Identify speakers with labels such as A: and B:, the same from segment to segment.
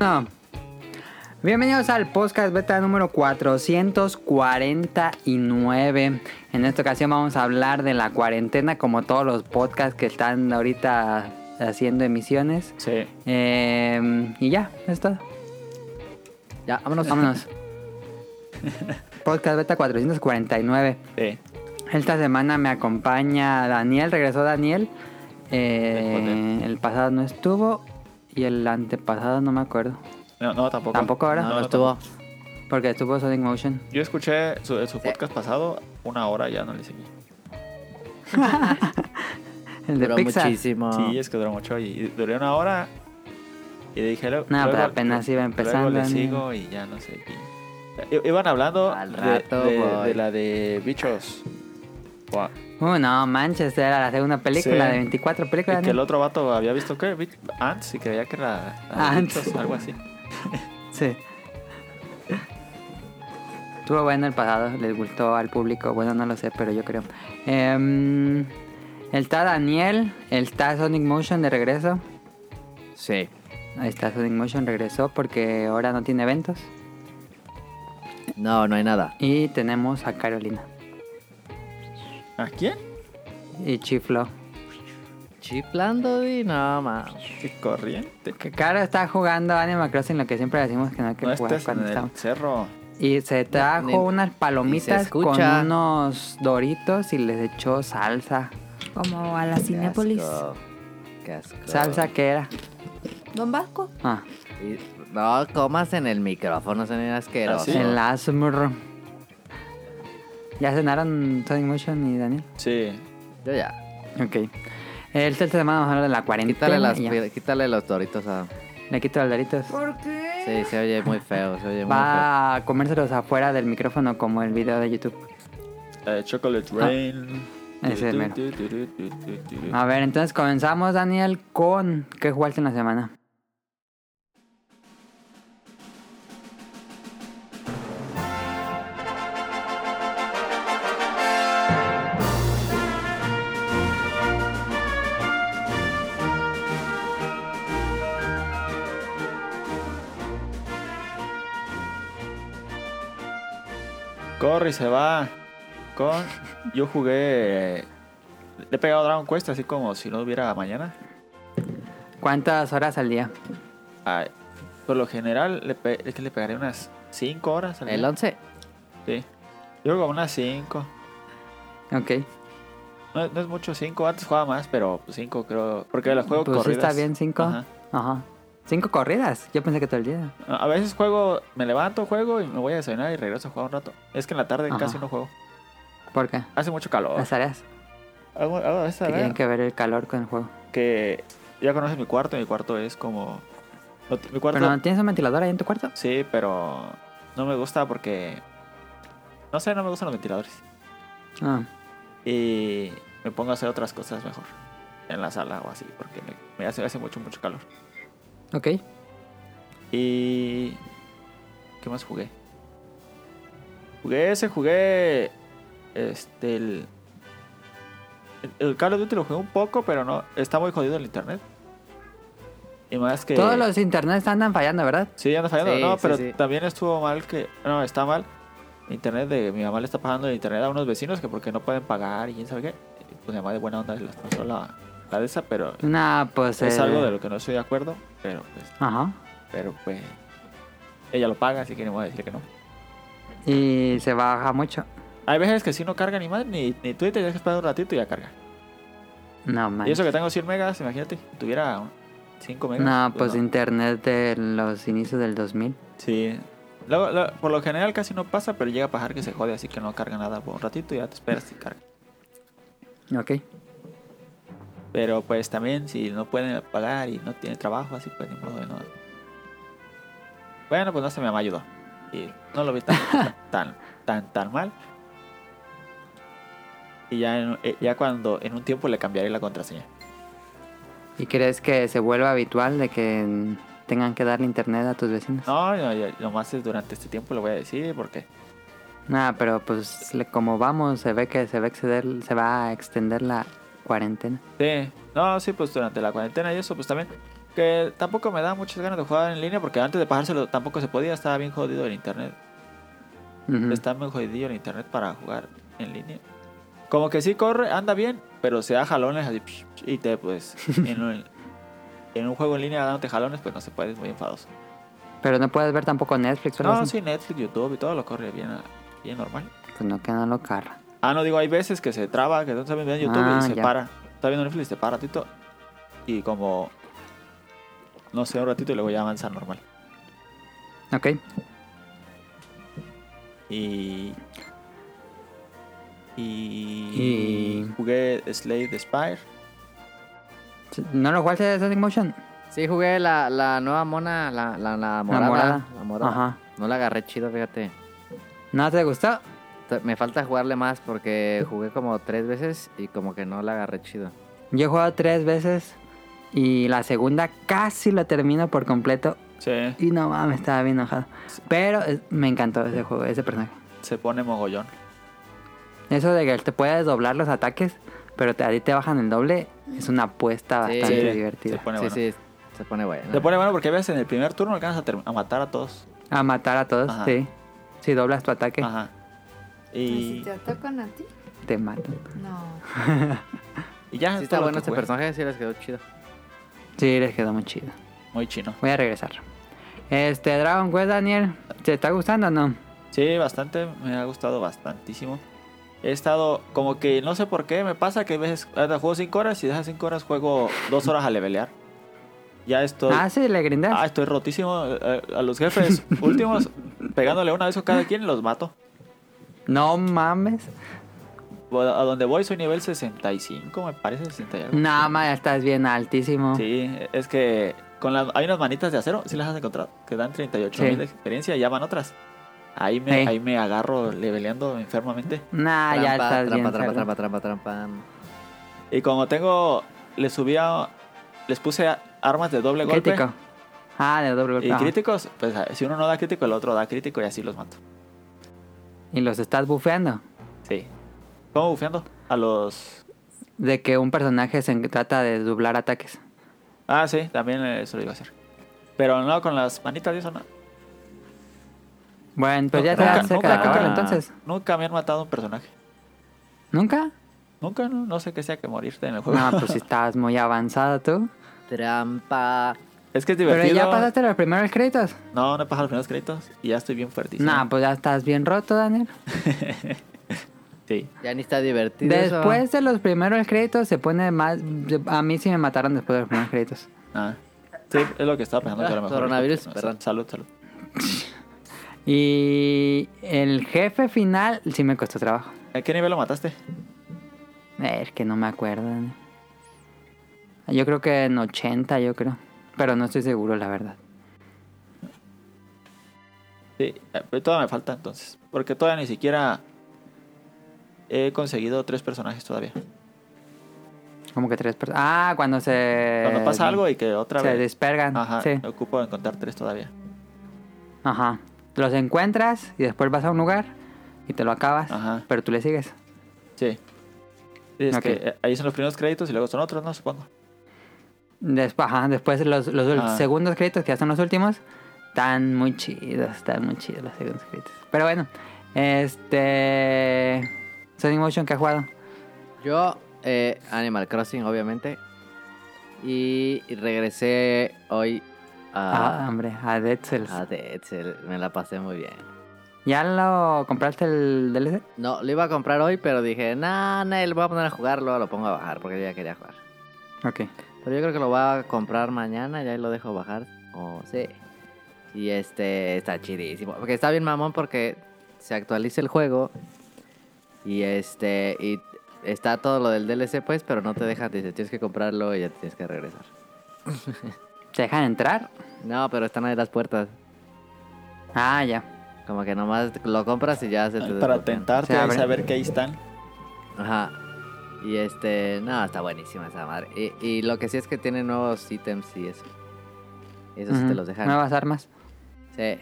A: No. Bienvenidos al podcast beta número 449. En esta ocasión vamos a hablar de la cuarentena, como todos los podcasts que están ahorita haciendo emisiones.
B: Sí.
A: Eh, y ya, es todo.
B: Ya, vámonos.
A: Vámonos. podcast beta 449.
B: Sí.
A: Esta semana me acompaña Daniel, regresó Daniel. Eh, el pasado no estuvo y el antepasado no me acuerdo.
B: No, no, tampoco.
A: Tampoco ahora.
B: No,
A: No
B: no,
C: estuvo.
B: tampoco.
A: Porque estuvo Sonic Motion.
B: Yo escuché su, su podcast pasado una hora ya no le seguí.
A: El de
C: Duró
A: Pixar.
C: muchísimo.
B: Sí, es que duró mucho y, y duré una hora y dije luego.
A: No, pero
B: luego-
A: apenas iba empezando,
B: Luego le
A: ni-
B: sigo y ya no seguí. I- Iban hablando
C: Al
B: de-
C: rato
B: de,
C: voy.
B: de la de bichos. Guau.
A: Uh, no, Manchester era la segunda película
B: Sí.
A: de 24 películas.
B: Y que el
A: ¿no?
B: otro vato había visto que Bit- Ants y creía que era era de
A: Ants.
B: bichos, algo así.
A: Sí. Estuvo bueno el pasado, les gustó al público. Bueno, no lo sé, pero yo creo. Em, está Daniel, está Sonic Motion de regreso.
C: Sí.
A: Ahí está Sonic Motion, regresó porque ahora no tiene eventos.
C: No, no hay nada.
A: Y tenemos a Carolina.
B: ¿A quién?
A: Y Chiflo.
C: Chiplando y no,
A: Ah.
C: más.
B: Qué corriente.
A: Que Caro está jugando Animal Crossing, lo que siempre decimos que no hay que
B: No
A: jugar
B: estés en
A: cuando
B: el
A: estamos.
B: cerro.
A: Y se trajo
C: ni-
A: unas palomitas con
C: escucha.
A: unos doritos y les echó salsa.
D: Como a la Cinépolis.
A: ¿Salsa qué era?
D: Don Vasco.
A: Ah,
C: Y- No comas en el micrófono, señor asqueroso.
B: ¿Ah, sí?
A: el ASMR. ¿Ya cenaron Sonic Motion y Daniel?
B: Sí.
C: Yo ya.
A: Ok. El esta semana vamos a hablar de la cuarentena.
C: Quítale, las,
A: y ya.
C: pi- quítale los doritos a.
A: Le quito los doritos.
D: ¿Por qué?
C: Sí, se oye muy feo, se oye muy feo.
A: Va a comérselos afuera del micrófono como el video de YouTube.
B: Eh, Chocolate Rain.
A: ese es mero. A ver, entonces comenzamos, Daniel, con qué jugaste en la semana.
B: Corre y se va. Con... Yo jugué... eh, Le he pegado a Dragon Quest así como si no hubiera mañana.
A: ¿Cuántas horas al día?
B: Ay, por lo general le pe- es que le pegaré unas 5 horas. al
C: El
B: día.
C: 11.
B: Sí. Yo como unas 5.
A: Ok.
B: No, no es mucho 5. Antes jugaba más, pero 5 creo. Porque los juego
A: Pues sí
B: corridas.
A: está bien, cinco.
B: Ajá.
A: Ajá. Cinco corridas. Yo pensé que todo el día.
B: A veces juego, me levanto, juego y me voy a desayunar y regreso a jugar un rato. Es que en la tarde
A: Ajá.
B: casi no juego.
A: ¿Por qué?
B: Hace mucho calor.
A: Las tareas
B: Hago- hago Oh. a veces
A: que
B: a ver-
A: tienen que ver el calor con el juego.
B: que ya conoces mi cuarto, mi cuarto es como... no t- mi cuarto...
A: Pero no tienes un ventilador ahí en tu cuarto.
B: Sí, pero no me gusta porque... No sé, no me gustan los ventiladores.
A: Ah,
B: Y me pongo a hacer otras cosas mejor. En la sala o así, porque me, me hace, hace mucho, mucho calor.
A: ok.
B: Y... ¿Qué más jugué? Jugué ese, jugué... Este, el... El Call of Duty lo jugué un poco, pero no... Está muy jodido el internet. Y más que...
A: Todos los internets andan fallando, ¿verdad?
B: Sí, anda fallando.
C: Sí,
B: no,
C: sí,
B: pero
C: sí.
B: también estuvo mal que. No, está mal. Internet de. Mi mamá le está pagando el internet a unos vecinos que porque no pueden pagar y quién sabe qué. Y, Pues mi mamá de buena onda les pasó la, la de esa, pero
A: Nah, pues.
B: es
A: eh,
B: algo de lo que no estoy de acuerdo. Pero pues.
A: Ajá.
B: Pero pues. Ella lo paga, así que no voy a decir que no.
A: Y se baja mucho.
B: Hay veces que si no carga ni madre, ni, ni Twitter, tienes que esperar un ratito y ya carga.
A: No
B: Y
A: manches.
B: eso que tengo 100 megas, imagínate, si tuviera un- 5 megas.
A: No, pues
B: no.
A: internet de los inicios del 2000.
B: Sí. Luego, luego, por lo general casi no pasa, pero llega a pasar que se jode, así que no carga nada por un ratito y ya te esperas y carga.
A: Ok.
B: Pero pues también si no pueden pagar y no tienen trabajo, así pues ni modo de no. Bueno, pues no se me ayudó. Y no lo vi tan, tan, tan, tan mal. Y ya, en- eh, ya cuando en un tiempo le cambiaré la contraseña.
A: ¿Y crees que se vuelva habitual de que mm, tengan que darle internet a tus vecinos?
B: No, no, yo- lo más es durante este tiempo lo voy a decir porque...
A: Nada, pero pues le- como vamos, se ve que se va a exceder, se va a extender la cuarentena.
B: Sí, no, sí, pues durante la cuarentena y eso, pues también Que tampoco me da muchas ganas de jugar en línea porque antes de pasárselo tampoco se podía, estaba bien jodido el internet.
A: Ujú.
B: Está muy jodido el internet para jugar en línea. Como que sí corre, anda bien, pero se da jalones así. psh, psh, Y te, pues, en un, en un juego en línea dándote jalones, pues no se puede, es muy enfadoso.
A: Pero no puedes ver tampoco Netflix o algo
B: No,
A: así.
B: sí, Netflix, YouTube y todo lo corre bien, ah, bien normal.
A: Pues no, que no lo carra.
B: Ah, no, digo, hay veces que se traba, que no está viendo YouTube
A: Ah,
B: y se
A: ya.
B: para. Está viendo Netflix y se para, ratito. Y como, no sé, un ratito y luego ya avanza normal.
A: Ok.
B: Y. Y.
A: Y-
B: Jugué Slade the Spire.
A: ¿No lo jugaste Sonic Motion?
C: Sí, jugué la, la nueva mona, la, la, la morada.
A: La morada.
C: la morada.
A: Ajá.
C: No la agarré chido, fíjate.
A: ¿No te gustó?
C: T- Me falta jugarle más porque jugué como tres veces y como que no la agarré chido.
A: Yo he jugado tres veces y la segunda casi la termino por completo.
B: Sí,
A: Y no mames, estaba bien enojado. Pero eh, me encantó ese juego, ese personaje.
B: se pone mogollón.
A: Eso de que te puedes doblar los ataques, pero te- a ti te bajan el doble, es una apuesta
C: Sí.
A: bastante
B: Sí,
A: divertida.
B: Se pone
C: sí,
B: bueno.
C: sí, se pone bueno.
B: Se pone bueno porque ves en el primer turno alcanzas a, ter- a matar a todos.
A: A matar a todos,
B: Ajá.
A: sí. Si doblas tu ataque,
B: Ajá.
D: ¿Y si
B: Y,
D: te atacan a ti?
A: te matan.
D: No.
B: y ya
C: Sí
B: es
C: está
B: todo lo
C: bueno
B: que
C: este
B: jugué.
C: personaje, sí les quedó chido.
A: Sí, les quedó muy chido.
B: Muy chino.
A: Voy a regresar. Este, Dragon Quest, Daniel, ¿te está gustando o no?
B: Sí, bastante. Me ha gustado bastantísimo. He estado como que no sé por qué. Me pasa que a veces ahorita juego 5 horas y de esas 5 horas juego 2 horas a levelear. Ya estoy.
A: Ah, sí, le grindas.
B: Ah, estoy rotísimo. eh, A los jefes últimos, pegándole una vez a cada quien, los mato.
A: No mames.
B: A a donde voy soy nivel 65, me parece, 60 y algo.
A: Nada más estás bien altísimo.
B: Sí, es que con las, hay unas manitas de acero, sí las has encontrado, que dan 38
A: Sí.
B: mil de experiencia y ya van otras. Ahí me,
A: Sí.
B: ahí me agarro leveleando enfermamente.
A: Nah, Ah, ya
C: trampa,
A: estás
C: trampa,
A: bien.
C: trampa,
A: cerdo.
C: trampa, trampa, trampa.
B: Y como tengo, les subí a- les puse a- armas de doble golpe.
A: Crítico. Ah, de doble golpe.
B: Y
A: ajá.
B: críticos, pues si uno no da crítico, el otro da crítico y así los mato.
A: Y los estás bufeando.
B: Sí. ¿Cómo bufeando? A los
A: De que un personaje se en- trata de doblar ataques.
B: Ah, sí, también eh, eso lo iba a hacer. Pero no con las manitas y eso no.
A: Bueno, pues ya
B: Nunca-
A: está cerca de
B: nunca-
A: acabarlo
C: nunca-
A: entonces.
B: Nunca me han matado un personaje.
A: ¿Nunca?
B: Nunca, no, no sé qué sea que morirte en el juego.
A: No, pues si estabas muy avanzado tú.
C: Trampa.
B: es que es
A: Pero
B: divertido.
A: ya pasaste los primeros créditos.
B: No, no he pasado los primeros créditos y ya estoy bien fuertísimo.
A: Nah, pues ya estás bien roto, Daniel.
B: Sí.
C: Ya ni está divertido. eso.
A: Después de los primeros créditos se pone más... A mí sí me mataron después de los primeros créditos.
B: Ah. Sí, es lo que estaba pensando que a lo
C: Ah,
B: mejor.
C: coronavirus,
B: No,
C: perdón.
B: Salud, salud.
A: Y el jefe final sí me costó trabajo.
B: ¿A qué nivel lo mataste?
A: Eh, Es que no me acuerdo. Dani. Yo creo que en 80, yo creo. Pero no estoy seguro, la verdad.
B: Sí, eh, pero todavía me falta entonces. Porque todavía ni siquiera he conseguido tres personajes todavía.
A: Como que tres personas. Ah, cuando se.
B: Cuando pasa algo y que otra
A: Eh, Se
B: vez.
A: despergan.
B: Ajá,
A: Sí.
B: me ocupo de encontrar tres todavía.
A: Ajá. Los encuentras y después vas a un lugar y te lo acabas.
B: Ajá.
A: Pero tú le sigues.
B: Sí. Sí, Es
A: Ok.
B: que eh, ahí son los primeros créditos y luego son otros, ¿no? Supongo.
A: Después, ajá, después los, los ul-
B: Ah.
A: segundos créditos, que ya son los últimos, están muy chidos, están muy chidos los segundos créditos. Pero bueno, este. Sonic Motion que ha jugado.
C: Yo, eh, Animal Crossing, obviamente. Y regresé hoy
A: Ah,
C: a,
A: hombre, a Dead Cells.
C: a Dead Cell. Me la pasé muy bien.
A: ¿Ya lo compraste el DLC?
C: No, lo iba a comprar hoy, pero dije, nah, nah, lo voy a poner a jugar, luego lo pongo a bajar, porque yo ya quería jugar.
A: Ok.
C: Pero yo creo que lo voy a comprar mañana, ya lo dejo bajar. O sí. Y este está chidísimo. Porque está bien mamón porque se actualiza el juego. Y este. Y está todo lo del DLC, pues, pero no te dejan. Dice, tienes que comprarlo y ya te tienes que regresar.
A: ¿Te dejan entrar?
C: No, pero están ahí las puertas.
A: Ah, ya.
C: Como que nomás lo compras y ya se te
B: Para
C: desbloquean.
A: Se
B: tentarte y
A: abre.
B: saber que ahí están.
C: Ajá. Y este, no, está buenísima esa madre. Y, y lo que sí es que tiene nuevos ítems y eso. Eso sí te
A: Ujú.
C: los dejan.
A: Nuevas armas.
C: Sí.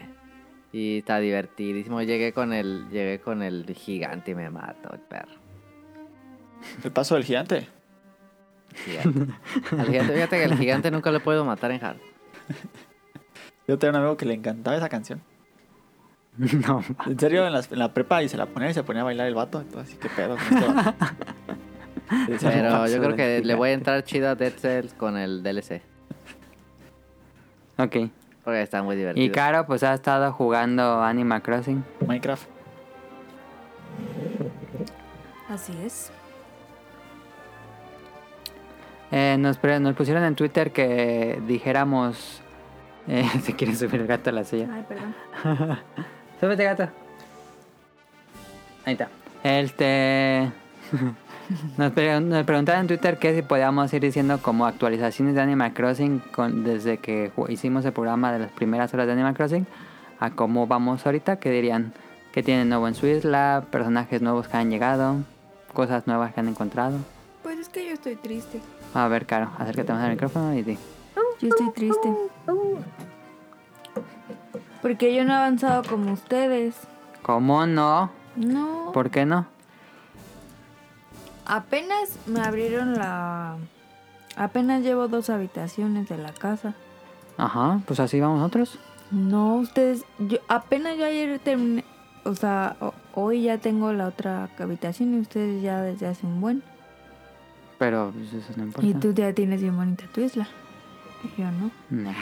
C: Y está divertidísimo. Llegué con el, llegué con el gigante y me mató el perro.
B: El paso del gigante.
C: Gigante. Al gigante, fíjate que al gigante nunca lo he podido matar en hard.
B: Yo tenía un amigo que le encantaba esa canción.
A: No, ma-
B: En serio, en la, en la prepa y se la ponía y se ponía a bailar el vato. Entonces, así que pedo. con este vato? Decía,
C: Pero yo
A: cápsula
C: creo que
A: del
C: le voy a entrar chido a Dead Cells con el DLC.
A: ok.
C: Porque está muy divertido.
A: Y Caro pues ha estado jugando Animal Crossing.
B: Minecraft.
D: Así es.
A: Eh, nos, pre- nos pusieron en Twitter que dijéramos... Eh, se quiere subir el gato a la silla.
D: Ay, perdón.
A: Súbete, gato. Ahí está. Este. Nos, pre- nos preguntaron en Twitter que si podíamos ir diciendo como actualizaciones de Animal Crossing con- desde que ju- hicimos el programa de las primeras horas de Animal Crossing a cómo vamos ahorita, que dirían que tienen nuevo en su isla, personajes nuevos que han llegado, cosas nuevas que han encontrado.
D: Pues es que yo estoy triste.
A: A ver, Caro, acércate más al micrófono y di.
D: Yo estoy triste. Porque yo no he avanzado como ustedes.
A: ¿Cómo no?
D: No.
A: ¿Por qué no?
D: Apenas me abrieron la... Apenas llevo dos habitaciones de la casa.
A: Ajá, pues así vamos nosotros.
D: No, ustedes... Yo, apenas yo ayer terminé... O sea, ho- hoy ya tengo la otra habitación y ustedes ya desde hace un buen.
A: Pero pues, eso no importa.
D: Y tú ya tienes bien bonita tu isla. Y yo no.
A: Nah.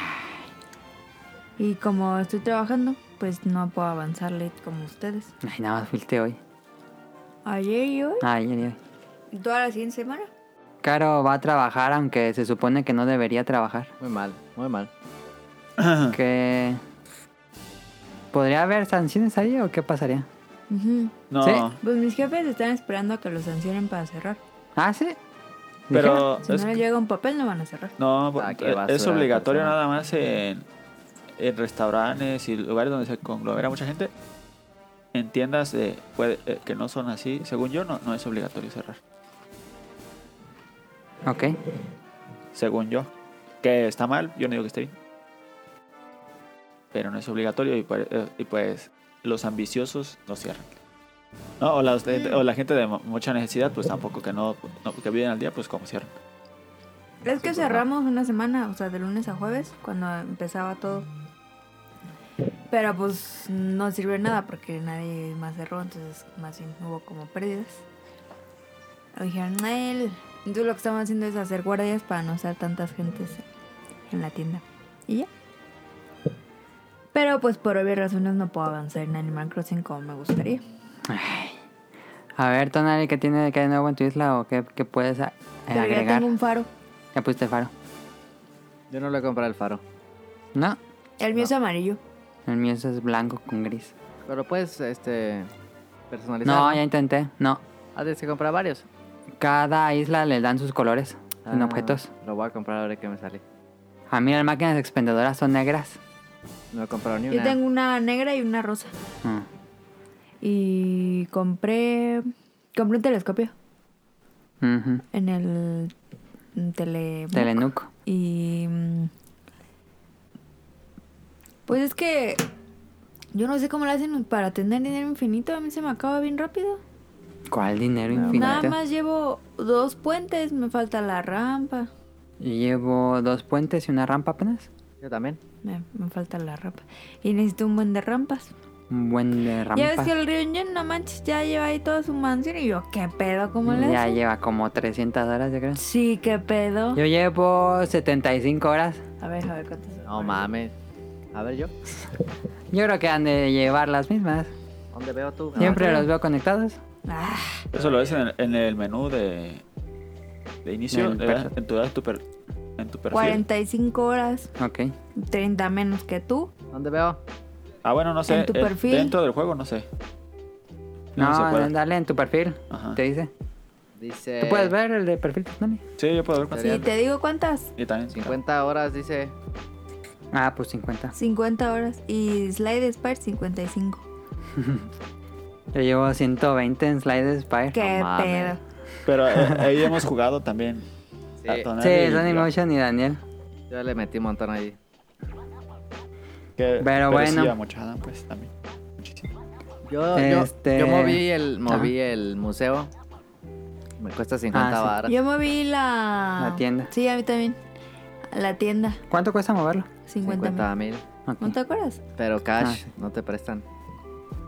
D: Y como estoy trabajando, pues no puedo avanzarle como ustedes.
A: Ay, nada más fuiste hoy.
D: Ayer y hoy.
A: Ay, ay, ay.
D: ¿Y toda la siguiente semana?
A: Caro va a trabajar aunque se supone que no debería trabajar.
C: Muy mal, muy mal.
A: Que... ¿Podría haber sanciones ahí o qué pasaría?
D: Ujú.
B: No.
A: Sí.
D: Pues mis jefes están esperando a que los sancionen para cerrar.
A: Ah, sí.
B: Pero
D: Si
B: Ah, es-
D: no les llega un papel, no van a cerrar.
B: no,
C: Ah, qué
B: eh, es
C: basura de
B: obligatorio
C: persona.
B: nada más en, en restaurantes y lugares donde se conglomera mucha gente. En tiendas de- puede- eh, que no son así, según yo, no, no es obligatorio cerrar.
A: Ok.
B: Según yo. Que está mal, yo no digo que esté bien. Pero no es obligatorio y, pare- eh, y pues los ambiciosos no cierran. No, o, la, o la gente de mu- mucha necesidad, pues tampoco que no, no- que viven al día, pues como cierran.
D: Es
A: pues,
D: que cerramos una semana, o sea, de lunes a jueves, cuando empezaba todo. Pero pues no sirvió de nada porque nadie más cerró, entonces más bien hubo como pérdidas. O Dijeron, él. Entonces lo que estamos haciendo es hacer guardias para no estar tantas gentes en la tienda. Y ya. Pero pues por obvias razones no puedo avanzar en Animal Crossing como me gustaría.
A: Eh, A ver, Tonali, ¿qué tiene que hay de nuevo en tu isla o qué, qué puedes eh,
D: Pero ya
A: agregar?
D: tengo un faro.
A: Ya pusiste faro.
C: Yo no le he comprado el faro.
A: No,
D: El mío es amarillo.
A: el mío es blanco con gris.
C: Pero puedes, este, personalizar.
A: No, ya intenté. No.
C: Ah, tienes que comprar varios.
A: Cada isla le dan sus colores en
C: Ah,
A: objetos.
C: Lo voy a comprar ahora que me sale.
A: A mí las máquinas expendedoras son negras.
C: No he comprado ni una.
D: Yo tengo una negra y una rosa.
A: Ah.
D: Y compré. Compré un telescopio
A: Ujú.
D: en el. en Tele.
A: Telenuco.
D: Y. mm, Pues es que. Yo no sé cómo lo hacen para tener dinero infinito. A mí se me acaba bien rápido.
A: ¿Cuál dinero
C: Nada
A: infinito?
D: Nada más llevo dos puentes. Me falta la rampa.
A: Llevo dos puentes y una rampa apenas.
C: Yo también.
D: Me, me falta la rampa. Y necesito un buen de rampas.
A: Un buen de rampa.
D: Ya ves que el río Ñen, no manches, ya lleva ahí toda su mansión. Y yo, ¿qué pedo? ¿Cómo le
A: Mm, Ya
D: hacen?
A: lleva como 300 horas, yo creo.
D: Sí, ¿qué pedo?
A: Yo llevo 75 horas.
D: A ver, a ver cuántas.
C: No mames. A ver yo.
A: Yo creo que han de llevar las mismas.
C: ¿Dónde veo tú?
A: Siempre
D: creo.
A: los veo conectados.
D: Ah,
B: Eso lo ves en el, en el menú de, de inicio,
A: Del
B: le das-
A: perfil.
B: en tu, das tu per- en tu perfil.
D: 45 horas,
A: Ok.
D: 30 menos que tú.
C: ¿Dónde veo?
B: Ah, bueno, no sé.
D: En tu
B: eh,
D: perfil.
B: Dentro del juego, no sé. No, se
A: No,
B: puede.
A: dale en tu perfil.
B: Ajá.
A: Te dice.
C: Dice.
A: ¿Tú puedes ver el de perfil, Tony?
B: Sí, yo puedo ver cuánto.
D: Sí, te digo cuántas.
B: Y también
C: 50 horas, dice.
A: Ah, pues 50.
D: 50 horas. Y Slide Spire 55.
A: Yo llevo 120 en Slide Spire.
D: ¿Qué
C: No mames.
D: pedo?
B: Pero eh, ahí hemos jugado también.
C: Sí.
B: A Tonali
A: Sí,
B: y
A: Sonic
B: yo.
A: Motion y Daniel.
C: Yo le metí un montón ahí.
B: Que-
A: Pero
B: sí,
A: bueno.
B: a mucha Adam, pues también. Muchísimo.
C: Yo, yo-
A: Este-
C: yo, moví el moví el museo Me cuesta 50
A: Ah, sí.
C: varas.
D: Yo moví la...
A: La tienda.
D: Sí, a mí también. La tienda,
A: ¿Cuánto cuesta moverlo?
D: 50,
C: 50 mil.
A: Ok.
D: mil. ¿No te acuerdas?
C: Pero
A: Ah,
C: cash,
A: sí.
C: no te prestan.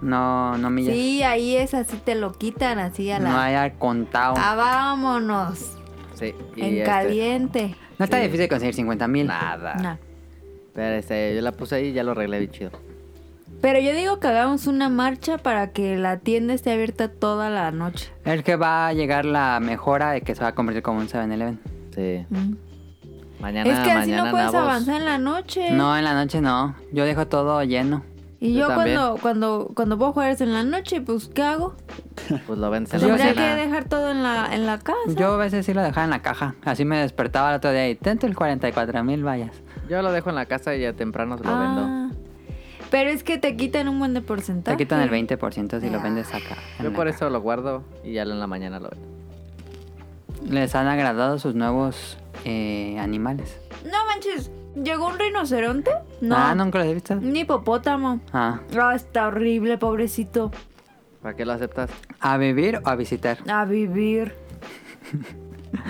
A: No, no millas.
D: Sí, ahí es así, te lo quitan así a la...
A: No haya contado.
D: Ah, vámonos.
C: Sí. y
D: en
C: este,
D: caliente.
A: no está
C: sí.
A: difícil conseguir 50 mil.
C: Nada.
D: Nah.
C: Pero este, yo la puse ahí y ya lo arreglé bien chido.
D: Pero yo digo que hagamos una marcha para que la tienda esté abierta toda la noche.
A: Es que va a llegar la mejora de que se va a convertir como un 7-Eleven.
C: Sí.
D: Mm.
C: Mañana,
D: Es que así
C: mañana
D: no puedes
C: nabos.
D: avanzar en la noche.
A: No, en la noche no. Yo dejo todo lleno.
D: y
C: yo
D: yo,
C: también.
D: cuando, cuando, cuando puedo jugar es en la noche, pues ¿qué hago?
C: Pues lo vendes en la
D: Tendría que
C: mañana.
D: dejar todo en la, en la casa.
A: Yo a veces sí lo dejaba en la caja. Así me despertaba el otro día y tento el 44 mil vallas.
C: Yo lo dejo en la casa y ya temprano se lo vendo.
D: Ah. Pero es que te quitan un buen de porcentaje.
A: Te quitan el 20% si lo
D: Ah.
A: vendes acá. en
C: Yo
A: la
C: por
A: caja.
C: eso lo guardo y ya en la mañana lo vendo.
A: Les han agradado sus nuevos eh, animales.
D: No manches, ¿llegó un rinoceronte? No.
A: Ah, nunca los he visto.
D: Un hipopótamo.
A: Ah,
D: Ah, está horrible, pobrecito.
C: ¿Para qué lo aceptas?
A: ¿A vivir o a visitar?
D: A vivir.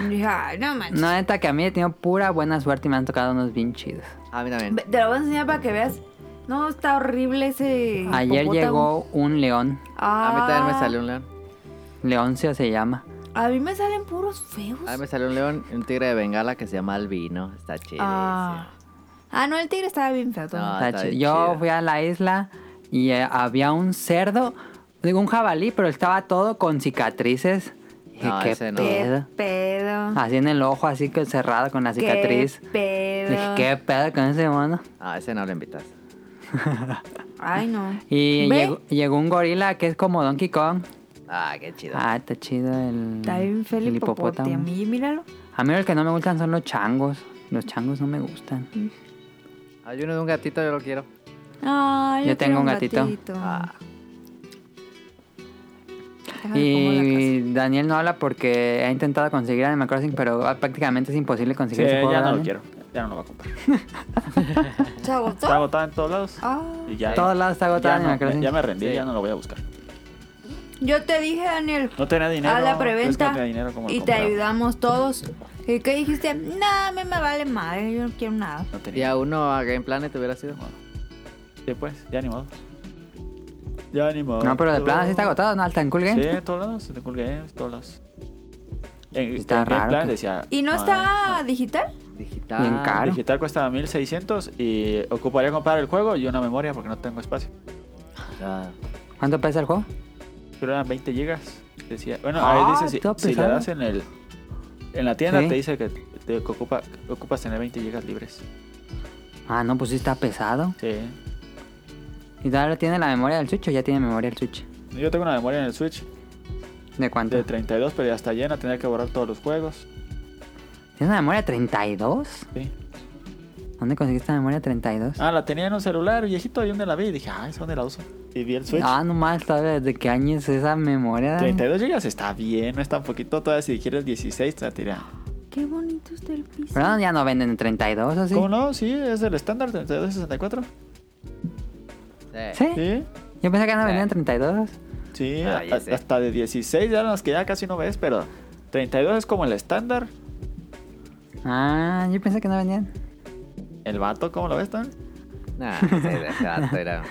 D: Dije, Ay, no manches.
A: No, neta, que a mí he tenido pura buena suerte y me han tocado unos bien chidos.
C: A mí también.
D: Ve- Te lo voy a enseñar para que veas. No, está horrible ese.
A: Ayer
D: hipopótamo.
A: llegó un león.
D: Ah,
C: A mí también me salió un león.
A: Leoncio se llama.
D: A mí me salen puros feos.
C: A mí Ah, me salió un león y un tigre de bengala que se llama Albino. Está chido.
D: Ah. Ah, no, el tigre estaba bien feo también.
C: Ah,
A: Está
C: está
A: chi-
C: bien
A: Yo
C: chido.
A: fui a la isla y eh, había un cerdo, digo un jabalí, pero estaba todo con cicatrices. Dije,
C: No,
A: qué
C: ese no.
A: pedo.
D: Qué pedo.
A: Así en el ojo, así que cerrado con la cicatriz.
D: Qué pedo.
A: Dije, qué pedo con ese mono.
C: Ah, ese no lo invitas.
D: Ay, no.
A: Y
D: ¿Ve?
A: llegó, llegó un gorila que es como Donkey Kong.
C: Ah, qué chido.
A: Ah, está chido el.
D: Está bien feo el
A: el
D: hipopótamo. A mí, míralo.
A: A mí los que no me gustan son los changos. Los changos no me gustan.
C: Hay uno de un gatito, yo lo quiero.
D: Ay,
A: Yo
D: quiero
A: tengo un gatito.
C: Ah,
D: Déjame pongo la
A: Y Daniel no habla porque ha intentado conseguir Animal Crossing, pero ah, prácticamente es imposible
B: Sí,
A: conseguir ese juego.
B: ya no
A: Daniel.
B: lo quiero. Ya no lo va a comprar.
D: casa. ¿Se
B: Está
D: agotó?
B: agotada en todos lados.
D: Ah.
B: Y ya.
A: Todos lados está agotado
B: ya,
A: Animal
B: no,
A: Crossing.
B: ya me rendí,
C: Sí.
B: ya no lo voy a buscar.
D: Yo te dije, Daniel.
B: No tenía dinero.
D: a la
B: es que no
D: preventa
B: tenía dinero, ¿cómo lo
D: y te
B: compraba?
D: ayudamos todos. ¿Y qué dijiste? Nada, a mí me vale madre, yo no quiero nada.
B: No tenía.
C: Y a uno a Game Planet hubiera sido.
B: Sí, pues, ya ni modo. Ya ni modo.
A: No, pero de plano sí está agotado, ¿no? Está en Cool Game.
B: Sí, en todos lados, en Cool Games, todos lados. En,
A: Está
B: en Game
A: raro pues.
B: Plan
A: que-
B: decía.
D: ¿Y no
B: "Ah,
D: está digital?
C: Digital.
A: Bien caro.
B: Digital cuesta 1600 y ocuparía comprar el juego y una memoria porque no tengo espacio.
C: Ah,
A: ¿Cuánto pesa el juego?
B: Pero eran 20 gigas. Decía, bueno,
A: Ah,
B: ahí dice
A: está
B: si, si le
A: pesado.
B: das en el en la tienda
A: Sí.
B: te dice que te que ocupa, que ocupas tener 20 gigas libres.
A: Ah, no, pues sí está pesado.
B: Sí.
A: ¿Y todavía tiene la memoria del Switch o ya tiene memoria el Switch?
B: Yo tengo una memoria en el Switch
A: ¿De cuánto?
B: de 32, pero ya está llena, tenía que borrar todos los juegos.
A: ¿Tiene una memoria 32?
B: Sí.
A: ¿Dónde conseguiste la memoria 32?
B: Ah, la tenía en un celular viejito y donde la vi y dije, ah, ¿es donde la uso? Y vi el Switch.
A: Ah, nomás, ¿sabes desde qué año es esa memoria?
B: 32 gigas está bien, no es tan poquito. Todavía si quieres 16 te la tira.
D: Qué bonito está el piso.
A: ¿Pero no, ya no venden en 32 o sí?
B: ¿Cómo no? Sí, es el estándar 32-64.
C: sí.
A: ¿Sí?
B: Sí,
A: Yo pensé que no
C: Sí.
A: vendían en 32.
B: sí,
C: Ah, ya
B: a-
C: sé.
B: hasta de 16 ya las que ya casi no ves, pero 32 es como el estándar.
A: Ah, yo pensé que no vendían.
B: El vato, ¿cómo lo ves también?
C: Nah, ese, ese vato era-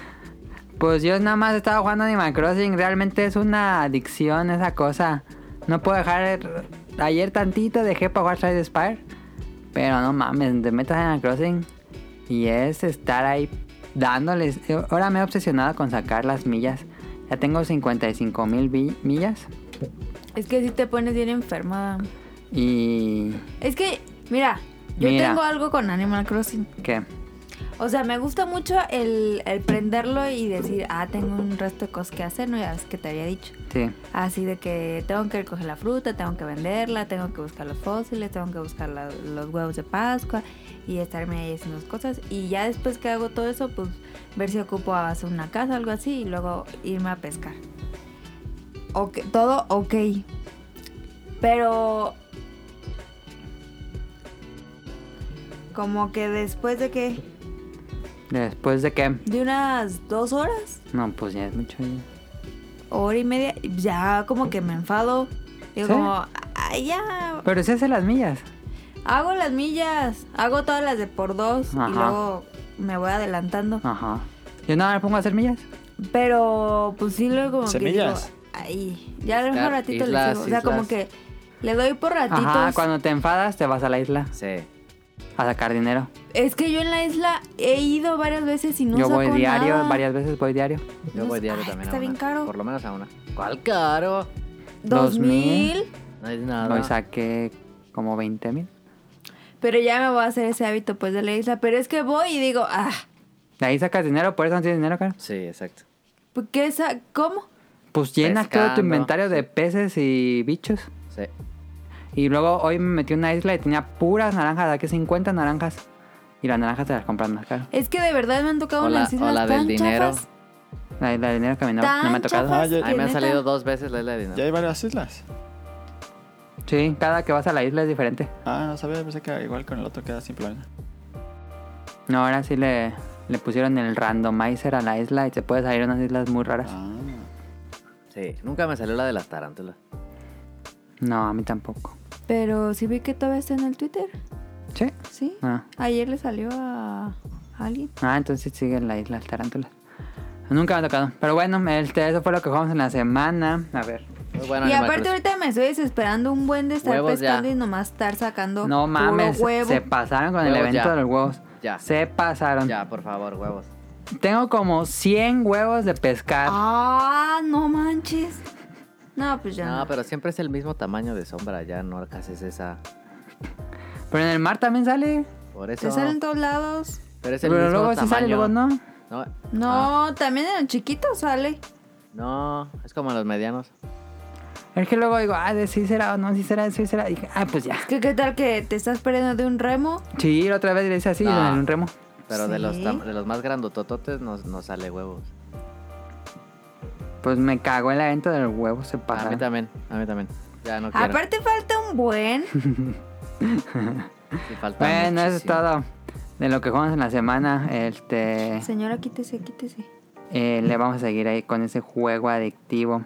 A: Pues yo nada más estaba jugando Animal Crossing. Realmente es una adicción esa cosa. No puedo dejar. Ayer tantito dejé para jugar Slide Spire. Pero no mames, te metas a Animal Crossing. Y es estar ahí dándoles. eh, Ahora me he obsesionado con sacar las millas. Ya tengo 55 mil millas.
D: Es que si te pones bien enferma.
A: Y.
D: Es que, mira, yo
A: Mira.
D: tengo algo con Animal Crossing.
A: ¿Qué?
D: O sea, me gusta mucho el, el prenderlo y decir, ah, tengo un resto de cosas que hacer, ¿no? Ya ves que te había dicho.
A: Sí.
D: Así de que tengo que recoger la fruta, tengo que venderla, tengo que buscar los fósiles, tengo que buscar la- los huevos de Pascua y estarme ahí haciendo cosas. Y ya después que hago todo eso, pues ver si ocupo hacer una casa o algo así y luego irme a pescar. Ok, todo ok. Pero... Como que después de que...
A: Después de qué?
D: De unas dos horas
A: No, pues ya es mucho. ya.
D: hora y media, ya como que me enfado. Digo,
A: ¿Sí?
D: como, ay, ya.
A: Pero se hace las millas.
D: Hago las millas. Hago todas las de por dos
A: Ajá. Ah.
D: y luego me voy adelantando.
A: Ajá. Yo nada me pongo a hacer millas.
D: Pero pues sí, luego como
B: Semillas.
D: que digo, ahí. Ya a lo mejor
C: Isla-
D: ratito
C: islas,
D: le sigo. O sea, como
C: islas.
D: que le doy por ratitos.
A: Ajá, cuando te enfadas te vas a la isla
C: Sí.
A: a sacar dinero.
D: Es que yo en la isla he ido varias veces y no
A: yo voy
D: saco
A: diario,
D: nada.
A: varias veces voy diario.
C: Yo
D: No
C: voy
D: sé,
C: diario
D: ay,
C: también
D: está
C: a una.
D: bien caro.
C: Por lo menos a una. ¿Cuál caro?
D: Dos
A: Dos mil.
D: mil.
C: No es nada.
A: Hoy saqué como 20 mil.
D: Pero ya me voy a hacer ese hábito pues de la isla. Pero es que voy y digo, ah,
A: De ahí sacas dinero, por eso no tienes dinero, cara.
C: Sí, exacto.
D: ¿por pues, ¿qué esa? ¿Cómo?
A: Pues llenas todo tu
C: Pescando,
A: inventario de
C: sí.
A: peces y bichos.
C: Sí.
A: Y luego hoy me metí a una isla y tenía puras naranjas, aquí 50 naranjas. Y las naranjas te las compran más caro.
D: Es que de verdad me han tocado
C: O la-
D: unas
C: o
D: islas
C: la del
D: tan
C: dinero.
D: chafas.
A: La isla de dinero que a mí no, no me ha
D: Tan
A: tocado.
D: chafas
B: Ah, yo-
D: que
C: Ahí me ha
D: neta-
C: salido dos veces la isla de
B: Ya
C: dinero.
B: hay varias islas.
A: Sí, cada que vas a la isla es diferente.
B: Ah, no sabía, pensé que era igual con el otro queda sin plana.
A: No, ahora sí le, le pusieron el randomizer a la isla y te puede salir unas islas muy raras.
B: Ah,
C: Sí. Nunca me salió la de las tarántulas.
A: No, a mí tampoco.
D: Pero sí vi que todavía está en el Twitter.
A: ¿Sí?
D: Sí.
A: Ah.
D: Ayer le salió a a alguien.
A: Ah, entonces sigue en la isla de tarántulas. Nunca me ha tocado. Pero bueno, este, eso fue lo que jugamos en la semana. A ver.
C: Muy bueno,
D: y
C: Animal
D: aparte
C: Crossing.
D: ahorita me estoy desesperando un buen de estar
C: Huevos ya.
D: pescando y nomás estar sacando
A: No
D: puro
A: mames,
D: huevo.
A: se pasaron con el
C: Huevos
A: evento
C: ya.
A: de los huevos.
C: Ya.
A: Se pasaron.
C: Ya, por favor, huevos.
A: Tengo como 100 huevos de pescar.
D: Ah, no manches. No, pues ya.
C: No,
D: No,
C: pero siempre es el mismo tamaño de sombra. Ya no haces esa.
A: Pero en el mar también sale.
C: Por eso.
D: Te salen en todos lados.
C: Pero es el
A: Pero
C: mismo
A: luego
C: tamaño.
A: sí sale, luego no.
C: No. Ah,
D: No, también en el chiquito sale.
C: no, es como los medianos.
A: Es que luego digo, ah, de sí será o no, sí será, sí será. Y dije, ah, pues ya.
D: Es que qué tal que te estás perdiendo de un remo.
A: Sí, la otra vez le hice así
C: No.
A: en un remo.
C: Pero de, los
D: Sí.
C: tam- de los más grandotototes nos no sale huevos.
A: Pues me cagó el evento de los huevos, se
C: A mí
A: pasaron.
C: también, a mí también. Ya no quiero.
D: Ah, Aparte falta un buen.
C: Sí, falta
A: Bueno, eso es
C: muchísimo.
A: todo de lo que jugamos en la semana. Este.
D: Señora, quítese, quítese.
A: Eh, le vamos a seguir ahí con ese juego adictivo.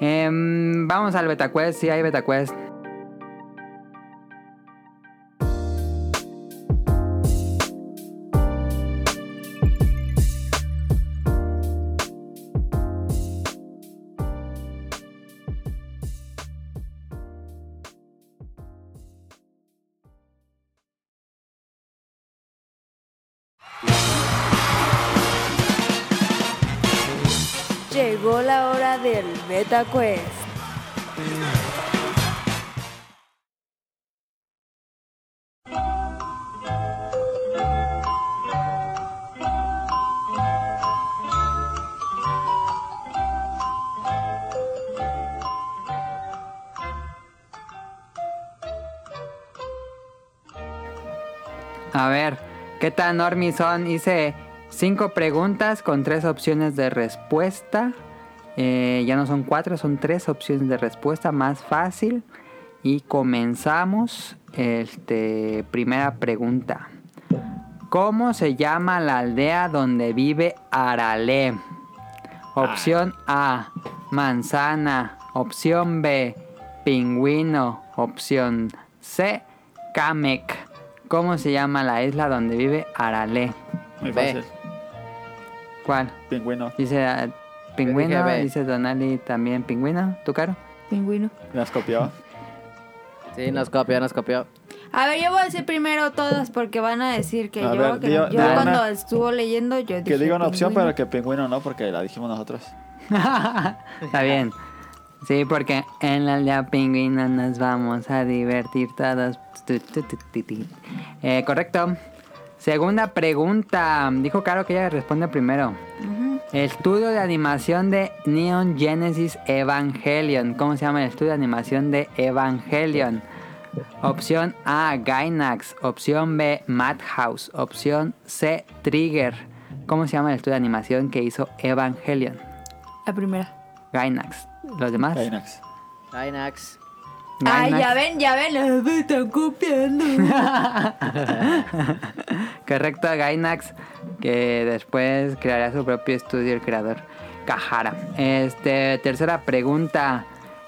A: Em, vamos al BetaQuest, sí hay BetaQuest.
D: Llegó la hora del Beta Quest.
A: A ver, ¿qué tan normis son? Hice cinco preguntas con tres opciones de respuesta. Eh, ya no son cuatro, son tres opciones de respuesta más fácil. Y comenzamos. Este, primera pregunta. ¿Cómo se llama la aldea donde vive Arale?
C: Ah.
A: Opción A, manzana. Opción B, pingüino. Opción C, Kamek. ¿Cómo se llama la isla donde vive Arale?
B: muy
C: Ve.
B: fácil.
A: ¿Cuál?
B: Pingüino.
A: Dice ah,
C: Yo
A: pingüino,
C: dije B.
A: dice Donali también pingüino, ¿tú caro?
D: Pingüino.
B: Las copió.
C: Sí, nos copió, nos copió.
D: A ver, yo voy a decir primero todas porque van a decir que
B: A
D: yo,
B: ver,
D: que
B: diga-
D: no. yo
B: diga
D: cuando
B: una-
D: estuvo leyendo, yo dije.
B: Que diga una opción,
D: pingüino.
B: pero que pingüino no, porque la dijimos nosotros.
A: Está bien. Sí, porque en la aldea pingüino nos vamos a divertir todos. Tu, tu, tu, tu, tu. Eh, correcto. Segunda pregunta. Dijo Caro que ella responde primero.
D: Ujú.
A: Estudio de animación de Neon Genesis Evangelion. ¿Cómo se llama el estudio de animación de Evangelion? Opción A, Gainax. Opción B, Madhouse. Opción C, Trigger. ¿Cómo se llama el estudio de animación que hizo Evangelion?
D: La primera.
A: Gainax. ¿Los
D: Ah,
A: demás?
B: Gainax.
C: Gainax.
D: Ay,
A: Gainax.
D: ya ven, ya ven, las me están copiando.
A: Correcto, Gainax, que después creará su propio estudio el creador Cajara. Este, tercera pregunta.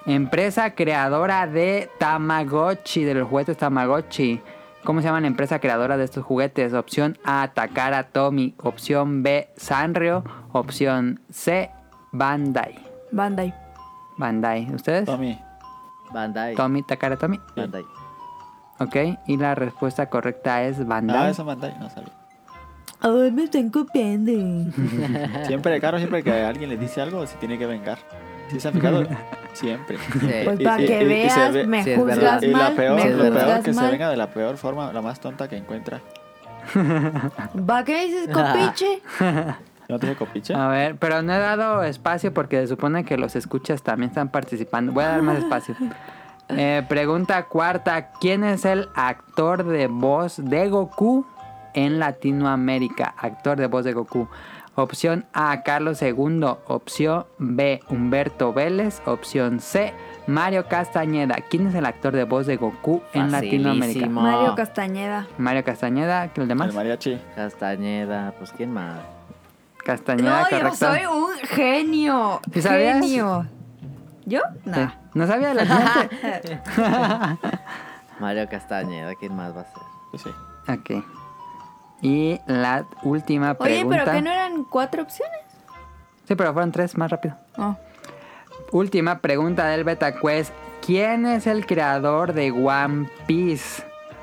A: Empresa creadora de Tamagotchi, de los juguetes Tamagotchi. ¿Cómo se llama la empresa creadora de estos juguetes? Opción A, atacar a Tommy. Opción B, Sanrio. Opción C, Bandai.
D: Bandai.
A: Bandai. ¿Ustedes?
B: Tommy.
C: Bandai.
A: Tommy, Takara Tommy.
C: Bandai.
A: Ok, y la respuesta correcta es
B: Ah,
A: Bandai.
B: esa Bandai, no sabía.
D: Ay, me están copiando.
B: Eh, Siempre, Caro, siempre que alguien le dice algo, se tiene que vengar. ¿Sí se han fijado? Siempre.
C: Sí.
D: Pues
B: Y-
D: para
B: y-
D: que
B: y- y se
D: veas,
B: ve-
D: me
C: Sí, es
D: juzgas
C: verdad.
B: Y la
D: mal,
B: peor,
D: me
C: Sí, es
B: lo peor
D: juzgas
B: que se
D: mal.
B: venga de la peor forma, la más tonta que encuentra.
D: ¿Va qué dices,
A: Ah.
D: copiche?
B: ¿No te dije copiche?
D: Ah,
A: A ver, pero no he dado espacio porque se supone que los escuchas también están participando. Voy a dar más espacio. Eh, pregunta cuarta: ¿Quién es el actor de voz de Goku en Latinoamérica? Actor de voz de Goku. Opción A: Carlos II. Opción B: Humberto Vélez. Opción C: Mario Castañeda. ¿Quién es el actor de voz de Goku en Latinoamérica?
C: Facilísimo.
D: Mario Castañeda.
A: Mario Castañeda, ¿qué el demás?
B: El mariachi.
C: Castañeda, pues quién más.
A: Castañeda,
D: No, yo
A: correcto.
D: soy un genio.
A: ¿Sí sabías?
D: Genio. ¿Yo?
A: Sí. No
D: No.
A: sabía la gente.
C: Mario Castañeda, ¿quién más va a ser?
B: Pues sí.
A: Ok. Y la última
D: Oye,
A: pregunta.
D: pero que no eran cuatro opciones.
A: Sí, pero fueron tres más rápido.
D: Oh.
A: Última pregunta del Beta Quest. ¿Quién es el creador de One Piece?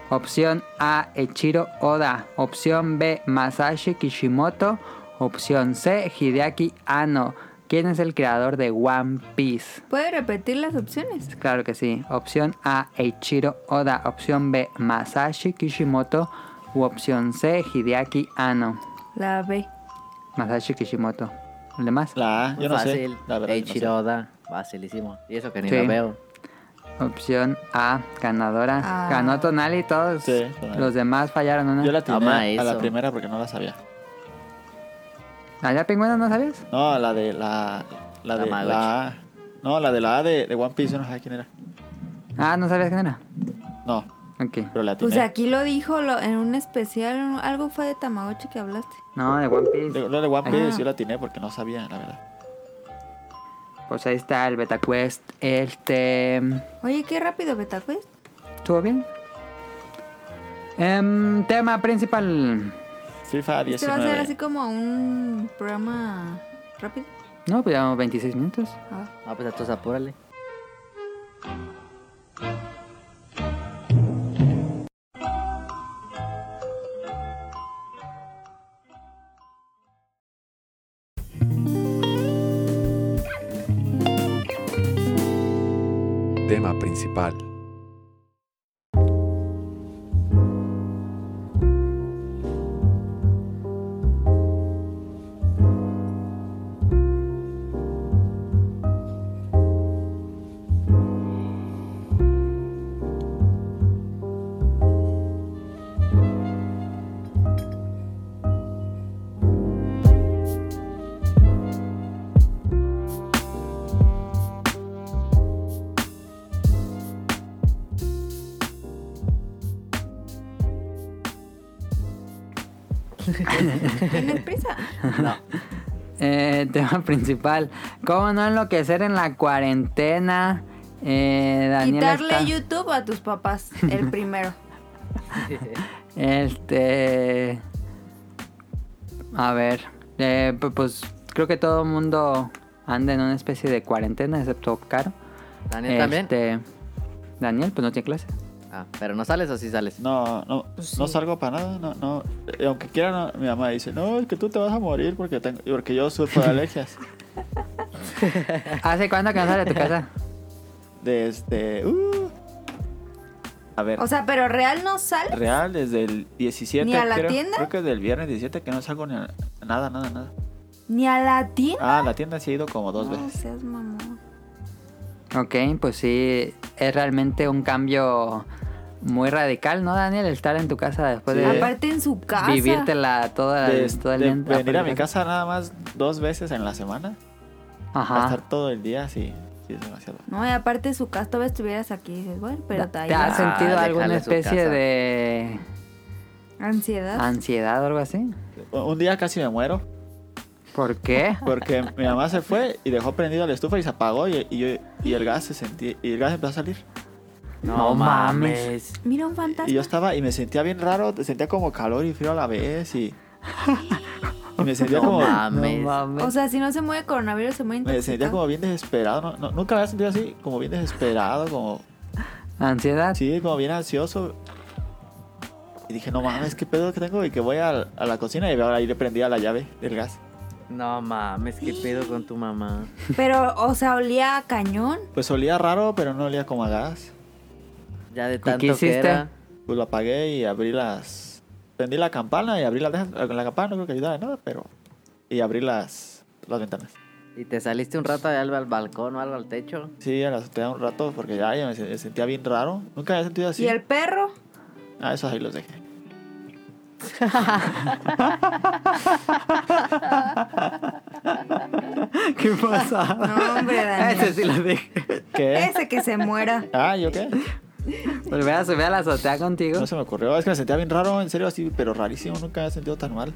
A: Opción A, Echiro Oda. Opción B, Masashi Kishimoto. Opción C, Hideaki Anno. ¿Quién es el creador de One Piece?
D: ¿Puede repetir las opciones?
A: Claro que sí. Opción A, Eiichiro Oda. Opción B, Masashi Kishimoto. U opción C, Hideaki Anno.
D: La B.
A: Masashi Kishimoto. ¿El demás?
B: La A,
C: Muy
B: yo no sé.
C: fácil.
B: La verdad, yo no sé.
C: Eiichiroda, facilísimo. Y eso que ni
A: Sí.
C: lo veo.
A: Opción A, ganadora.
D: Ah.
A: Ganó Tonali, todos
B: Sí, Tonali.
A: los demás fallaron una.
B: Yo la atiné
C: Toma
B: a la
C: eso.
B: primera porque no la sabía.
A: ¿Allá pingüino Ah, no sabías?
B: No, la de la. La de la,
C: Tamagotchi.
B: A. No, la de la A de, de One Piece, yo no sabía quién era.
A: Ah, no sabías quién era.
B: No,
A: Ok.
B: pero la atiné.
D: Pues aquí lo dijo lo- en un especial, un- algo fue de Tamagotchi que hablaste.
A: No, de One Piece.
B: De- lo de One Piece
D: Ah.
B: yo la atiné porque no sabía, la verdad.
A: Pues ahí está el Beta Quest. Este.
D: Oye, qué rápido, Betacuest.
A: ¿Estuvo bien? Em, tema principal.
B: FIFA
D: Este va a ser así
B: 19.
D: como un programa rápido.
A: No, pues llevamos 26 minutos.
D: Ah,
C: No, pues entonces apúrale.
E: Tema principal.
D: ¿Tienes prisa?
A: Eh, tema principal. ¿Cómo no enloquecer en la cuarentena? Eh, Daniel
D: Quitarle
A: está-
D: YouTube a tus papás, el primero.
A: Este. A ver. eh, pu- pues creo que todo el mundo anda en una especie de cuarentena, excepto Caro.
C: Daniel también.
A: Este, Daniel, pues no tiene clase.
C: Ah, pero no sales o sí sales.
B: No, no,
D: Pues
B: no
D: sí.
B: salgo para nada, no, no. Eh, Aunque quiera, no, mi mamá dice, no, es que tú te vas a morir porque tengo, porque yo sufro de alergias.
A: ¿Hace cuánto que no sale de tu casa?
B: Desde, uh, a ver,
D: O sea, pero real no sale.
B: real, desde el 17.
D: ¿Ni a la
B: creo,
D: tienda?
B: Creo que desde el viernes 17 que no salgo ni a- nada, nada, nada.
D: Ni a la tienda.
B: Ah, la tienda sí he ido como dos
D: No
B: veces.
D: seas mamón.
A: Ok, pues sí, es realmente un cambio muy radical, ¿no, Daniel? Estar en tu casa después
B: Sí.
A: de
D: Aparte en su casa.
A: vivírtela toda,
B: De,
A: todo el
B: de
A: día en-
B: venir a mi
A: aparte-
B: casa nada más dos veces en la semana, a
A: Ajá.
B: estar todo el día, sí, sí es demasiado.
D: No, y aparte su casa, todavía estuvieras aquí. Dices, bueno, pero te
A: ¿Te has
C: Ah,
A: sentido alguna
C: dejarla en su
A: especie
C: casa.
A: de
D: Ansiedad.
A: ansiedad o algo así?
B: Un día casi me muero.
A: ¿Por qué?
B: Porque mi mamá se fue y dejó prendida la estufa y se apagó y, y yo- y el gas se sentía, y el gas empezó a salir.
A: No mames.
D: Mira un fantasma.
B: Y yo estaba y me sentía bien raro, sentía como calor y frío a la vez y, y me sentía
C: No
B: como
C: mames.
D: O sea, si no se mueve coronavirus, se mueve
B: me sentía
D: intoxicado.
B: como bien desesperado, no- no- nunca me había sentido así, como bien desesperado, como
A: Ansiedad.
B: sí, como bien ansioso. Y dije, no mames, qué pedo que tengo y que voy al- a, la cocina y veo ahí le prendía la llave del gas.
C: No mames, qué pedo con tu mamá.
D: Pero, o sea, olía a cañón.
B: Pues olía raro, pero no olía como a gas.
C: Ya de
A: ¿Qué
C: tanto que
A: hiciste?
C: era.
B: Pues lo apagué y abrí las. Prendí la campana y abrí las. La campana no creo que ayudara de nada, pero. Y abrí las, las ventanas.
C: Y te saliste un rato al, al balcón o algo al techo.
B: Sí, a la azotea un rato porque ya, ya me se- me sentía bien raro. Nunca había sentido así.
D: Y el perro.
B: Ah, eso ahí los dejé.
A: ¿Qué pasa?
D: No, hombre, Daniel.
A: Ese sí ¿eh? lo dije.
B: ¿Qué?
D: Ese que se muera.
B: Ah, ¿yo qué?
A: Volver Pues a subir a la azotea contigo.
B: No se me ocurrió. Es que me sentía bien raro, en serio, así, pero rarísimo. Nunca había sentido tan mal.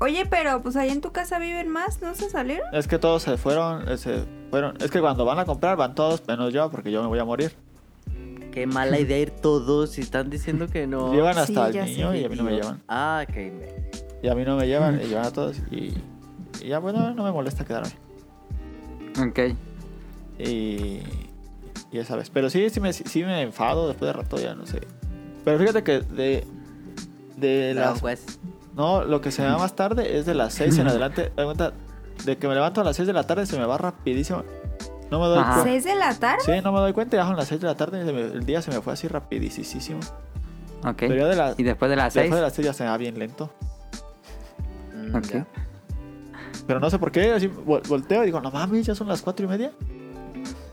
D: Oye, pero pues ahí en tu casa viven más, ¿no se salieron?
B: Es que todos se fueron. eh, Se fueron. Es que cuando van a comprar van todos, menos yo, porque yo me voy a morir.
C: Qué mala idea ir todos si están diciendo que no.
B: llevan
D: Oh, sí,
B: hasta
D: ya
B: el
D: sé,
B: niño y a mí no me llevan.
C: Ah, qué imbécil.
B: Y a mí no me llevan, y llevan a todos. Y, y ya, bueno, no me molesta quedarme.
A: Ok.
B: Y, y ya sabes. Pero sí, sí me, sí me enfado después de rato, ya no sé. Pero fíjate que de. De
C: Pero,
B: las.
C: pues,
B: No, lo que se me da más tarde es de las 6 en adelante. Da cuenta, de que me levanto a las 6 de la tarde se me va rapidísimo. No me doy
A: Ajá.
B: cuenta.
D: ¿Seis de la tarde?
B: Sí, no me doy cuenta. Ya son las 6 de la tarde y se me- el día se me fue así rapidísimo.
A: Ok.
B: Pero ya de la-
A: Y después de las
B: Después
A: seis.
B: de las 6 ya se me va bien lento.
C: mm,
A: Ok.
C: ya.
B: Pero no sé por qué. Así vol- volteo y digo, no mames, ya son las 4 y media.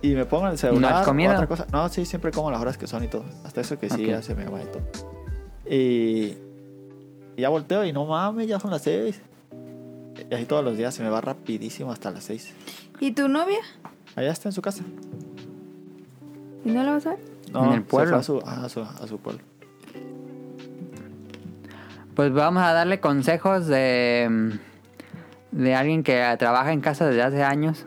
B: Y me pongo en el celular.
A: has
B: o
A: comido?
B: otra cosa. No, sí, siempre como las horas que son y todo. Hasta eso que sí,
A: Ok.
B: ya se me va y todo. Y, y ya volteo y no mames, ya son las 6. Y así todos los días se me va rapidísimo hasta las 6.
D: ¿Y tu novia?
B: Allá está en su casa.
D: ¿Y no la vas a ver?
B: No,
A: En el
B: se fue
A: pueblo.
B: a, su, a, su, a su pueblo.
A: Pues vamos a darle consejos de. de alguien que trabaja en casa desde hace años.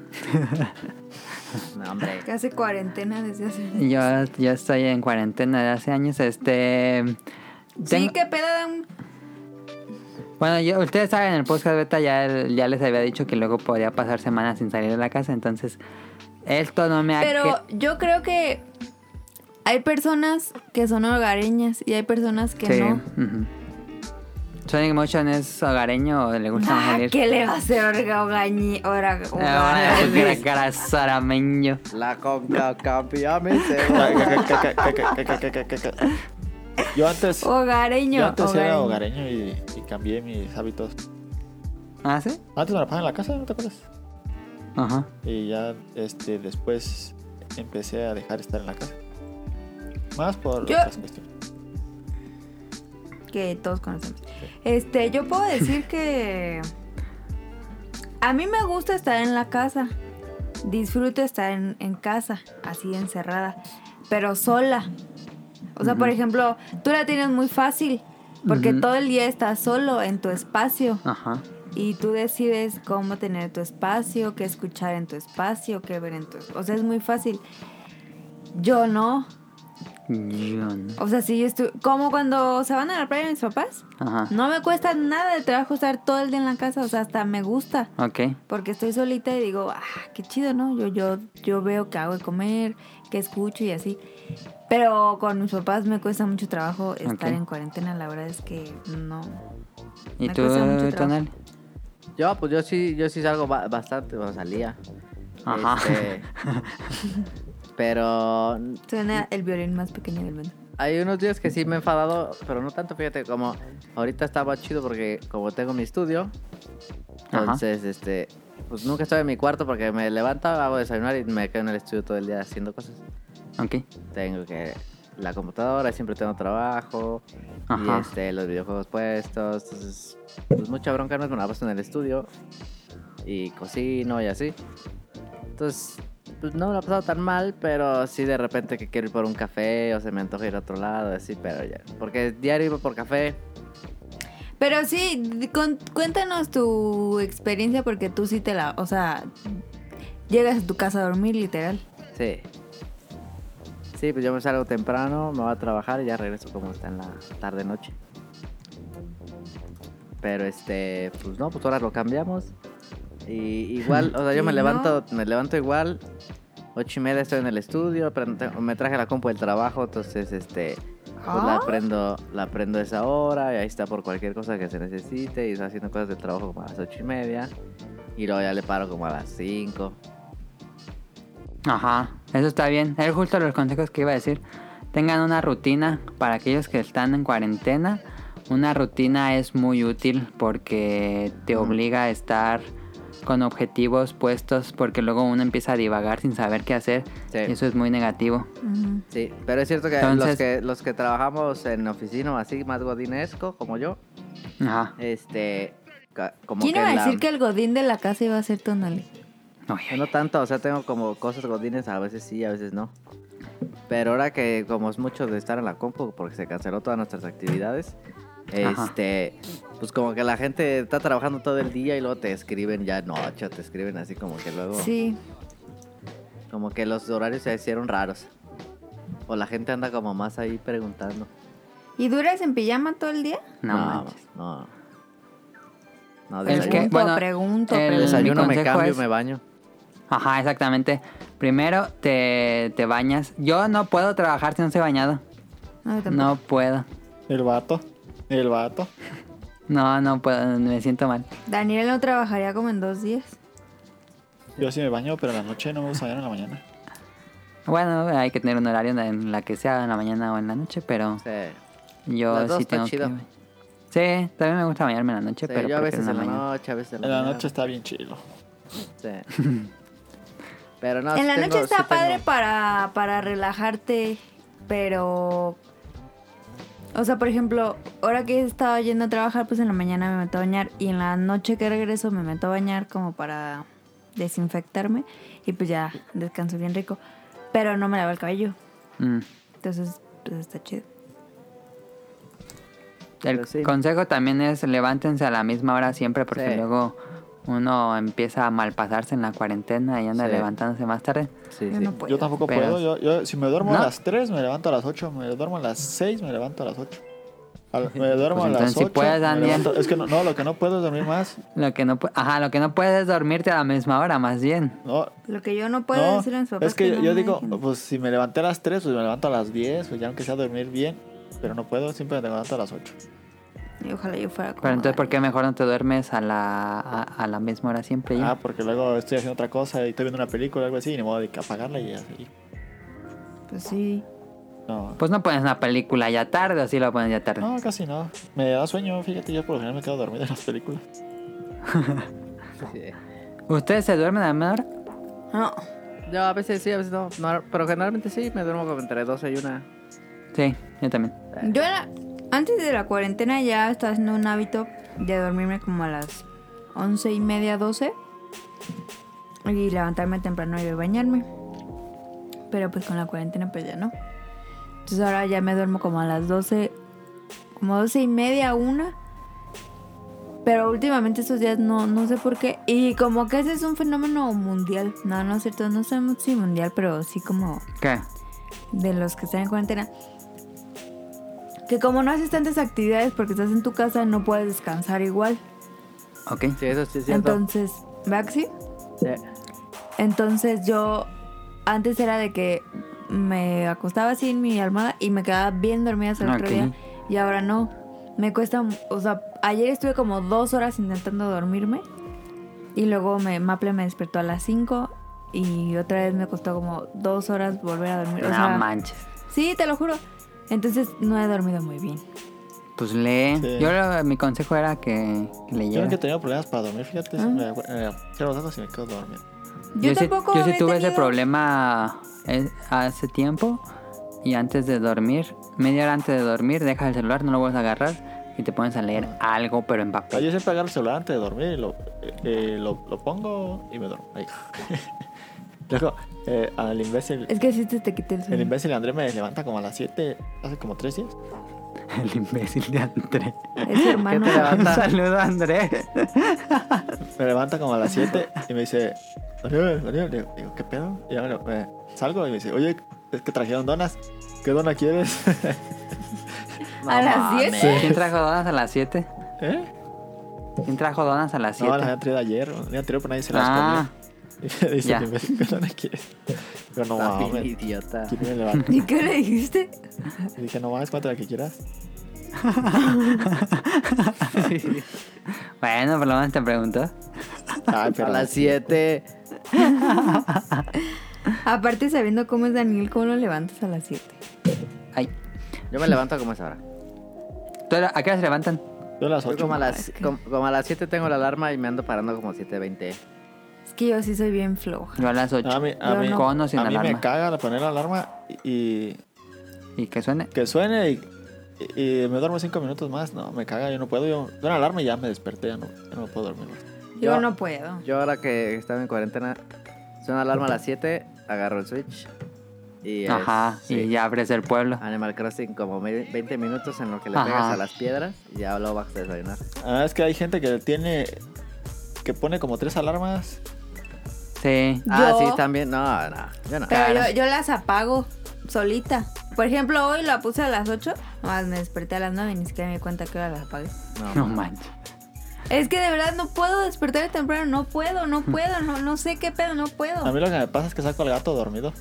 C: No, hombre.
D: Que hace cuarentena desde hace un
A: Yo, yo estoy en cuarentena de hace años. Este.
D: Sí,
A: tengo-
D: qué pedo de un...
A: Bueno, yo- ustedes saben, en el podcast beta ya, ya les había dicho que luego podía pasar semanas sin salir de la casa. Entonces, esto no me ha.
D: Pero yo creo que hay personas que son hogareñas y hay personas que
A: Sí,
D: no.
A: ujú. Sonic Motion es hogareño o le gusta más
D: Ah,
A: salir.
D: ¿Qué le va a hacer orga, hogañi, ora-
A: Pues, Ah, bueno,
D: hogares?
A: gra- grasarameño.
C: La conca campeón me
B: Ca- ca- ca- ca- ca- ca- ca- ca- ca- ca- ca- Yo
A: pues,
B: antes, yo
D: Hogareño.
B: antes era
D: hogareño.
B: hogareño y, y cambié mis hábitos.
A: ¿Ah, sí?
B: Antes me la pasaba en la casa, ¿no te acuerdas?
A: Ajá.
B: Y ya este, después empecé a dejar estar en la casa. Más por
D: Yo-
B: otras cuestiones.
D: que todos conocemos. Este, yo puedo decir que a mí me gusta estar en la casa. Disfruto estar en, en casa, así encerrada, pero sola. O sea, por ejemplo, tú la tienes muy fácil, porque
A: Ujú.
D: todo el día estás solo en tu espacio
A: Ajá.
D: y tú decides cómo tener tu espacio, qué escuchar en tu espacio, qué ver en tu... O sea, es muy fácil. Yo no.
A: Yo no.
D: O sea, si yo estuve... Como cuando se van a la playa mis papás.
A: Ajá.
D: No me cuesta nada de trabajo estar todo el día en la casa, o sea, hasta me gusta.
A: Ok.
D: Porque estoy solita y digo, ah, qué chido, ¿no? Yo, yo, yo veo qué hago de comer, qué escucho y así. Pero con mis papás me cuesta mucho trabajo estar
A: Ok.
D: en cuarentena, la verdad es que no.
A: ¿Y
D: Me
A: tú,
D: cuesta mucho trabajo.
A: Tonal?
C: Yo, pues yo sí, yo sí salgo ba- bastante, bueno, salía.
A: Ajá.
C: Este, pero
D: Suena el violín más pequeño del mundo.
C: hay unos días que sí me he enfadado, pero no tanto, fíjate, como ahorita estaba chido porque como tengo mi estudio,
A: Ajá.
C: entonces, este, pues nunca estoy en mi cuarto porque me levanto, hago desayunar y me quedo en el estudio todo el día haciendo cosas.
A: Ok.
C: Tengo que la computadora, siempre tengo trabajo,
A: Ajá.
C: y este, los videojuegos puestos, entonces, pues mucha bronca no es, me la paso en el estudio y cocino y así. Entonces, pues no me la he pasado tan mal, pero sí de repente que quiero ir por un café o se me antoja ir a otro lado, así, pero ya. Porque diario iba por café.
D: Pero sí, con- cuéntanos tu experiencia porque tú sí te la... O sea, llegas a tu casa a dormir, literal.
C: Sí. Sí, pues yo me salgo temprano, me voy a trabajar y ya regreso como está en la tarde noche. Pero este, pues no, pues ahora lo cambiamos. Y igual, o sea, yo me
D: Y
C: levanto, me levanto igual. Ocho y media estoy en el estudio, pero no tengo- me traje la compu del trabajo, entonces este, pues la
D: Ah.
C: prendo, la prendo a esa hora y ahí está por cualquier cosa que se necesite y está haciendo cosas del trabajo como a las ocho y media. Y luego ya le paro como a las cinco.
A: Ajá, eso está bien. Es justo los consejos que iba a decir. Tengan una rutina para aquellos que están en cuarentena. Una rutina es muy útil porque te obliga a estar con objetivos puestos porque luego uno empieza a divagar sin saber qué hacer.
C: Sí.
A: Y eso es muy negativo.
D: Ujú.
C: Sí, pero es cierto que los
A: Entonces-
C: que los que trabajamos en oficina o así más godinesco como yo,
A: Ajá.
C: este ca- como
D: ¿Quién
C: que,
D: iba a
C: la- eh,
D: decir que el godín de la casa iba a ser Tonali?
A: Oye,
C: no tanto, o sea, tengo como cosas godines, a veces sí, a veces no. Pero ahora que como es mucho de estar en la compu porque se canceló todas nuestras actividades,
A: Ajá.
C: este pues como que la gente está trabajando todo el día y luego te escriben ya noche, te escriben así como que luego
D: Sí.
C: como que los horarios se hicieron raros. O la gente anda como más ahí preguntando.
D: ¿Y duras en pijama todo el día?
A: no manches.
C: No. No,
A: Es
C: desayuno.
A: que,
D: Pregunto,
A: bueno,
D: pregunto,
A: el-
D: pregunto.
A: desayuno.
C: Desayuno,
A: mi
C: me
A: consejo
C: cambio,
A: es-
C: me baño.
A: Ajá, exactamente. Primero te, te bañas. Yo no puedo trabajar si no estoy bañado.
D: No, Ah, yo tampoco.
A: No puedo.
B: El vato. El vato.
A: No, no puedo. Me siento mal.
D: Daniel no trabajaría como en dos días.
B: Yo sí me baño, pero en la noche no me gusta bañar en la mañana.
A: Bueno, hay que tener un horario en la que sea, en la mañana o en la noche, pero
C: Sí. Las
A: yo
C: dos
A: sí
C: está
A: tengo
C: chido.
A: que... Sí, también me gusta bañarme en la noche,
C: Sí,
A: pero
C: yo a
A: prefiero en
C: veces en la
A: la mañana.
C: noche, a veces en la,
B: En la
C: mañana.
B: noche está bien chido.
C: Sí. Pero no, sí
D: en la
C: tengo-
D: noche está
C: sí tengo-
D: padre para, para relajarte, pero... O sea, por ejemplo, ahora que estaba yendo a trabajar, pues en la mañana me meto a bañar y en la noche que regreso me meto a bañar como para desinfectarme y pues ya descanso bien rico. Pero no me lavo el cabello,
A: Mm.
D: entonces pues está chido.
A: El
C: Pero sí.
A: consejo también es levántense a la misma hora siempre, porque
C: Sí.
A: luego uno empieza a malpasarse en la cuarentena y anda
C: Sí.
A: levantándose más tarde.
C: Sí,
D: Yo
C: sí.
D: no puedo.
B: Yo tampoco
A: Pero-
B: puedo. Yo, yo- si me duermo a
A: No.
B: las 3, me levanto a las 8. Me duermo a las 6, me levanto a las 8. Al- me duermo
A: Pues
B: a las
A: entonces sí
B: 8.
A: puedes,
B: me
A: Daniel.
B: levanto- Es que no, no, lo que no puedo es dormir más.
A: Lo que no, pu- ajá, lo que no puedes es dormirte a la misma hora, más bien.
B: No,
D: Lo que yo no puedo
B: no,
D: decirle a mis papás
B: es que, yo,
D: no
B: yo
D: me
B: digo,
D: dejen.
B: pues si me levanté a las 3, pues me levanto a las 10, pues ya aunque sea dormir bien, pero no puedo, siempre me levanto a las 8.
D: Y ojalá yo fuera como
A: Pero entonces, ¿por
D: Dani.
A: qué mejor no te duermes a la, a, a la misma hora siempre? ya?
B: Ah, porque luego estoy haciendo otra cosa y estoy viendo una película o algo así y ni modo de que apagarla y así.
D: Pues sí.
B: No,
A: Pues no pones una película ya tarde, o sí la pones ya tarde.
B: no, casi no. Me da sueño, fíjate, yo por lo general me quedo dormido en las películas.
C: Sí.
A: ¿Ustedes se duermen a la misma hora?
D: No.
C: Yo a veces sí, a veces no. No, Pero generalmente sí, me duermo como entre 12 y una.
A: Sí, yo también.
D: Yo era- antes de la cuarentena ya estaba haciendo un hábito de dormirme como a las once y media, 12. Y levantarme temprano y ir a bañarme. Pero pues con la cuarentena pues ya no. Entonces ahora ya me duermo como a las 12, como doce y media, una. Pero últimamente estos días no, no sé por qué. Y como que ese es un fenómeno mundial. No, no es cierto, no sé si mundial, pero sí como
A: ¿Qué?
D: de los que están en cuarentena. Que como no haces tantas actividades porque estás en tu casa, no puedes descansar igual.
A: Ok.
C: Sí, eso sí es cierto.
D: Entonces, Maxi,
C: Sí.
D: entonces yo antes era de que me acostaba así en mi almohada y me quedaba bien dormida hasta el
A: Ok.
D: otro día. Y ahora no. Me cuesta, o sea, ayer estuve como dos horas intentando dormirme. Y luego me, Maple me despertó a las 5 y otra vez me costó como dos horas volver a dormir. O
A: no
D: sea,
A: manches.
D: Sí, te lo juro. Entonces no he dormido muy bien.
A: Pues lee.
B: Sí.
A: Yo lo- mi consejo era que
B: Yo
A: leyera.
B: nunca he tenido problemas para dormir, fíjate,
D: Ah.
B: si me eh, cierro los ojos y me quedo dormido.
D: Yo,
A: sí-
D: tampoco.
A: yo sí
D: he
A: tuve ese
D: tenido-
A: problema eh, hace tiempo y antes de dormir, media hora antes de dormir, dejas el celular, no lo vuelves a agarrar y te pones a leer algo, pero en
B: Ah,
A: papel.
B: yo siempre agarro el celular antes de dormir y lo, eh, eh, lo, lo pongo y me duermo. Ahí. Luego, eh, al imbécil,
D: Es que sí te, te quité el
B: el
D: sueño.
B: imbécil Andrés me levanta como a las 7, hace como 3 días.
A: El imbécil de Andrés.
D: Es su hermano.
C: te levanta?
A: Un saludo, Andrés.
B: Me levanta como a las 7 y me dice, Daniel, Daniel, digo, digo, ¿qué pedo? Y ya me, lo- me salgo y me dice, oye, es que trajeron donas, ¿qué dona quieres?
D: A las 10.
C: mames.
A: ¿Quién trajo donas a las 7?
B: ¿Eh?
A: ¿Quién trajo donas a las 7?
B: No, las habían traído ayer, un día anterior, pero nadie se las
A: ah,
B: comió. Y me dice,
A: ya.
B: "El imbécil, ¿qué dona quieres? Pero no
C: Ah, bien
B: mames,
C: idiota.
B: ¿quién me levanta?
D: ¿Y qué le dijiste?
B: Y dije, no mames, cuánta la que quieras.
A: bueno, por lo menos te preguntó.
B: Ay,
C: A
B: pero
C: las 7.
D: Aparte, sabiendo cómo es Daniel, ¿cómo lo levantas a las 7?
A: Ay.
C: Yo me levanto como es ahora.
A: ¿Tú a a qué hora se levantan?
B: yo a las
C: Yo
B: 8.
C: como a
D: es
C: las,
D: que-
C: como, como a las 7 tengo la alarma y me ando parando como 7.20.
D: Es que yo sí soy bien floja.
A: Yo a las 8.
B: A mí, a
D: Yo
B: mí,
D: no.
A: Con o sin
B: a mí me
A: alarma.
B: caga poner la alarma y,
A: ¿Y que suene?
B: Que suene y, y- y me duermo cinco minutos más. No, me caga, yo no puedo. Yo, suena la alarma y ya me desperté, ya no, ya no puedo dormir más.
D: Yo,
C: Yo-
D: no puedo.
C: Yo ahora que estaba en cuarentena, suena alarma a las 7, agarro el Switch y... es-
A: Ajá,
C: sí.
A: y ya abres el pueblo.
B: Ah.
C: Animal Crossing como me- 20 minutos en lo que le
A: Ajá.
C: pegas a las piedras y ya lo vas a desayunar.
B: Ah, es que hay gente que tiene. que pone como tres alarmas.
A: Sí.
C: Ah,
D: Yo-
C: sí, también. No, no, yo no. Ah,
D: Pero yo, yo las apago solita. Por ejemplo, hoy la puse a las 8, más me desperté a las 9 y ni siquiera me di cuenta que ahora las apagué.
A: No
C: No,
A: manches.
D: Es que de verdad no puedo despertar temprano, no puedo, no puedo, no, no sé qué pedo, no
B: A
D: puedo.
B: mí lo que me pasa es que saco al gato dormido.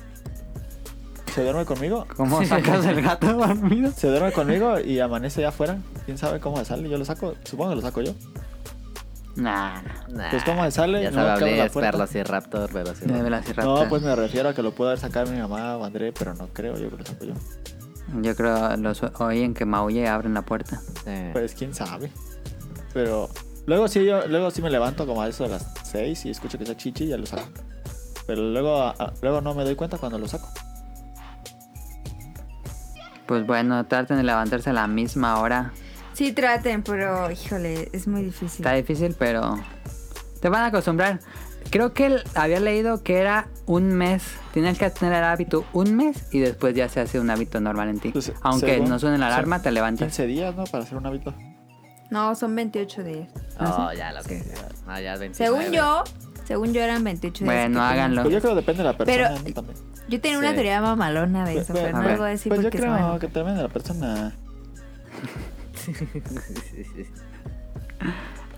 B: Se duerme conmigo.
A: ¿Cómo sacas el gato dormido?
B: Se duerme conmigo y amanece ya afuera. Quién sabe cómo me sale. Yo lo saco, supongo que lo saco yo.
A: Nah, nah.
C: nah.
B: Pues, ¿cómo me sale?
C: Ya
B: No
C: sabe,
B: me cabe
C: hablé,
B: la
C: es
B: puerta.
C: Velociraptor,
A: De
C: Velociraptor.
A: Velociraptor.
B: No, pues me refiero a que lo pudo haber sacado mi mamá o André, pero no creo, yo que lo saco yo.
A: Yo creo los oyen que maulle y abren la puerta.
C: Sí.
B: Pues quién sabe. Pero luego sí, yo, luego sí me levanto como a eso de las 6 y escucho que sea chichi y ya lo saco. Pero luego, a- a- luego no me doy cuenta cuando lo saco.
A: Pues bueno, traten de levantarse a la misma hora.
D: Sí traten, pero híjole, es muy difícil.
A: Está difícil, pero te van a acostumbrar. Creo que el- había leído que era un mes. Tienes que tener el hábito un mes y después ya se hace un hábito normal en ti.
B: Pues,
A: Aunque
B: según-
A: no suene la alarma,
B: se-
A: te levantas.
B: 15 días, ¿no? Para hacer un hábito.
D: No, son 28 días.
C: Oh, ya lo que sea. No, ya es 29.
D: Según yo, según yo eran 28 días.
A: Bueno,
D: que tenía.
A: háganlo.
B: Pues yo creo que depende de la persona
D: Pero-
B: ¿no? también.
D: Yo tenía
C: Sí.
D: una teoría mamalona de eso,
B: Pues-
D: pero no
A: a ver.
D: les voy a decir
B: pues yo
D: porque se
B: creo
D: van a-
B: que depende de la persona.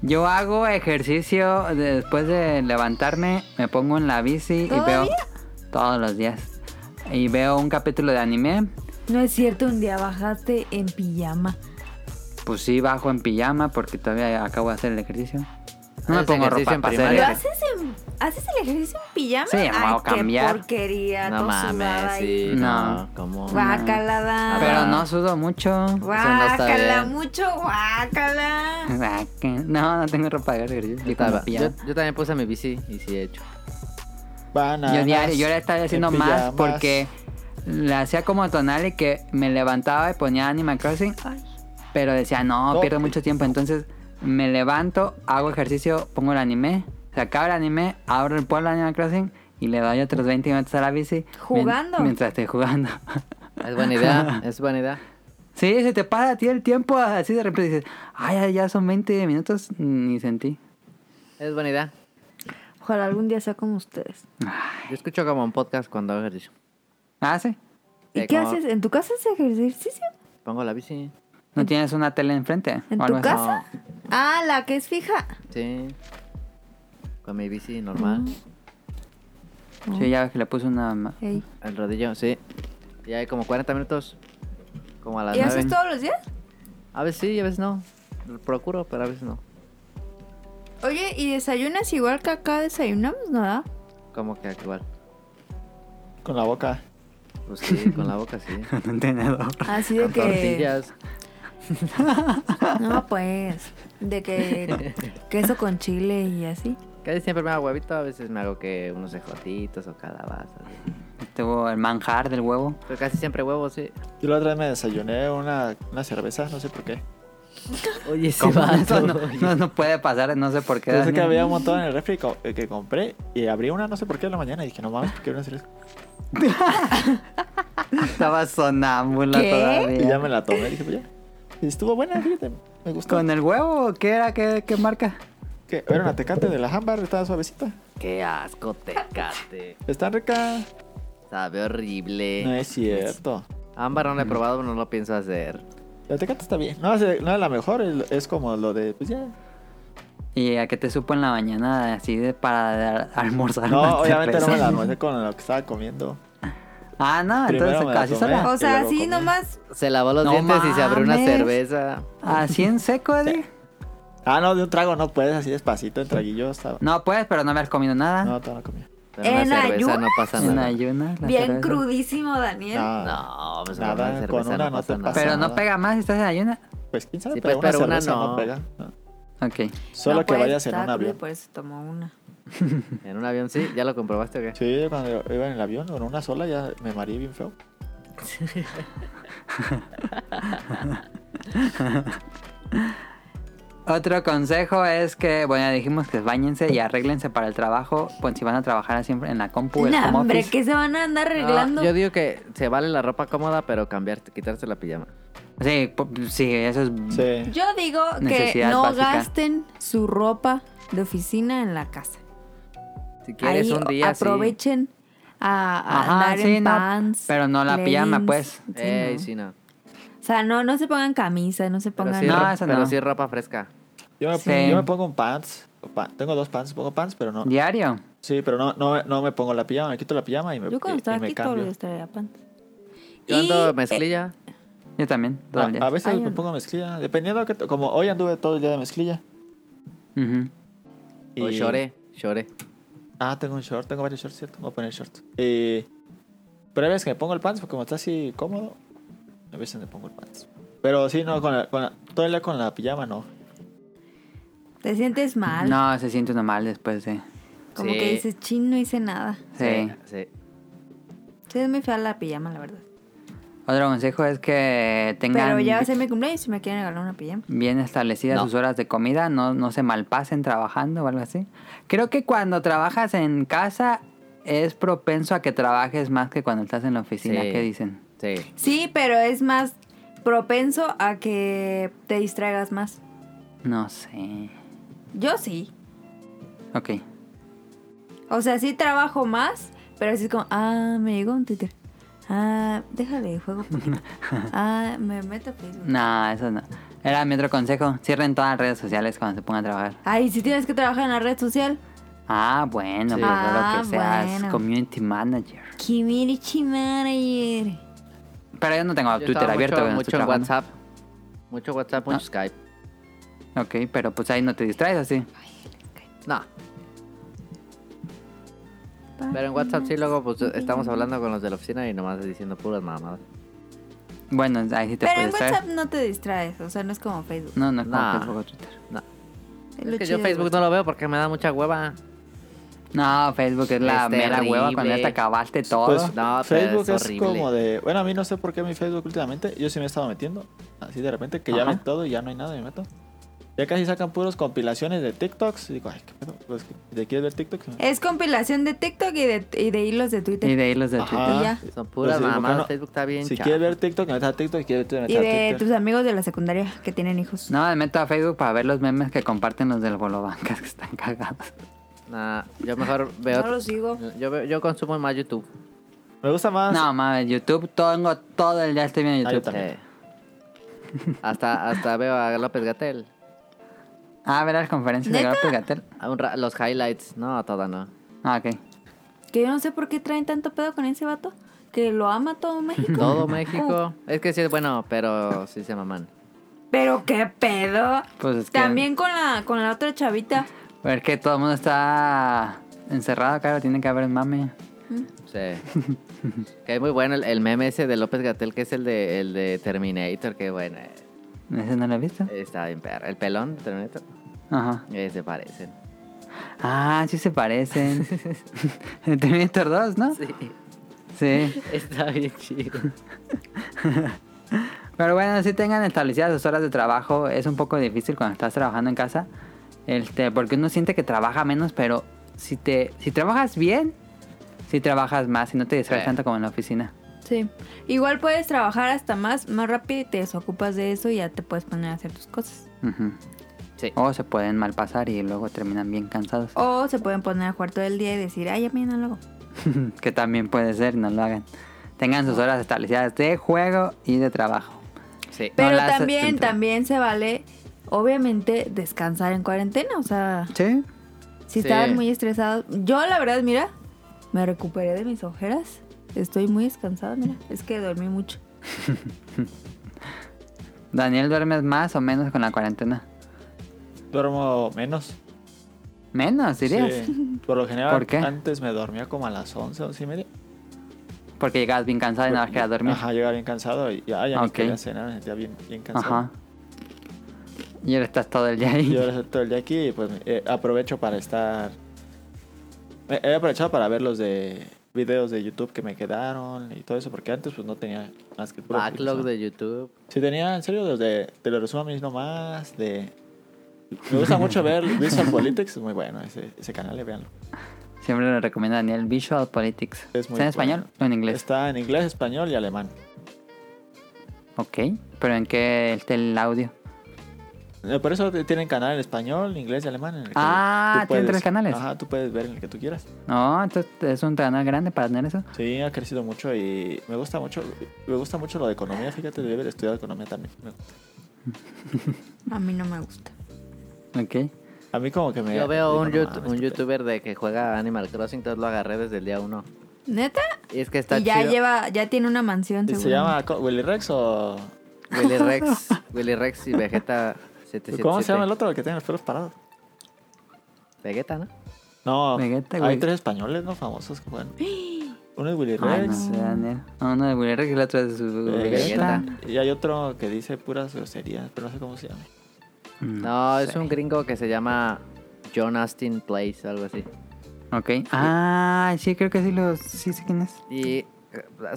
A: Yo hago ejercicio de- después de levantarme, me pongo en la bici y
D: ¿Todavía?
A: veo todos los días. Y veo un capítulo de anime.
D: No es cierto, un día bajaste en pijama.
A: Pues sí, bajo en pijama porque todavía acabo de hacer el ejercicio. No me
C: Haces
A: pongo
C: ejercicio
A: ropa
C: en
A: para hacer
D: ¿Lo
C: primaria.
A: ejercicio.
D: haces en... ¿Haces el ejercicio en pijama?
A: Sí, me voy a
D: Ay, qué
A: cambiar.
D: porquería,
C: No
D: todo sudada
C: mames,
D: ahí.
C: sí.
A: No.
C: No, ¿cómo?
D: Guácala.
A: Pero
C: Ah.
A: no sudo mucho.
C: no está
D: Guácala,
C: bien.
D: mucho guácala.
A: Ah, que- No, no tengo ropa de ejercicio. Yo,
C: Yo,
A: con
C: estaba-
A: mi
C: yo,
A: pijama.
C: yo también puse mi bici y sí he hecho.
B: Bananas,
A: yo diario, yo ahora estaba haciendo
B: en
A: más
B: pijamas.
A: porque le hacía como tonal y que me levantaba y ponía Animal Crossing. Pero decía, no,
B: No,
A: pierdo
B: pues-
A: mucho tiempo. Entonces me levanto, hago ejercicio, pongo el anime, se acaba el anime, abro el pueblo de Animal Crossing y le doy otros 20 minutos a la bici. mien-
D: ¿Jugando?
A: Mientras estoy jugando.
C: Es buena idea, es buena idea.
A: Sí, se te para a ti el tiempo así de repente dices, ay, ya- ya son 20 minutos, ni sentí.
C: Es buena idea.
D: Ojalá algún día sea como ustedes.
C: Yo escucho como un podcast cuando hago ejercicio.
A: Ah, sí.
D: ¿Y
C: Sí,
D: qué
C: como-
D: haces? ¿En tu casa haces ejercicio?
C: Pongo la bici.
A: ¿No tienes una tele enfrente?
D: ¿En
A: o algo
D: tu
A: así?
D: casa? Ah, la que es fija.
C: Sí. Con mi bici normal.
A: Sí, ya ves que le puse una... ma-
D: Ey.
C: El rodillo, sí. Ya hay como 40 minutos. Como a las
D: ¿Y haces
C: 9.
D: todos los días?
C: A veces sí, a veces no. Lo Procuro, pero a veces no.
D: Oye, ¿y desayunas igual que acá desayunamos, nada?
C: Como que igual.
B: Con la boca.
C: Pues sí, con la boca sí.
A: con un tenedor.
D: Así de
C: Con
D: que.
C: tortillas.
D: No, pues. De que. Queso con chile y así.
C: Casi siempre me hago huevito, a veces me hago que unos ejotitos o calabazas.
A: Estuvo el manjar del huevo.
C: Pero casi siempre huevo, sí.
B: Yo la otra vez me desayuné una, una cerveza, no sé por qué.
C: Oye, sí,
A: ¿Cómo? Eso no, no, no puede pasar, no sé por qué.
B: Yo sé que
A: Daniel.
B: había un montón en el refri co- eh, que compré y abrí una, no sé por qué, en la mañana y dije, no mames, ¿por qué una cerveza?
A: Estaba sonámbula
D: ¿Qué?
B: Y ya
A: todavía.
B: me la tomé, dije, pues ya. Estuvo buena, fíjate. Me gustó.
A: ¿Con el huevo o qué era? ¿Qué, qué marca?
B: Que era una tecate de la Hambar, estaba suavecita.
C: Qué asco, tecate.
B: Está rica.
C: Sabe horrible.
B: No es cierto.
C: Ámbar no lo he probado, pero no lo pienso hacer.
B: La tecate está bien. No, es- no es la mejor, es- es como lo de, pues ya.
A: ¿Y a qué te supo en la mañana así de, para de al- almorzar? una
B: No, obviamente no me la
A: cerveza?
B: almorcé con lo que estaba comiendo.
A: Ah, no,
B: Primero
A: entonces
B: me la
A: así
B: tomé.
A: sola.
D: O sea,
B: luego
D: así
B: comí.
D: nomás.
C: Se lavó los
A: No
C: dientes y se abrió una
A: mames.
C: cerveza.
A: Así en seco, Eddie.
B: Ah, no, de un trago no puedes, así despacito, en traguillo estaba.
A: No puedes, pero no haber comido nada.
B: No, todavía no comía.
C: Pero una
D: ¿En
C: cerveza
D: ayunas?
C: no pasa
A: en
C: nada.
A: ayunas. la
D: Bien
A: cerveza.
D: crudísimo, Daniel.
B: No,
C: No, pues
B: Nada,
C: una
B: con
C: cerveza
B: una
C: no
B: no
C: pasa
B: te
C: nada.
B: pasa.
A: Pero no
B: nada.
A: pega más si estás en ayunas.
B: pues quién sabe,
C: Sí,
B: pero,
C: pues, pero
B: una
C: una
B: cerveza no,
C: no.
B: pega. No.
A: Ok.
B: Solo
D: No,
B: que
D: pues,
B: vayas en
D: estaba
B: un
D: crudo y
B: avión.
D: Por eso tomó una.
C: En un avión sí, ¿ya lo comprobaste o qué?
B: Sí, yo cuando iba en el avión, con una sola ya me mareé bien feo.
A: Otro consejo es que, bueno, ya dijimos que bañense y arréglense para el trabajo. Pues si van a trabajar siempre en la compu, el
D: Nah,
A: home
D: hombre,
A: office.
D: que se van a andar arreglando.
C: No, yo digo que se vale la ropa cómoda, pero cambiarte, quitarse la pijama.
A: Sí, po- sí, eso es.
B: Sí.
D: Yo digo que
A: Necesidad
D: no
A: básica.
D: gasten su ropa de oficina en la casa.
C: Si quieres
D: Ahí
C: un día sí.
D: aprovechen a, a
A: Ajá,
D: andar
A: sí,
D: en
A: no,
D: pants.
A: pero no la pijama,
D: leggings.
A: pues.
D: Sí,
C: Ey,
D: no.
C: sí, no.
D: O sea, no, no se pongan camisa, no se
C: Pero
D: pongan...
C: sí,
A: No,
C: ro-
A: eso
C: pero
A: no.
C: sí ropa fresca.
B: Yo me,
A: Sí.
B: yo me pongo un pants. o pa- tengo dos pants, pongo pants, pero no.
A: Diario.
B: Sí, pero no, no, no me pongo la pijama, me quito la pijama y me,
D: Yo cuando
B: y- y
D: estaba
B: me
D: aquí todos
B: cambio.
D: los días traía pants.
C: Yo ando
D: Y, eh,
C: mezclilla.
A: Yo también, todo el día.
B: Ah, A, a veces
D: Ay,
B: me
D: ando.
B: pongo mezclilla, dependiendo que como hoy anduve todo el día de mezclilla.
A: Ujú.
B: Y...
C: O lloré, lloré.
B: Ah, tengo un short, tengo varios shorts, ¿cierto? Voy a poner short. Y... Pero a veces que me pongo el pants, porque como está así cómodo, a veces me pongo el pants. Pero sí, no, con la, con la- todo el día con la pijama no.
D: Te sientes mal.
A: No, se siente uno mal después de.
D: Como
C: Sí.
D: que dices, chin, no hice nada.
A: Sí.
C: sí.
D: Sí, es muy fea la pijama, la verdad.
A: Otro consejo es que tengan
D: Pero ya va a ser mi cumpleaños si me quieren regalar una pijama.
A: bien establecidas
C: No.
A: sus horas de comida, no, no se malpasen trabajando o algo así. Creo que cuando trabajas en casa es propenso a que trabajes más que cuando estás en la oficina,
C: Sí.
A: ¿qué dicen?
C: Sí.
D: Sí, pero es más propenso a que te distraigas más.
A: No sé.
D: Yo sí.
A: Ok.
D: O sea, sí trabajo más, pero así es como, ah, me llegó un Twitter. Ah, déjale, juego poquito. Ah, me meto a Facebook.
A: No, eso no. Era mi otro consejo. Cierren todas las redes sociales cuando se pongan a trabajar.
D: Ay, si tienes que trabajar en la red social.
A: Ah, bueno,
C: Sí.
A: pues
D: Ah,
A: lo que seas
D: bueno.
A: community manager.
D: Kimirichi Manager.
A: Pero yo no tengo
C: Yo
A: Twitter
C: estaba
A: abierto.
C: mucho,
A: cuando
C: mucho
A: estoy
C: en
A: trabajando.
C: WhatsApp. Mucho WhatsApp, mucho
A: Ah.
C: Skype.
A: Ok, pero pues ahí no te distraes así.
C: No, pero en WhatsApp sí luego pues estamos hablando con los de la oficina y nomás diciendo puras mamadas.
A: Bueno, ahí sí te
D: Pero
A: puedes
D: en
A: distraer.
D: WhatsApp no te distraes, o sea, no es como Facebook.
A: No, no es como
C: Nah.
A: Facebook o Twitter.
D: Es lo
C: Es que
D: chido
C: yo
D: de
C: Facebook no lo veo porque me da mucha hueva.
A: No, Facebook es la
C: Es
A: mera
C: terrible.
A: hueva cuando ya te acabaste todo.
B: Pues
C: No, pero
B: Facebook
C: es
B: es,
C: horrible.
B: como de... Bueno, a mí no sé por qué mi Facebook últimamente, yo sí me he estado metiendo. Así de repente que ya
A: Ajá.
B: ven todo y ya no hay nada, y me meto. Ya casi sacan puros compilaciones de TikToks. Y digo, ay, qué pedo. Pues, ¿Te quieres ver TikToks?
D: Es compilación de TikTok y de, y de hilos de Twitter.
A: y de ahí los de
B: Ajá.
A: Twitter.
D: Y ya.
C: Son
B: Pues
C: puras
B: sí, ¿por qué
C: mamadas.
B: no?
C: Facebook está bien
B: Si
C: chafa.
B: quieres ver TikTok, metes a TikTok. Si quieres Twitter,
D: Y
B: metes a
D: de
B: Twitter.
D: tus amigos de la secundaria que tienen hijos.
A: No, me meto a Facebook para ver los memes que comparten los del Bolobancas que están cagados.
C: Nah, yo mejor veo...
D: No lo sigo.
C: Yo, veo- yo consumo más YouTube.
B: Ah, Me gusta
D: Ah,
B: más...
A: No, mames, YouTube, tengo todo el día estoy viendo
B: Ah, yo
A: YouTube.
B: también.
C: Sí. eh. hasta, hasta veo a López Gatel.
A: Ah, ver las conferencias de López Gatel.
C: Los highlights. No, toda no.
A: Ah, ok.
D: Que yo no sé por qué traen tanto pedo con ese vato. Que lo ama todo México.
C: Todo México. Es que sí es bueno, pero sí se maman.
D: Pero qué pedo.
A: Pues es que-
D: También con la con la otra chavita.
A: Pero es que todo el mundo está encerrado, claro, tiene que haber mame.
C: Sí. que es muy bueno el, el meme ese de López Gatel, que es el de, el de Terminator, que bueno, eh,
A: ¿Ese no lo he visto?
C: está bien perro. El pelón de Terminator,
A: Ajá.
C: eh, se parecen.
A: Ah, sí se parecen. El Terminator 2, ¿no?
C: Sí,
A: Sí.
C: está bien chido.
A: Pero bueno, si tengan establecidas sus horas de trabajo, es un poco difícil cuando estás trabajando en casa, este, porque uno siente que trabaja menos, pero si te, si trabajas bien, si trabajas más, y no te distraes
C: Sí.
A: tanto como en la oficina.
D: Sí. Igual puedes trabajar hasta más, más rápido y te desocupas de eso y ya te puedes poner a hacer tus cosas.
A: Ujú.
C: Sí.
A: O se pueden mal pasar y luego terminan bien cansados.
D: O se pueden poner a jugar todo el día y decir, ay, ya mañana luego.
A: Mm, que también puede ser, no lo hagan. Tengan sus horas establecidas de juego y de trabajo.
C: Sí.
D: Pero
A: las-
D: también,
A: entra-
D: también se vale, obviamente, descansar en cuarentena. O sea,
A: Sí.
D: si
C: Sí.
D: estaban muy estresados. Yo, la verdad, mira, me recuperé de mis ojeras. Estoy muy descansada, mira. Es que dormí mucho.
A: Daniel, ¿duermes más o menos con la cuarentena?
B: Duermo menos.
A: Menos, dirías.
B: Sí. Por lo general,
A: ¿Por qué?
B: antes me dormía como a las 11, 11 y media.
A: Porque llegabas bien cansado y no querías dormir.
B: Ajá, llegaba bien cansado y ya, ya ni
A: Ok.
B: quería cenar, me sentía bien, bien cansado.
A: Ajá. Y ahora estás todo el día ahí.
B: Y ahora estoy todo el día aquí y pues eh, aprovecho para estar... eh, He aprovechado para ver los de videos de YouTube que me quedaron y todo eso, porque antes pues no tenía más que... puro
C: Backlog
B: videos, ¿no?
C: de YouTube.
B: Sí, tenía, en serio, los de... Te lo resumo a mí nomás, de... Me gusta mucho ver Visual Politics, es muy bueno ese, ese canal, eh, véanlo.
A: Siempre lo recomienda Daniel. Visual Politics.
B: Es muy
A: ¿Está en español
B: bueno.
A: o en inglés?
B: Está en inglés, español y alemán.
A: Ok. ¿Pero en qué está el audio?
B: Eh, Por eso te- tienen canal en español, inglés y alemán. En el que
A: Ah,
B: tú
A: tienen
B: puedes-
A: tres canales.
B: Ajá, tú puedes ver en el que tú quieras.
A: No, entonces es un canal grande para tener eso.
B: Sí, ha crecido mucho y me gusta mucho, me gusta mucho lo de economía. Fíjate, debe haber estudiado economía también. Me-
D: A mí no me gusta.
A: Ok.
B: A mí como que me...
C: Yo veo
B: digo,
C: un,
B: no
C: yout-
B: mames,
C: un
B: qué pedo.
C: youtuber de que juega Animal Crossing, entonces lo agarré desde el día uno.
D: ¿Neta?
C: Y es que está
D: y ya
C: chido.
D: lleva, ya tiene una mansión,
B: ¿Se
D: seguramente.
B: llama co- Willy Rex o...?
C: Willy Rex, Willy Rex y Vegeta 777.
B: ¿Cómo se llama el otro el que tiene los pelos parados?
C: Vegeta, ¿no?
B: No,
A: Vegeta,
B: hay
A: güey.
B: tres españoles, ¿no? Famosos que juegan.
C: ¡Ah!
B: Uno es Willy
A: Ay, no
B: Rex.
A: sé, Daniel. Ah, Uno de Willy Rex y el otro es su
B: Vegeta.
A: Vegeta.
B: Y hay otro que dice puras groserías, pero no sé cómo se llama.
C: No, es
A: sé.
C: un gringo que se llama John Austin Place, algo así.
A: Ok. Ah, sí, creo que sí lo... Sí sé quién es.
C: Y eh,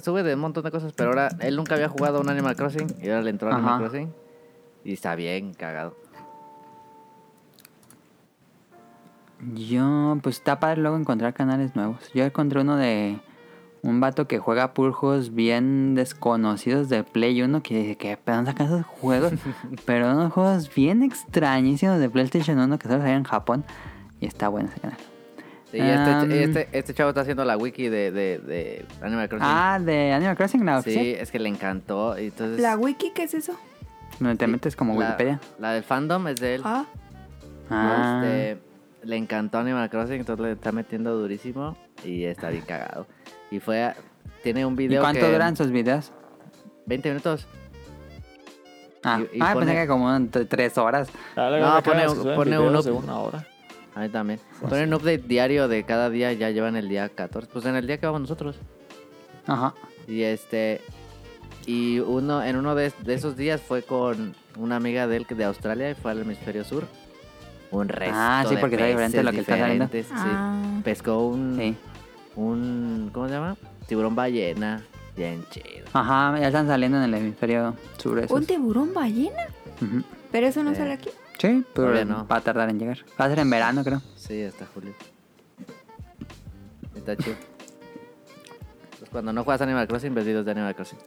C: sube de un montón de cosas, pero ahora él nunca había jugado a un Animal Crossing y ahora le entró a Animal
A: Ajá.
C: Crossing y está bien cagado.
A: Yo, pues está padre luego encontrar canales nuevos. Yo encontré uno de un vato que juega puros juegos bien desconocidos de Play 1 que dije, ¿qué pedo sacan esos juegos? Pero unos juegos bien extrañísimos de PlayStation 1 que solo salían en Japón. Y está bueno ese canal.
C: Sí, este,
B: Ah,
A: Am.
B: mm.
C: este, este chavo está haciendo la wiki de, de, de Animal Crossing.
A: Ah, de Animal Crossing, la
C: sí,
A: oficial.
C: es que le encantó. y Entonces,
D: ¿La wiki qué es eso?
A: Donde te metes como
C: la-
A: Wikipedia.
C: La del fandom es de él.
D: Ah,
A: Ah,
C: Este, le encantó Animal Crossing, entonces le está metiendo durísimo y está bien cagado. Y fue a- tiene un
A: ¿Y
C: video
A: cuánto
C: que-
A: duran sus videos?
C: 20 minutos.
A: Ah,
C: Y- y
A: ah,
C: pone-
A: pensé que como entre tres horas.
B: Ah, luego
C: No,
B: me acuerdo
C: pone-
B: que suben
C: pone
B: videos
C: uno-
B: de una hora.
C: A mí también. Ponen un update diario de cada día, ya llevan el día 14. Pues en el día que vamos nosotros.
A: Ajá.
C: Y este. Y uno, en uno de, de esos días fue con una amiga de él que- de Australia y fue al hemisferio sur. Un resto.
A: Ah, sí, porque
C: de
A: está diferente
C: peces
A: lo que está saliendo.
C: diferentes, sí.
D: ah.
C: Pescó un,
A: Sí.
C: un. ¿Cómo se llama? Tiburón ballena. Bien chido.
A: Ajá, ya están saliendo en el hemisferio sur. esos.
D: ¿Un tiburón ballena?
A: Ujú.
D: ¿Pero eso no
C: Sí.
D: sale aquí?
A: Sí, pero
C: Todavía no.
A: va a tardar en llegar. Va a ser en verano, creo.
C: Sí, hasta julio. Está chido. Pues cuando no juegas Animal Crossing, ves videos de Animal Crossing.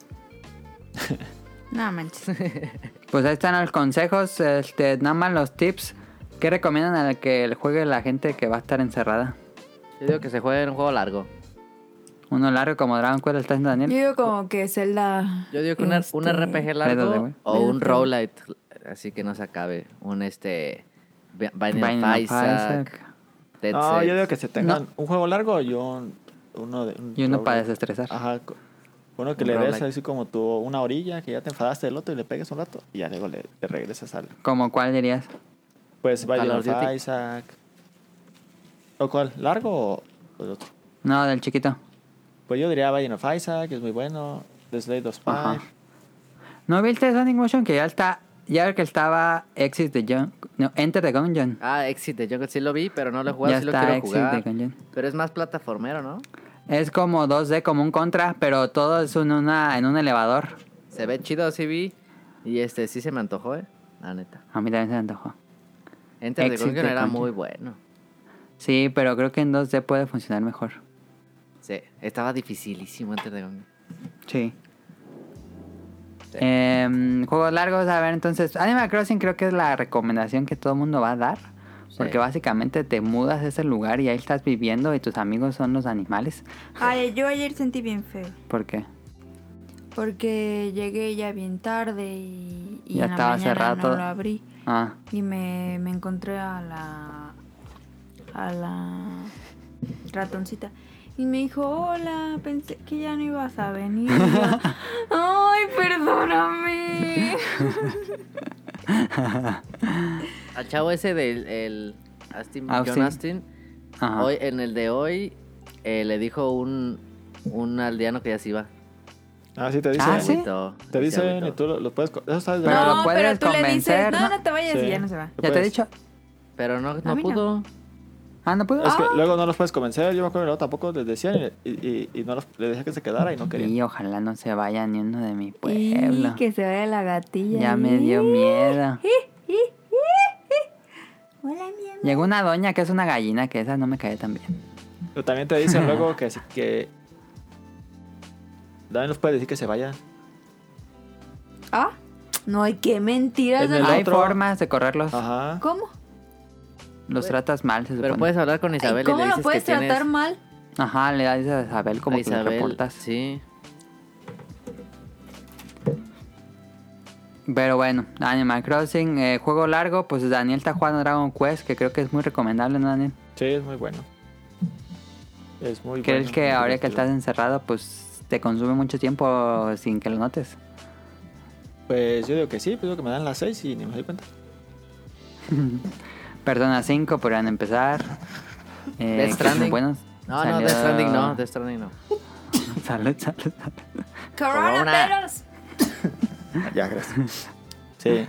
D: No manches.
A: Pues ahí están los consejos, este, nada más los tips. ¿Qué recomiendan a que juegue la gente que va a estar encerrada?
C: Yo digo que se juegue en un juego largo.
A: Uno largo como Dragon Quest está haciendo
D: Yo
A: Daniel.
D: digo como que Zelda.
C: Yo digo que una- un
D: este,
C: RPG
A: Breath of the
C: largo
A: Wild.
C: o
D: Breath of
C: un
D: the
C: roguelite, así que no se acabe. Un este. Bi- Binding of
A: Binding of
C: Isaac,
A: Isaac.
C: Dead
B: No, yo
C: Cells.
B: digo que se tengan un juego largo y un, uno de... un
A: Y uno
B: roguelike.
A: para desestresar.
B: Ajá. co- Uno que
C: Un
B: le des
C: roguelike.
B: así como tú una orilla, que ya te enfadaste del otro y le pegues un rato y ya luego le, le regresas al...
A: ¿Como cuál dirías?
B: Pues
C: Call
B: Binding
C: of
B: of
C: Duty.
B: Isaac. ¿O cuál? ¿Largo o o el otro?
A: No, del chiquito.
B: Pues yo diría Binding of Isaac, que es muy bueno. The Slade of Spire.
A: Ajá. ¿No viste Sonic Motion? Que ya está. Ya ver que estaba Exit de John. No, Enter the Gungeon.
C: Ah, Exit de Jungle sí lo vi, pero no lo he jugado,
A: Ya
C: sí lo
A: está
C: quiero
A: Exit
C: jugar.
A: de Gungeon.
C: Pero es más plataformero, ¿no?
A: Es como 2D, como un contra, pero todo es en, una, en un elevador.
C: Se ve chido, sí vi. Y este sí se me antojó, eh. La neta.
A: A mí también se me antojó.
C: Enter the
A: Exit
C: Gungeon
A: de
C: era
A: Gungeon.
C: muy bueno.
A: Sí, pero creo que en 2D puede funcionar mejor.
C: Sí, estaba dificilísimo Enter the Gungeon.
A: Sí.
C: Sí.
A: Em, juegos largos, a ver, entonces Animal Crossing creo que es la recomendación que todo el mundo va a dar. Porque
C: Sí.
A: básicamente te mudas a ese lugar y ahí estás viviendo y tus amigos son los animales.
D: Ay, yo ayer sentí bien feo.
A: ¿Por qué?
D: Porque llegué ya bien tarde y, y
A: Ya
D: en la
A: estaba
D: mañana
A: cerrado.
D: no lo abrí.
A: Ah,
D: Y me, me encontré a la. a la. ratoncita. Y me dijo, hola, pensé que ya no ibas a venir. Y yo, Ay, perdóname.
C: Al chavo ese del el
A: Austin.
C: Astin,
A: Ah.
C: John Astin,
A: ajá.
C: hoy, en el de hoy eh, le dijo un, un aldeano que ya se iba.
B: Ah, sí, te dicen.
A: Ah,
C: Se
A: ¿sí?
C: agüitó,
B: Te
C: se
B: dicen
C: agüitó.
B: y tú lo, lo puedes. co- Eso sabes de
A: Pero
D: no,
A: lo puedes
D: pero tú le dices,
A: convencer,
D: no,
A: ¿no?
D: no te vayas
B: Sí.
D: y ya no se va.
A: ya te he
B: puedes-
A: dicho.
C: Pero no, no
D: mí no.
C: pudo.
A: Ah, no puedo.
B: Es que luego no los puedes convencer. Yo me acuerdo que luego tampoco les decían y, y, y- y no los, les decía que se quedara y no querían.
A: y ojalá no se vaya ni uno de mi
D: Y
A: pueblo.
D: que se vaya la gatilla.
A: Ya me dio miedo.
D: Hola, mi amor.
A: Llegó una doña que es una gallina, que esa no me cae tan bien.
B: Pero también te dicen luego que, se- que. También los puedes decir que se vayan.
D: Ah, no hay que mentiras.
B: En el-
A: Hay
B: otro-
A: formas de correrlos.
B: Ajá.
D: ¿Cómo?
A: Los tratas mal, se supone.
C: Pero puedes hablar con
D: Ay,
C: Isabel y
D: ¿Cómo
C: le dices
D: lo puedes
C: que
D: tratar
C: tienes
D: mal?
A: Ajá, le das a Isabel como
C: a
A: que le
C: Isabel.
A: reportas.
C: Sí.
A: Pero bueno, Animal Crossing, eh, juego largo, pues Daniel está jugando Dragon Quest, que creo que es muy recomendable, ¿no, Daniel?
B: Sí, es muy bueno. Es muy
A: Creo
B: bueno.
A: que
B: muy
A: ahora que
B: divertido.
A: estás encerrado, pues te consume mucho tiempo sin que lo notes.
B: Pues yo digo que sí, pues digo que me dan las 6 y ni me doy cuenta.
A: Persona 5, podrían empezar. Eh,
C: Death
A: que son
C: Stranding.
A: buenos.
C: No,
A: Salió-
C: no, Death Stranding no, Death Stranding no.
A: salud, salud, salud.
D: Coronavirus.
B: Ya, gracias. Sí,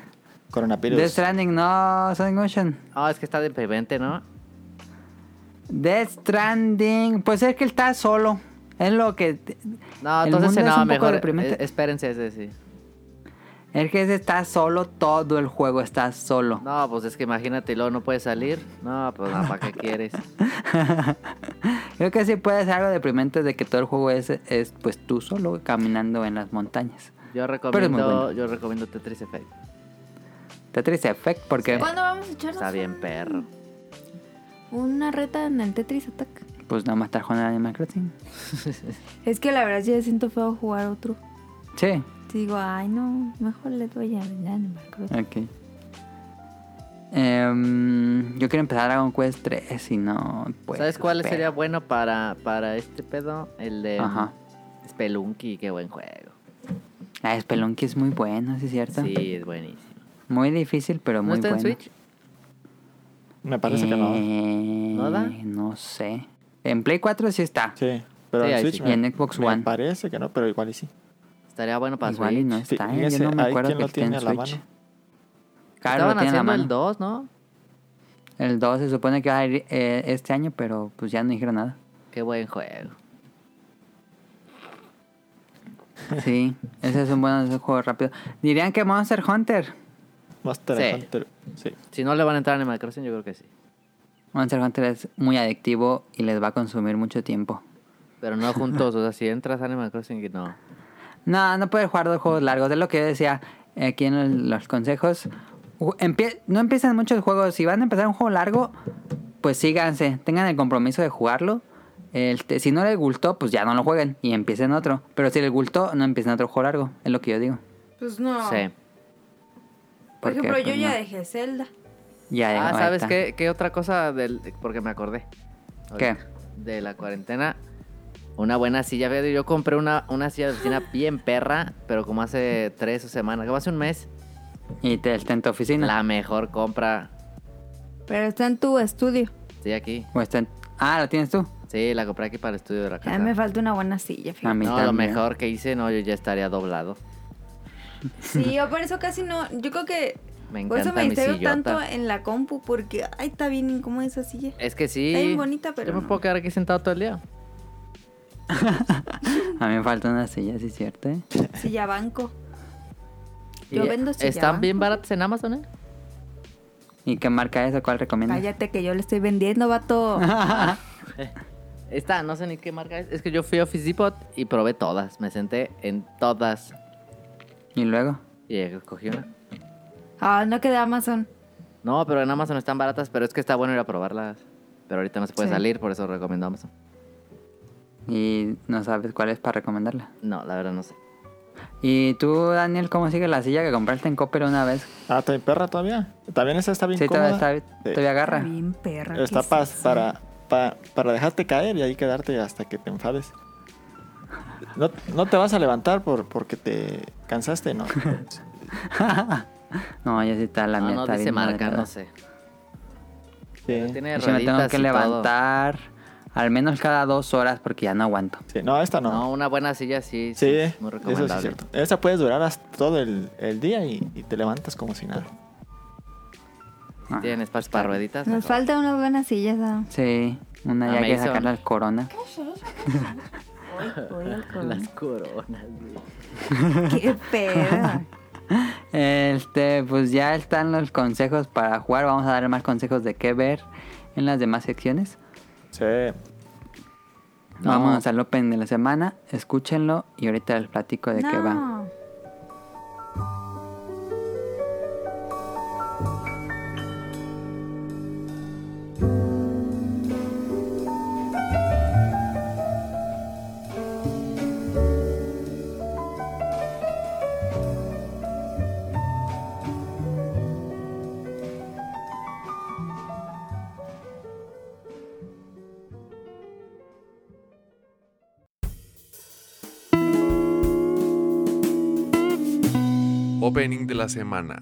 B: coronavirus.
A: Death Stranding no, Sonic Motion.
C: Ah, es que está de prevente, ¿no?
A: Death Stranding, pues es que él está solo. Es lo que.
C: No,
A: El
C: entonces
A: mundo
C: no,
A: es un poco
C: mejor.
A: deprimente.
C: eh, Espérense ese, sí.
A: Es que ese está solo, todo el juego está solo.
C: No, pues es que imagínate, y luego no puedes salir. No, pues no, ¿para qué quieres?
A: Creo que sí puede ser algo deprimente de que todo el juego es, es pues tú solo caminando en las montañas.
C: Yo
A: muy
C: recomiendo,
A: bueno.
C: yo recomiendo Tetris Effect.
A: Tetris Effect, porque
D: ¿Cuándo vamos a echarnos
C: Está bien,
D: un-
C: perro.
D: una reta en el Tetris Attack?
A: pues nada más estar jugando Animal Crossing.
D: Es que la verdad sí me siento feo jugar otro.
A: Sí,
D: Digo, ay no, mejor le doy a la Animal Crossing.
A: ok. Em, yo quiero empezar Dragon Quest 3 y no pues, puedo.
C: ¿Sabes cuál
A: pero-
C: sería bueno para, para este pedo? El de
A: Ajá.
C: Spelunky, qué buen juego.
A: Ah, Spelunky es muy bueno, sí es cierto.
C: Sí, es buenísimo.
A: Muy difícil, pero
C: ¿No
A: muy
C: está
A: bueno.
C: en Switch?
B: Me parece que no.
A: Eh,
C: ¿No da?
A: No sé. En Play 4 sí está.
B: Sí, pero
C: Sí,
B: en
C: ahí
B: Switch
C: sí.
B: me,
A: Y en Xbox
B: me
A: One.
B: parece que no, pero igual y sí.
C: Estaría bueno para
A: Igual y
C: Switch.
A: no está. eh,
B: Fíjese,
A: Yo no me
B: ahí
A: acuerdo
B: quién
A: que
B: lo
A: esté en
B: tiene a la
A: Switch.
B: mano.
A: Claro,
C: Estaban
A: lo tiene en la
C: haciendo
A: mano.
C: el 2, ¿no?
A: El 2 se supone que va a ir eh, este año, pero pues ya no dijeron nada.
C: Qué buen juego.
A: Sí, ese es un buen juego rápido. Dirían que Monster Hunter.
B: Monster
C: Sí.
B: Hunter. Sí.
C: Si no le van a entrar en Animal Crossing, yo creo que sí.
A: Monster Hunter es muy adictivo y les va a consumir mucho tiempo.
C: Pero no juntos, o sea, si entras a Animal Crossing, no.
A: No, no puedes jugar dos juegos largos. Es lo que yo decía eh, aquí en el- los consejos. Ju- empie- no empiecen muchos juegos. Si van a empezar un juego largo, pues síganse. Tengan el compromiso de jugarlo. Este, si no les gustó, pues ya no lo jueguen y empiecen otro. Pero si les gustó, no empiecen otro juego largo. Es lo que yo digo.
D: Pues no.
C: Sí.
D: Por
A: Porque,
D: ejemplo, yo
A: pues,
D: ya
A: no.
D: dejé Zelda.
A: Ya, ya,
C: Ah,
A: ahí
C: ¿sabes
A: está.
C: qué, qué otra cosa? Del, porque me acordé.
A: ¿Qué?
C: De la cuarentena. Una buena silla. fíjate, Yo compré una, una silla de oficina bien perra, pero como hace tres semanas, como hace un mes.
A: Y te está en tu oficina.
C: La mejor compra.
D: Pero está en tu estudio.
C: Sí, aquí.
A: O está en- Ah, ¿lo tienes tú?
C: Sí, la compré aquí para el estudio de la
D: A mí me
C: casa.
D: falta una buena silla,
A: A
D: fíjate.
A: mí
C: No, lo
A: también.
C: mejor que hice, no, yo ya estaría doblado.
D: Sí, yo por eso casi no. Yo creo que.
C: Me
D: Por eso
C: encanta
D: me
C: mi
D: distraigo
C: sillota.
D: tanto eh. en la compu, porque. Ay, está bien incómoda esa silla.
C: Es que sí.
D: Está bien bonita, pero
C: Yo me
D: no.
C: puedo quedar aquí sentado todo el día.
A: A mí me falta una silla, sí, cierto. ¿eh?
D: Silla banco. Yo
C: Y-
D: vendo silla
C: Están
D: banco.
C: bien baratas en Amazon, ¿eh?
A: ¿Y qué marca es o cuál recomiendas?
D: Cállate que yo le estoy vendiendo, vato.
C: Esta, no sé ni qué marca es. Es que yo fui a Office Depot y probé todas. Me senté en todas
A: Y luego.
C: y escogí una.
D: Ah, no queda Amazon.
C: No, pero en Amazon están baratas, pero es que está bueno ir a probarlas. Pero ahorita no se puede
D: Sí.
C: salir, por eso recomiendo Amazon.
A: Y no sabes cuál es para recomendarla.
C: No, la verdad no sé.
A: ¿Y tú, Daniel, cómo sigue la silla que compraste en Coppel una vez?
B: Ah, está en perra todavía. También esa está bien
A: Sí, todavía,
B: cómoda.
A: está- todavía agarra.
D: Bien perra. ¿qué
B: Está
D: es
B: pa-
D: eso?
B: para, pa- para dejarte caer y ahí quedarte hasta que te enfades. No, no te vas a levantar por, porque te cansaste, ¿no?
A: No, ya sí está, la
C: no,
A: mía
C: no
A: está
C: dice
A: bien
C: marca,
A: madreada.
C: no sé.
B: Sí.
C: Tiene
A: Y si me tengo
C: rueditas
A: que
C: y
A: levantar al menos cada dos horas porque ya no aguanto.
B: Sí, No, esta
C: todo.
B: no.
C: No. una buena silla sí,
B: sí,
C: es muy
B: eso sí
C: recomendable.
B: es cierto. Esta puedes durar hasta todo el, el día y, y te levantas como si nada.
C: Si
A: Ah.
C: Tienen espacio para rueditas.
D: Nos
C: mejor.
D: falta unas buenas sillas. ah.
A: Sí, una
C: Ah,
A: ya
C: me
A: que
C: hizo-
A: sacarla al corona.
C: Las coronas. güey.
D: Qué perra.
A: Este, pues ya están los consejos para jugar. Vamos a dar más consejos de qué ver en las demás secciones.
B: Sí.
C: No.
A: Vamos al Open de la semana. Escúchenlo y ahorita les platico de qué va.
D: No.
E: Opening de la semana.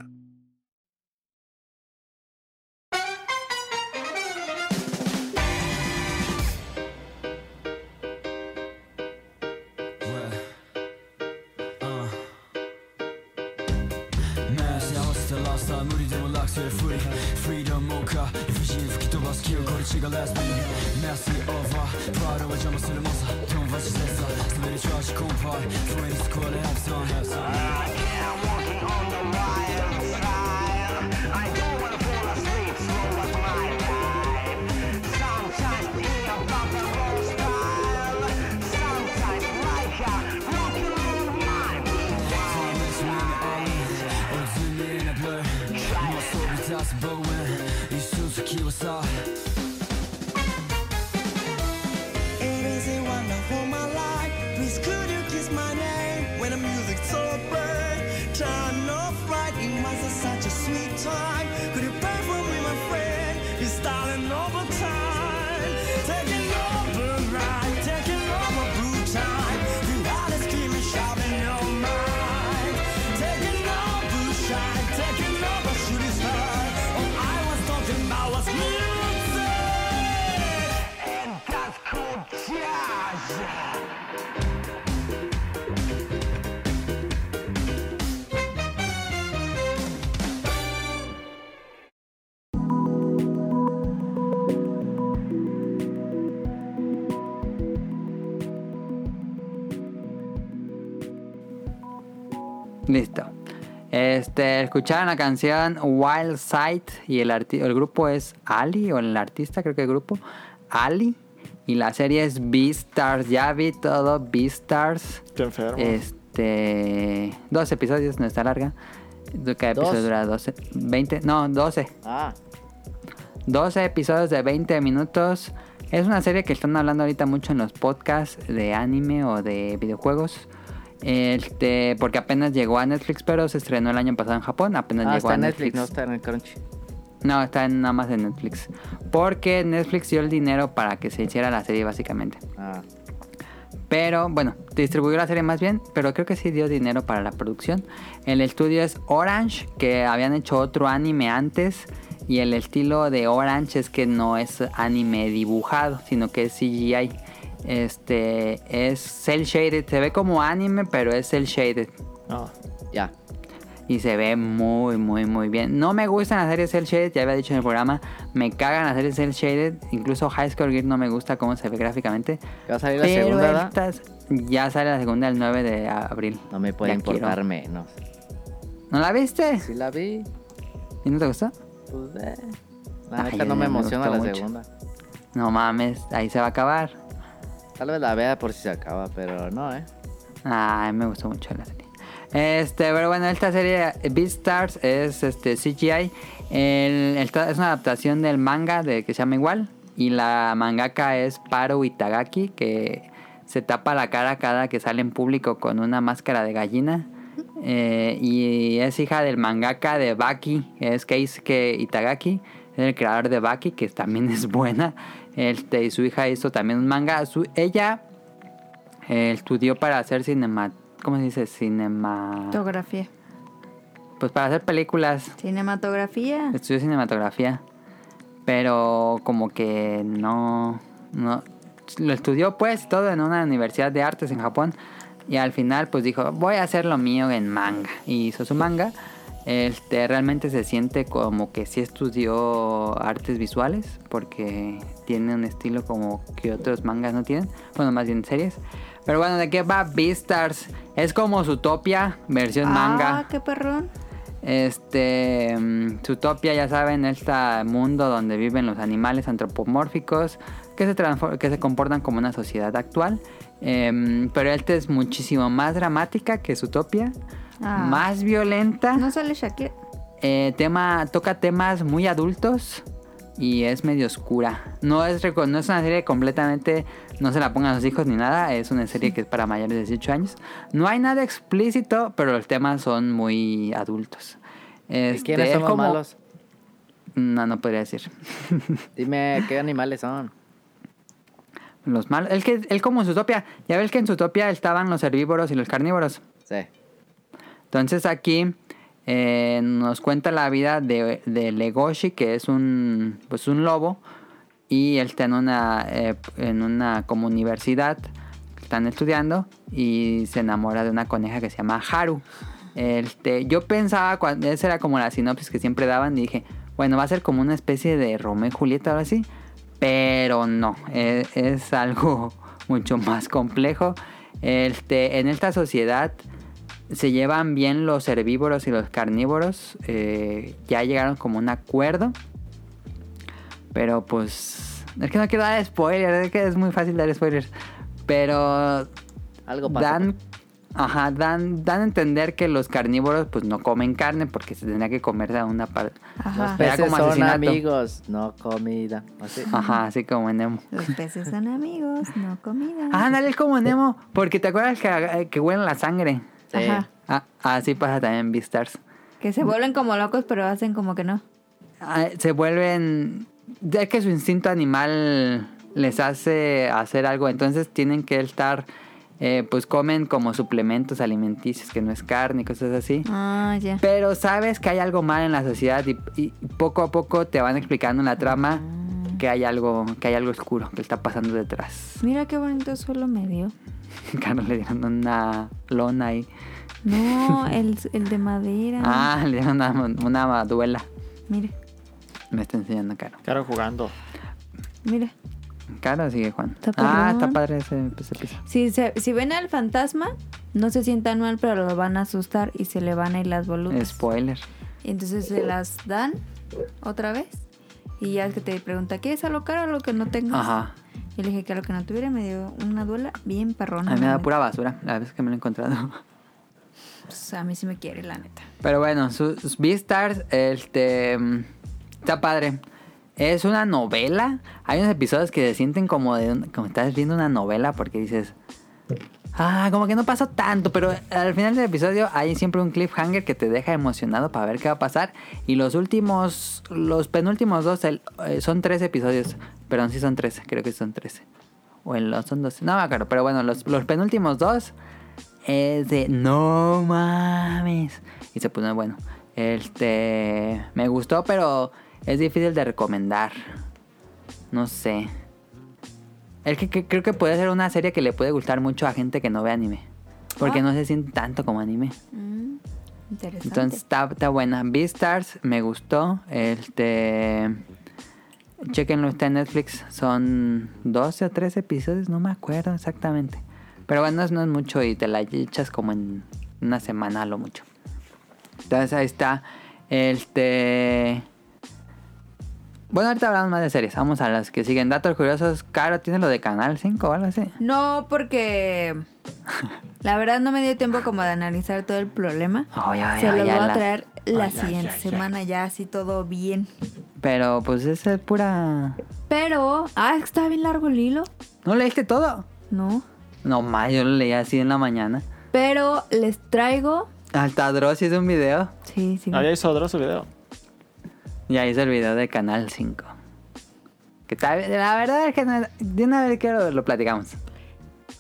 F: It is a wonderful my life. Please could you kiss my name when the music's over? Turn off right, it must have such a sweet time. Could you pray for me, my friend? You're starting over time. Taking over right, taking over blue time. You are the screaming, shouting your mind. Taking over shine, taking over shooting star. All Oh, I was talking about was music. And that's called jazz.
A: Listo. Este, escucharon la canción Wild Side y el, arti- el grupo es Ali, o el artista creo que el grupo, Ali. Y la serie es Beastars. Ya vi todo Beastars.
B: Qué enfermo.
A: Este. 12 episodios, no está larga. Cada episodio
C: Dos.
A: dura 12. 20. No, 12.
C: Ah,
A: 12 episodios de 20 minutos. Es una serie que están hablando ahorita mucho en los podcasts de anime o de videojuegos. Este, porque apenas llegó a Netflix, pero se estrenó el año pasado en Japón. Apenas
C: ah,
A: llegó
C: está
A: a
C: en Netflix,
A: Netflix.
C: no está en el Crunch.
A: No, está en- nada más en Netflix. Porque Netflix dio el dinero para que se hiciera la serie, básicamente.
C: Ah,
A: Pero bueno, distribuyó la serie más bien, pero creo que sí dio dinero para la producción. El estudio es Orange, que habían hecho otro anime antes. Y el estilo de Orange es que no es anime dibujado, sino que es CGI. Este es cel shaded, se ve como anime, pero es cel shaded.
B: No.
C: ya.
A: Y se ve muy, muy, muy bien. No me gustan las series cel shaded, ya había dicho en el programa. Me cagan las series cel shaded. Incluso High School Gear no me gusta cómo se ve gráficamente.
C: ¿Va a salir la
A: Pero
C: segunda? ¿da?
A: estas- ya sale la segunda el 9 de abril.
C: No me puede
A: Ya quiero.
C: importar menos.
A: ¿No la viste?
C: Sí la vi.
A: ¿Y no te gustó?
C: Pues, eh. La
A: Ay,
C: neta no
A: no me
C: me emociona
A: gustó
C: la
A: mucho.
C: segunda.
A: No mames, ahí se va a acabar.
C: Tal vez la vea por si se acaba, pero no, ¿eh?
A: Ay, me gustó mucho la serie. Este, pero bueno, esta serie Beastars es este CGI. El- el tra- es una adaptación del manga de que se llama igual. Y la mangaka es Paru Itagaki, que se tapa la cara cada que sale en público con una máscara de gallina. Eh, y es hija del mangaka de Baki, que es Keisuke Itagaki, es el creador de Baki, que también es buena. Este, y su hija hizo también un manga. Su, ella eh, estudió para hacer cinema. ¿Cómo se dice? Cinema.
D: Fotografía.
A: Pues para hacer películas.
D: Cinematografía.
A: Estudió cinematografía. Pero como que no. no lo estudió pues todo en una universidad de artes en Japón. Y al final pues dijo, voy a hacer lo mío en manga. Y hizo su manga. Este realmente se siente como que sí estudió artes visuales. Porque tiene un estilo como que otros mangas no tienen. Bueno, más bien series. Pero bueno, ¿de qué va Beastars? Es como Zootopia, versión manga.
D: Ah, qué perrón.
A: Este, mm, Zootopia, ya saben, este mundo donde viven los animales antropomórficos que se, transfor- que se comportan como una sociedad actual. Em, pero este es muchísimo más dramática que Zootopia,
D: Ah.
A: más violenta.
D: No sale Shakira.
A: Eh, tema, toca temas muy adultos y es medio oscura. No es, reco- no es una serie completamente, no se la pongan a sus hijos ni nada, es una serie que es para mayores de 18 años. No hay nada explícito, pero los temas son muy adultos.
C: ¿Y
A: Este,
C: ¿Quiénes
A: es
C: son los
A: como-
C: malos?
A: No, no podría decir.
C: Dime, ¿qué animales son?
A: Los malos. Él, que, él como en Zootopia, ya ves que en Zootopia estaban los herbívoros y los carnívoros.
C: Sí.
A: Entonces aquí eh, nos cuenta la vida de, de Legoshi, que es un, pues un lobo, y él está en una, eh, en una como universidad, están estudiando, y se enamora de una coneja que se llama Haru. Este, yo pensaba, cuando, esa era como la sinopsis que siempre daban, y dije, bueno, va a ser como una especie de Romeo y Julieta ahora sí, pero no, eh, es, algo mucho más complejo. Este, en esta sociedad se llevan bien los herbívoros y los carnívoros. eh, ya llegaron como a un acuerdo. Pero pues. Es que no quiero dar spoilers, es que es muy fácil dar spoilers. Pero
C: Algo pasa. pues.
A: Dan, ajá, dan, dan a entender que los carnívoros pues no comen carne porque se tendría que comer a una parte.
D: Ajá.
A: Pero-
C: Peces
A: Era como
C: son
A: asesinato. Ah.
C: amigos, no comida. Así.
A: Ajá, así como en Nemo.
D: Los peces son amigos, no comida.
A: Ah, ándale, es como en Nemo, porque te acuerdas que, que huelen la sangre.
C: Sí.
D: Ajá.
A: Ah, así pasa también en Beastars.
D: Que se vuelven como locos, pero hacen como que no.
A: Ah, se vuelven. Es que su instinto animal les hace hacer algo, entonces tienen que estar. eh, pues comen como suplementos alimenticios, que no es carne y cosas así.
D: Ah, ya.
A: Pero sabes que hay algo mal en la sociedad y, y poco a poco te van explicando en la trama
D: Ah.
A: que hay algo, que hay algo oscuro que está pasando detrás.
D: Mira qué bonito suelo me dio.
A: Carlos le dieron una lona ahí.
D: No, el, el de madera.
A: Ah, le dieron una, una duela.
D: Mire,
A: Me está enseñando Caro.
B: Claro, jugando.
D: mira.
A: Caro sigue Juan.
D: Está
A: ah,
D: perrón.
A: está padre ese, pues, ese piso.
D: Si, se- si ven al fantasma, no se sientan mal, pero lo van a asustar y se le van a ir las volutas.
A: Spoiler.
D: Entonces se las dan otra vez. Y ya es que te pregunta, ¿qué es a lo caro o lo que no tengas?
A: Ajá.
D: Y le dije que a lo que no tuviera me dio una duela bien perrona.
A: A mí me da
D: la
A: pura basura, la vez que me lo he encontrado.
D: neta. Pues, a mí sí me quiere, la neta.
A: Pero bueno, sus sus Beastars, este. mm, Está padre. Es una novela. Hay unos episodios que se sienten como de un- como estás viendo una novela porque dices. Ah, como que no pasó tanto, pero al final del episodio hay siempre un cliffhanger que te deja emocionado para ver qué va a pasar. Y los últimos, los penúltimos dos el- eh, son tres episodios. Perdón, sí son trece, creo que son trece. O en los son doce, no me acuerdo, pero bueno, los, los penúltimos dos es de no mames. Y se puso bueno. Este. Me gustó, pero es difícil de recomendar. No sé. Es que, que- creo que puede ser una serie que le puede gustar mucho a gente que no ve anime. Porque
D: Ah.
A: no se siente tanto como anime.
D: Mm, interesante.
A: Entonces está, está buena. Beastars me gustó. Este. Chequenlo, está en Netflix. Son 12 o 13 episodios, no me acuerdo exactamente. Pero bueno, es- no es mucho y te la echas como en una semana a lo mucho. Entonces ahí está. Este. Bueno, ahorita hablamos más de series. Vamos a las que siguen. Datos curiosos. Caro, ¿tiene lo de Canal 5 o algo así?
D: No, porque la verdad no me dio tiempo como de analizar todo el problema.
A: Ay, ay,
D: Se
A: ay,
D: lo voy
A: ya
D: a
A: la-
D: traer la
B: ay,
D: siguiente
B: ay, ay.
D: semana ya así todo bien.
A: Pero pues esa es pura...
D: Pero, ah, está bien largo el hilo,
A: ¿No leíste todo?
D: ¿no?
A: No más, yo lo leí así en la mañana.
D: Pero les traigo,
A: Hasta Dross hizo un video.
D: sí, sí,
B: Había hizo otro su video.
A: Y ahí hizo el video de Canal 5. Que tal- la verdad es que no- de una vez que lo, lo platicamos.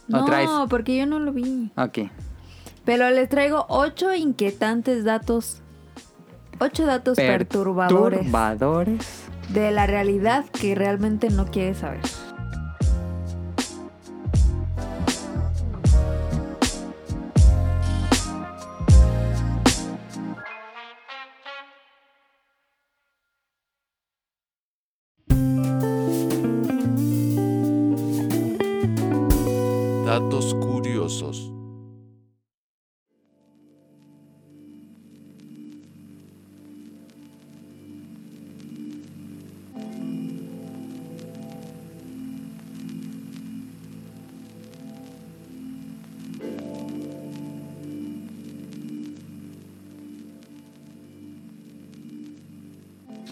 A: ¿Lo
D: no,
A: traes?
D: porque yo no lo vi.
A: Ok.
D: Pero les traigo ocho inquietantes datos, ocho datos perturbadores
A: Perturbadores.
D: de la realidad que realmente no quieres saber.
E: Datos curiosos.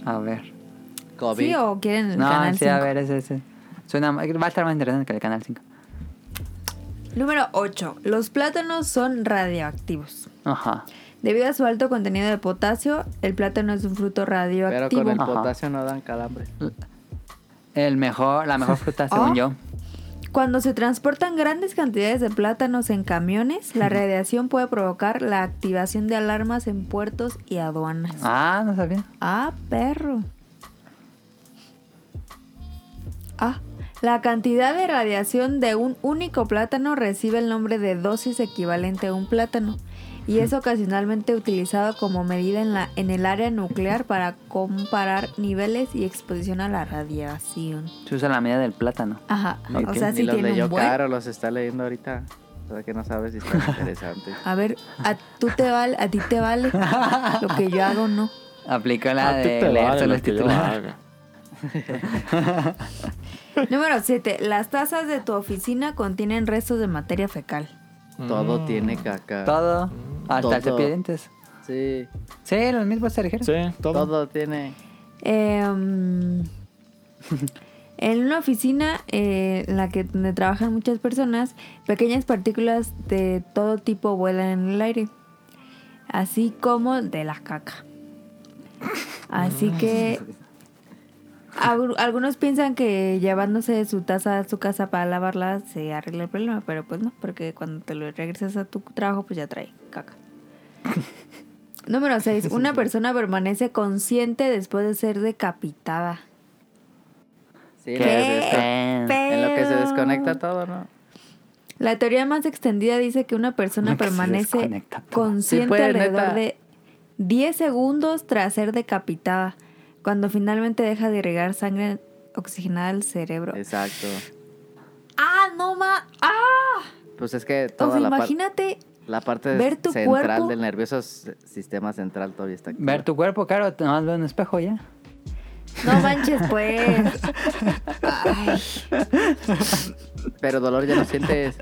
A: A ver.
C: COVID.
D: ¿Sí o quieren el
A: no,
D: canal
A: sí, a
D: cinco?
A: ver, ese, ese. Suena, va a estar más interesante que el Canal 5.
D: Número 8. Los plátanos son radioactivos.
A: Ajá.
D: Debido a su alto contenido de potasio, el plátano es un fruto
C: Pero
D: radioactivo.
C: con el
A: Ajá.
C: potasio no dan calambres.
A: El mejor, la mejor fruta, según
D: ¿Oh?
A: yo.
D: Cuando se transportan grandes cantidades de plátanos en camiones, la radiación puede provocar la activación de alarmas en puertos y aduanas. Ah,
A: Ah, no sabía.
D: perro. Ah, la cantidad de radiación de un único plátano recibe el nombre de dosis equivalente a un plátano y es ocasionalmente utilizado como medida en, la, en el área nuclear para comparar niveles y exposición a la radiación.
A: Se usa la medida del plátano.
D: Ajá, o
A: Ok.
D: sea,
C: Ni
D: sí
C: los
D: tiene
C: leyó
D: un buen...
C: Caro, los está leyendo ahorita. O sea que no sabes si están interesantes.
D: A ver, a, tú te vale, a ti te vale lo que yo hago, no.
A: Aplica la
B: A ti
A: de
B: Ah, te
A: leer
B: vale
A: solo
B: lo
A: el
B: que yo
A: titular.
B: haga.
D: Número 7. Las tazas de tu oficina contienen restos de materia fecal.
C: Todo tiene caca.
A: Mm. Todo. Hasta el
C: Todo.
A: cepillo de dientes.
C: Sí,
A: Sí, los mismos se dijeron.
B: Sí, todo.
C: todo tiene.
D: Em, en una oficina eh, en la que donde trabajan muchas personas, pequeñas partículas de todo tipo vuelan en el aire, así como de la caca. Así que al- algunos piensan que llevándose su taza a su casa para lavarla se arregla el problema, pero pues no, porque cuando te lo regresas a tu trabajo pues ya trae caca. Número 6. Una persona permanece consciente después de ser decapitada.
C: Sí,
A: ¿Qué?
C: lo que se desco-
A: Eh,
C: En lo que se
D: Pero-
C: desconecta todo, ¿no?
D: La teoría más extendida dice que una persona
A: Que se
D: permanece
A: desconecta todo.
D: consciente
C: Sí, pues,
D: alrededor
C: neta.
D: de 10 segundos tras ser decapitada, cuando finalmente deja de irrigar sangre oxigenada al cerebro.
C: Exacto.
D: ¡Ah, no ma! ¡Ah!
C: Pues es que
D: O
C: toda
D: sea,
C: la, par-
D: imagínate.
C: la parte
D: ver tu
C: central
D: cuerpo.
C: del nervioso s- sistema central todavía está activa.
A: Ver tu cuerpo, claro, nomás veo un espejo ya.
D: No manches, pues. Ay.
C: Pero dolor ya no sientes.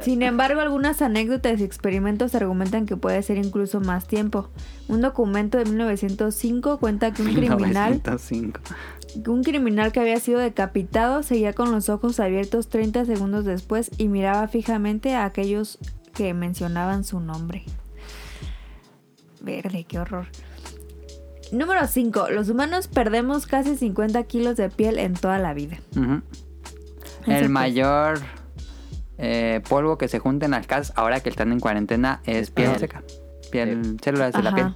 D: Sin embargo, algunas anécdotas y experimentos argumentan que puede ser incluso más tiempo. Un documento de 1905 cuenta que un criminal
A: 905.
D: Un criminal que había sido decapitado seguía con los ojos abiertos 30 segundos después y miraba fijamente a aquellos que mencionaban su nombre. Verde, qué horror. Número 5. Los humanos perdemos casi 50 kilos de piel en toda la vida.
A: Ujú.
D: Exacto.
A: El mayor eh, polvo que se junta en las casas ahora que están en cuarentena es
C: Es
A: piel
C: piel.
A: seca. Piel, células de la
D: Ah, Ajá.
A: piel.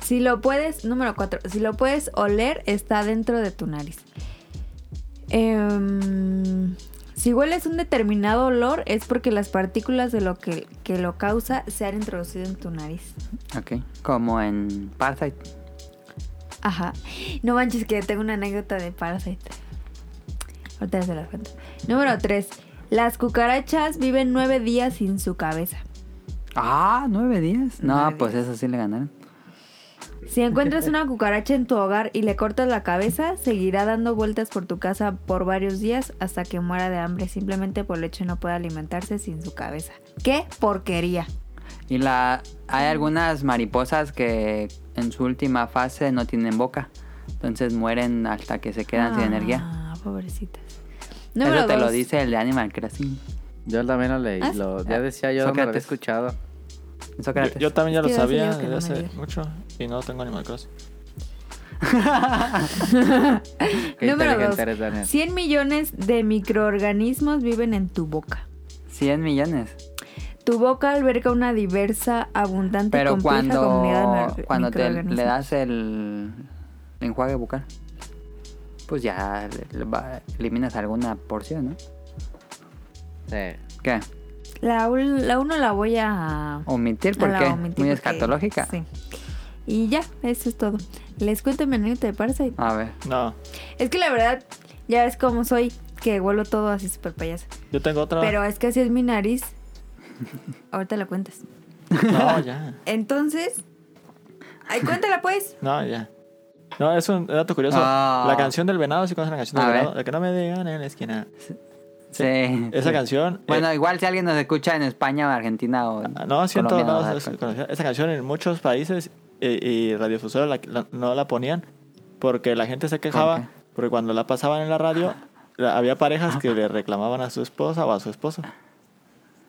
D: Si lo puedes, número 4. Si lo puedes oler, está dentro de tu nariz. Em, si hueles un determinado olor, es porque las partículas de lo que, que lo causa se han introducido en tu nariz.
A: Ok. Como en Parasite.
D: Ajá. No manches, que tengo una anécdota de Parasite. Ahorita se las cuento. Número 3. Las cucarachas viven nueve días sin su cabeza.
A: Ah, nueve días. No,
D: Nueve
A: pues eso sí le ganaron.
D: Si encuentras una cucaracha en tu hogar y le cortas la cabeza, seguirá dando vueltas por tu casa por varios días hasta que muera de hambre simplemente por el hecho de no puede alimentarse sin su cabeza. ¡Qué porquería!
A: Y la hay algunas mariposas que en su última fase no tienen boca. Entonces mueren hasta que se quedan sin energía.
D: Ah, pobrecitas.
A: Eso
D: Número
A: te lo
D: dos.
A: dice el de Animal Crossing.
C: Yo también lo leí.
D: ¿Ah, sí?
B: Pues
C: Lo, ya decía yo, me lo había
A: Sócrates.
C: escuchado.
A: Sócrates.
B: Yo, yo también ya
D: Es
B: lo
D: que iba a decir
B: sabía
D: yo
B: desde
D: que no me
B: hace
D: digas.
B: mucho y no tengo Animal Crossing.
C: Qué
D: Número
C: inteligente
D: dos.
C: eres, Daniel.
D: 100 millones de microorganismos viven en tu boca.
A: 100 millones.
D: Tu boca alberga una diversa, abundante y
A: Pero
D: compleja comunidad
A: cuando,
D: de mi-
A: cuando te,
D: microorganismos.
A: le das el enjuague bucal, pues ya le- le va- eliminas alguna porción, ¿no?
C: Sí.
A: ¿Qué?
D: La, ul- la uno la voy a...
A: Omitir
D: a
A: porque
D: la omití
A: muy
D: porque-
A: escatológica.
D: Sí. Y ya, eso es todo. Les cuento mi anécdota de Parasite.
A: A ver.
B: No,
D: Es que la verdad, ya ves cómo soy, que huelo todo así súper payasa.
B: yo tengo
A: Ah.
B: otra.
D: Pero es que así es mi nariz. Ahorita la cuentas.
B: No, ya.
D: Entonces... Ay, cuéntala pues.
B: No, ya. No, es un dato curioso.
A: Ah.
B: La canción del venado, si ¿sí conoces la canción
A: A
B: del
A: ver.
B: venado, la que no me digan en la esquina.
A: Sí.
B: Esa
A: Sí.
B: canción.
A: Bueno,
B: eh,
A: igual si alguien nos escucha en España o Argentina o.
B: no, siento,
A: Colombia,
B: no,
A: nos va a dar
B: es-
A: cuenta.
B: conocida. esa canción en muchos países eh, y, radiofusoras la- la- no la ponían porque la gente se quejaba
A: qué?
B: porque cuando la pasaban en la radio la- había parejas que le reclamaban a su esposa o a su esposo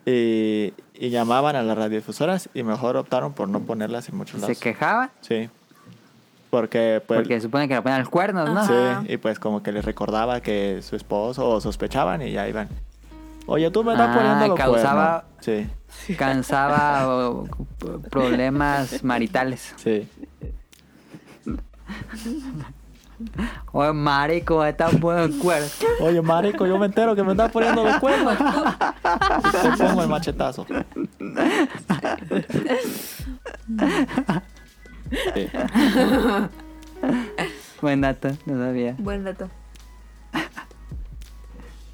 B: y, y llamaban a las radiofusoras y mejor optaron por no ponerlas en
A: Se
B: muchos lados.
A: quejaba
B: Sí. Porque pues
A: porque supone que le ponen los cuernos, ¿no?
D: Ajá.
B: Sí, y pues como que les recordaba que su esposo o sospechaban y ya iban. Oye, tú me estás
A: Ah,
B: poniendo los
A: causaba-
B: cuernos. Sí,
A: Cansaba o, p- problemas maritales.
B: sí.
A: Oye, Oh, marico, está buen cuerno.
B: Oye, marico, yo me entero que me estás poniendo los cuernos. Y te pongo el machetazo. Sí.
A: Buen dato, no sabía.
D: Buen dato.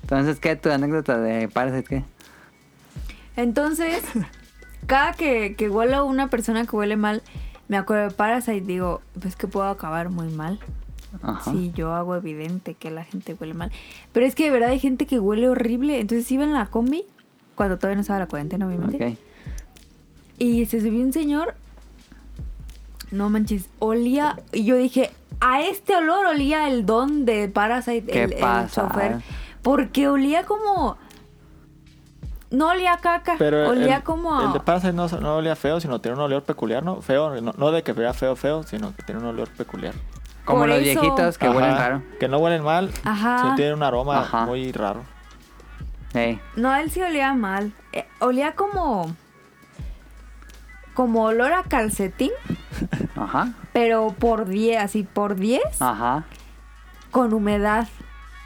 A: Entonces, ¿qué? ¿Tu anécdota de Parasite qué?
D: Entonces, cada que, que huelo a una persona que huele mal, me acuerdo de Parasite y digo, pues que puedo acabar muy mal.
A: Ajá.
D: Si yo hago evidente que la gente huele mal. Pero es que de verdad hay gente que huele horrible. Entonces iba en la combi, cuando todavía no estaba la cuarentena,
A: Ok.
D: obviamente. Y se subió un señor. No manches, olía. Y yo dije, a este olor olía el don de Parasite,
A: ¿Qué
D: el, el
A: pasa?
D: chofer. Porque olía como. No olía a caca,
B: Pero
D: olía
B: el,
D: como
B: el
D: a.
B: de Parasite no, no olía feo, sino tenía un olor peculiar, ¿no? Feo, no, no de que vea feo, feo, sino que tiene un olor peculiar.
A: Como
D: Por
A: los
D: eso-
A: viejitos que
B: Ajá,
A: huelen raro.
B: Que no huelen mal,
D: Ajá.
B: sino tienen un aroma
A: Ajá.
B: muy raro.
A: Ey,
D: No, él sí olía mal. Eh, olía como. Como olor a calcetín,
A: Ajá.
D: pero por 10, así por 10,
A: Ajá.
D: con humedad.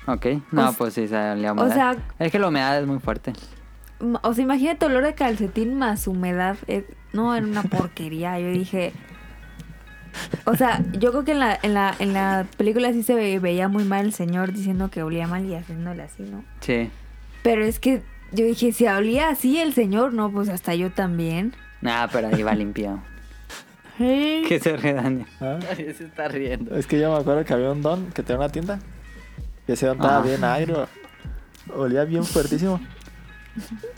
A: Ok. No,
D: O-
A: pues sí, se olía
D: o
A: humedad.
D: sea-
A: es que la humedad es muy fuerte.
D: M- O sea, imagínate olor de calcetín más humedad. Eh, No, era una porquería. Yo dije. O sea, yo creo que en la, en la, en la película sí se ve- veía muy mal el señor diciendo que olía mal y haciéndole así, ¿no?
A: Sí.
D: Pero es que yo dije, si olía así el señor, no, pues hasta yo también.
A: Nada, pero ahí va limpio.
D: ¿Qué?
A: que se redane.
B: ¿Ah?
C: Ay, se está riendo.
B: Es que yo me acuerdo que había un don que tenía una tienda. Y ese don estaba
A: Ajá.
B: bien agrio. Olía bien fuertísimo.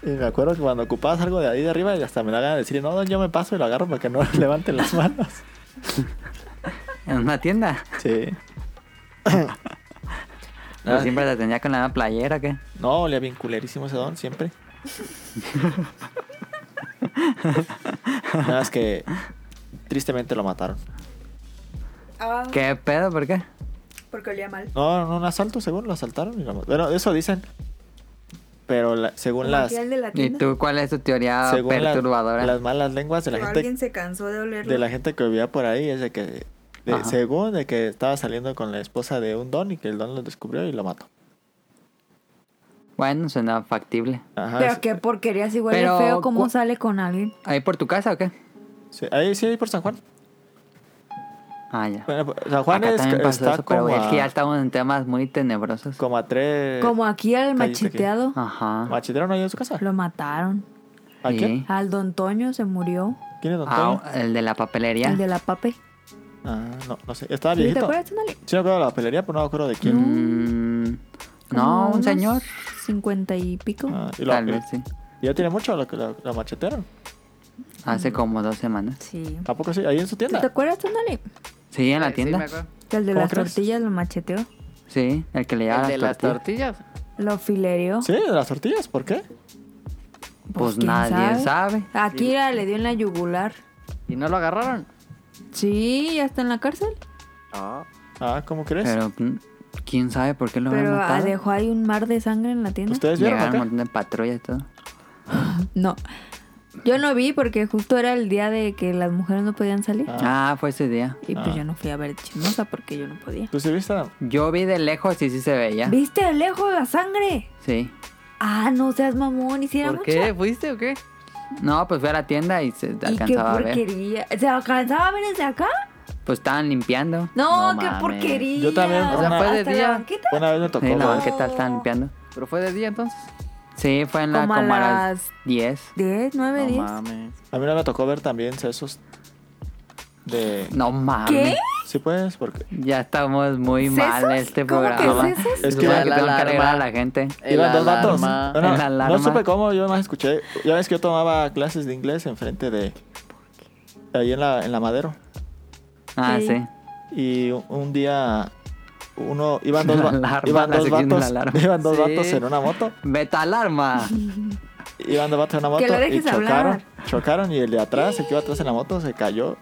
B: Y me acuerdo que cuando ocupabas algo de ahí de arriba, y hasta me da ganas de decir, no, don, yo me paso y lo agarro para que no levanten las manos.
A: En una tienda.
B: Sí. Ah.
A: Pero siempre la tenía con la misma playera, ¿qué?
B: No, olía bien culerísimo ese don, siempre. Nada más que tristemente lo mataron.
A: ¿Qué pedo? ¿Por qué?
D: Ah, porque olía mal.
B: No, en un asalto, según lo asaltaron. Y lo mataron. Bueno, eso dicen. Pero la- según las.
D: de la
A: ¿Y
D: tienda.
A: tú cuál es tu teoría
B: según la-
A: perturbadora?
B: las malas lenguas de la
D: Pero
B: gente
D: alguien se cansó de olerlo.
B: de la gente que vivía por ahí es de que de-
A: Ajá.
B: según de que estaba saliendo con la esposa de un don y que el don lo descubrió y lo mató
A: Bueno, suena factible.
B: Ajá,
D: Pero
B: es-
D: qué porquería, si huele
A: Pero
D: feo, ¿cómo
A: cu-
D: sale con alguien?
A: ¿Ahí por tu casa o qué?
B: sí, ahí sí ahí por San Juan
A: Ah, ya.
B: Bueno, San Juan
A: Acá
B: es-
A: también pasó
B: está
A: eso, pero
B: como,
A: es que ya
B: a,
A: estamos en temas muy tenebrosos.
B: como a tres
D: Como aquí al
B: cállate que-
D: macheteado,
A: Ah. Ajá.
B: machitero no hay en su casa
D: lo mataron.
B: ¿a
A: Sí.
B: quién?
D: Al Don Toño se murió,
B: ¿quién es don
A: Ah,
B: Toño?
A: el de la papelería.
D: el de la pape.
B: Ah, no, no sé. Estaba
D: ¿Sí ¿Te
B: viejito.
D: acuerdas, Tonali?
B: Sí, me acuerdo de la pelería, pero no me acuerdo de quién.
A: Mm,
D: Como
A: no, un
D: unos
A: señor.
D: 50 y pico.
B: Ah, y la-
A: Tal vez sí.
B: ¿Ya tiene mucho la, la, la machetera?
A: Hace como dos semanas.
D: Sí.
B: ¿A poco sí? Ahí en su
D: ¿Tú ¿Te
B: tienda.
D: acuerdas, Tonali?
A: Sí, en
C: Eh,
A: la
C: sí,
A: tienda.
C: me acuerdo.
D: Que el de
B: ¿Cómo
D: las
B: crees?
D: tortillas lo macheteó,
A: Sí, el que le
C: El
A: lleva
C: de las
A: las tortillas.
C: tortillas.
D: lo filereó.
B: Sí, de las tortillas. ¿Por qué?
A: Pues
D: ¿quién
A: nadie sabe.
D: A Akira le dio en la yugular.
C: ¿Y no lo agarraron?
D: Sí, ya está en la cárcel.
C: No.
B: Ah, ¿cómo crees?
A: Pero mm, quién sabe por qué lo habrán
D: Pero ah,
A: matado.
D: dejó ahí un mar de sangre en la tienda.
B: ¿Ustedes vieron o
A: Llegaron
B: qué?
A: un montón de patrullas y todo.
D: No. Yo no vi porque justo era el día de que las mujeres no podían salir.
A: Ah, fue ese día.
D: Y pues
B: Ah.
D: yo no fui a ver chismosa porque yo no podía.
B: ¿Tú sí viste?
A: Yo vi de lejos y sí se veía.
D: ¿Viste de lejos la sangre?
A: Sí.
D: Ah, no seas mamón, hiciera
C: ¿Por
D: mucho.
C: qué? ¿Fuiste o qué?
A: No, pues fui a la tienda y se
D: ¿Y qué
A: alcanzaba a ver.
D: porquería? ¿Se alcanzaba a ver desde acá?
A: Pues estaban limpiando.
D: No,
C: No
D: qué
C: mames.
D: porquería.
B: Yo también,
D: O
B: o sea,
D: sea,
B: fue
C: de
D: ¿Hasta
C: día.
D: la banqueta?
B: Una vez me tocó.
A: Sí, en la
B: güey.
A: banqueta estaban limpiando.
C: ¿Pero fue de día entonces?
A: Sí, fue en la
D: Como a
A: como a las
D: las-
A: 10.
D: 10, 9,
C: No
D: 10.
C: mames.
B: A mí no me tocó ver también sesos de...
A: No mames.
D: ¿Qué?
B: Sí, pues, porque...
A: Ya estamos muy
D: ¿Sesos?
A: mal este
D: ¿Cómo que
A: programa.
D: sesos?
B: Es
A: Es
B: que
A: que,
C: la
A: tengo que
C: alarma.
A: arreglar a la gente.
C: El
B: Iban dos vatos.
C: alarma.
B: Bueno,
A: El
B: no
A: alarma.
B: supe cómo, yo más escuché. Ya ves que yo tomaba clases de inglés enfrente de... Ahí en la, en la Madero.
A: Ah,
D: Sí.
A: sí.
B: Y un- un día... Uno... Iban dos, va-
A: Alarma,
B: iban
A: la
B: dos
A: sección de la
B: vatos...
A: alarma.
B: Iban dos
C: Sí.
B: vatos en una moto.
A: Beta alarma.
B: Iban dos vatos en una moto
D: Que lo
B: y
D: dejes
B: chocaron.
D: hablar.
B: Chocaron y el de atrás, el que iba atrás en la moto, se cayó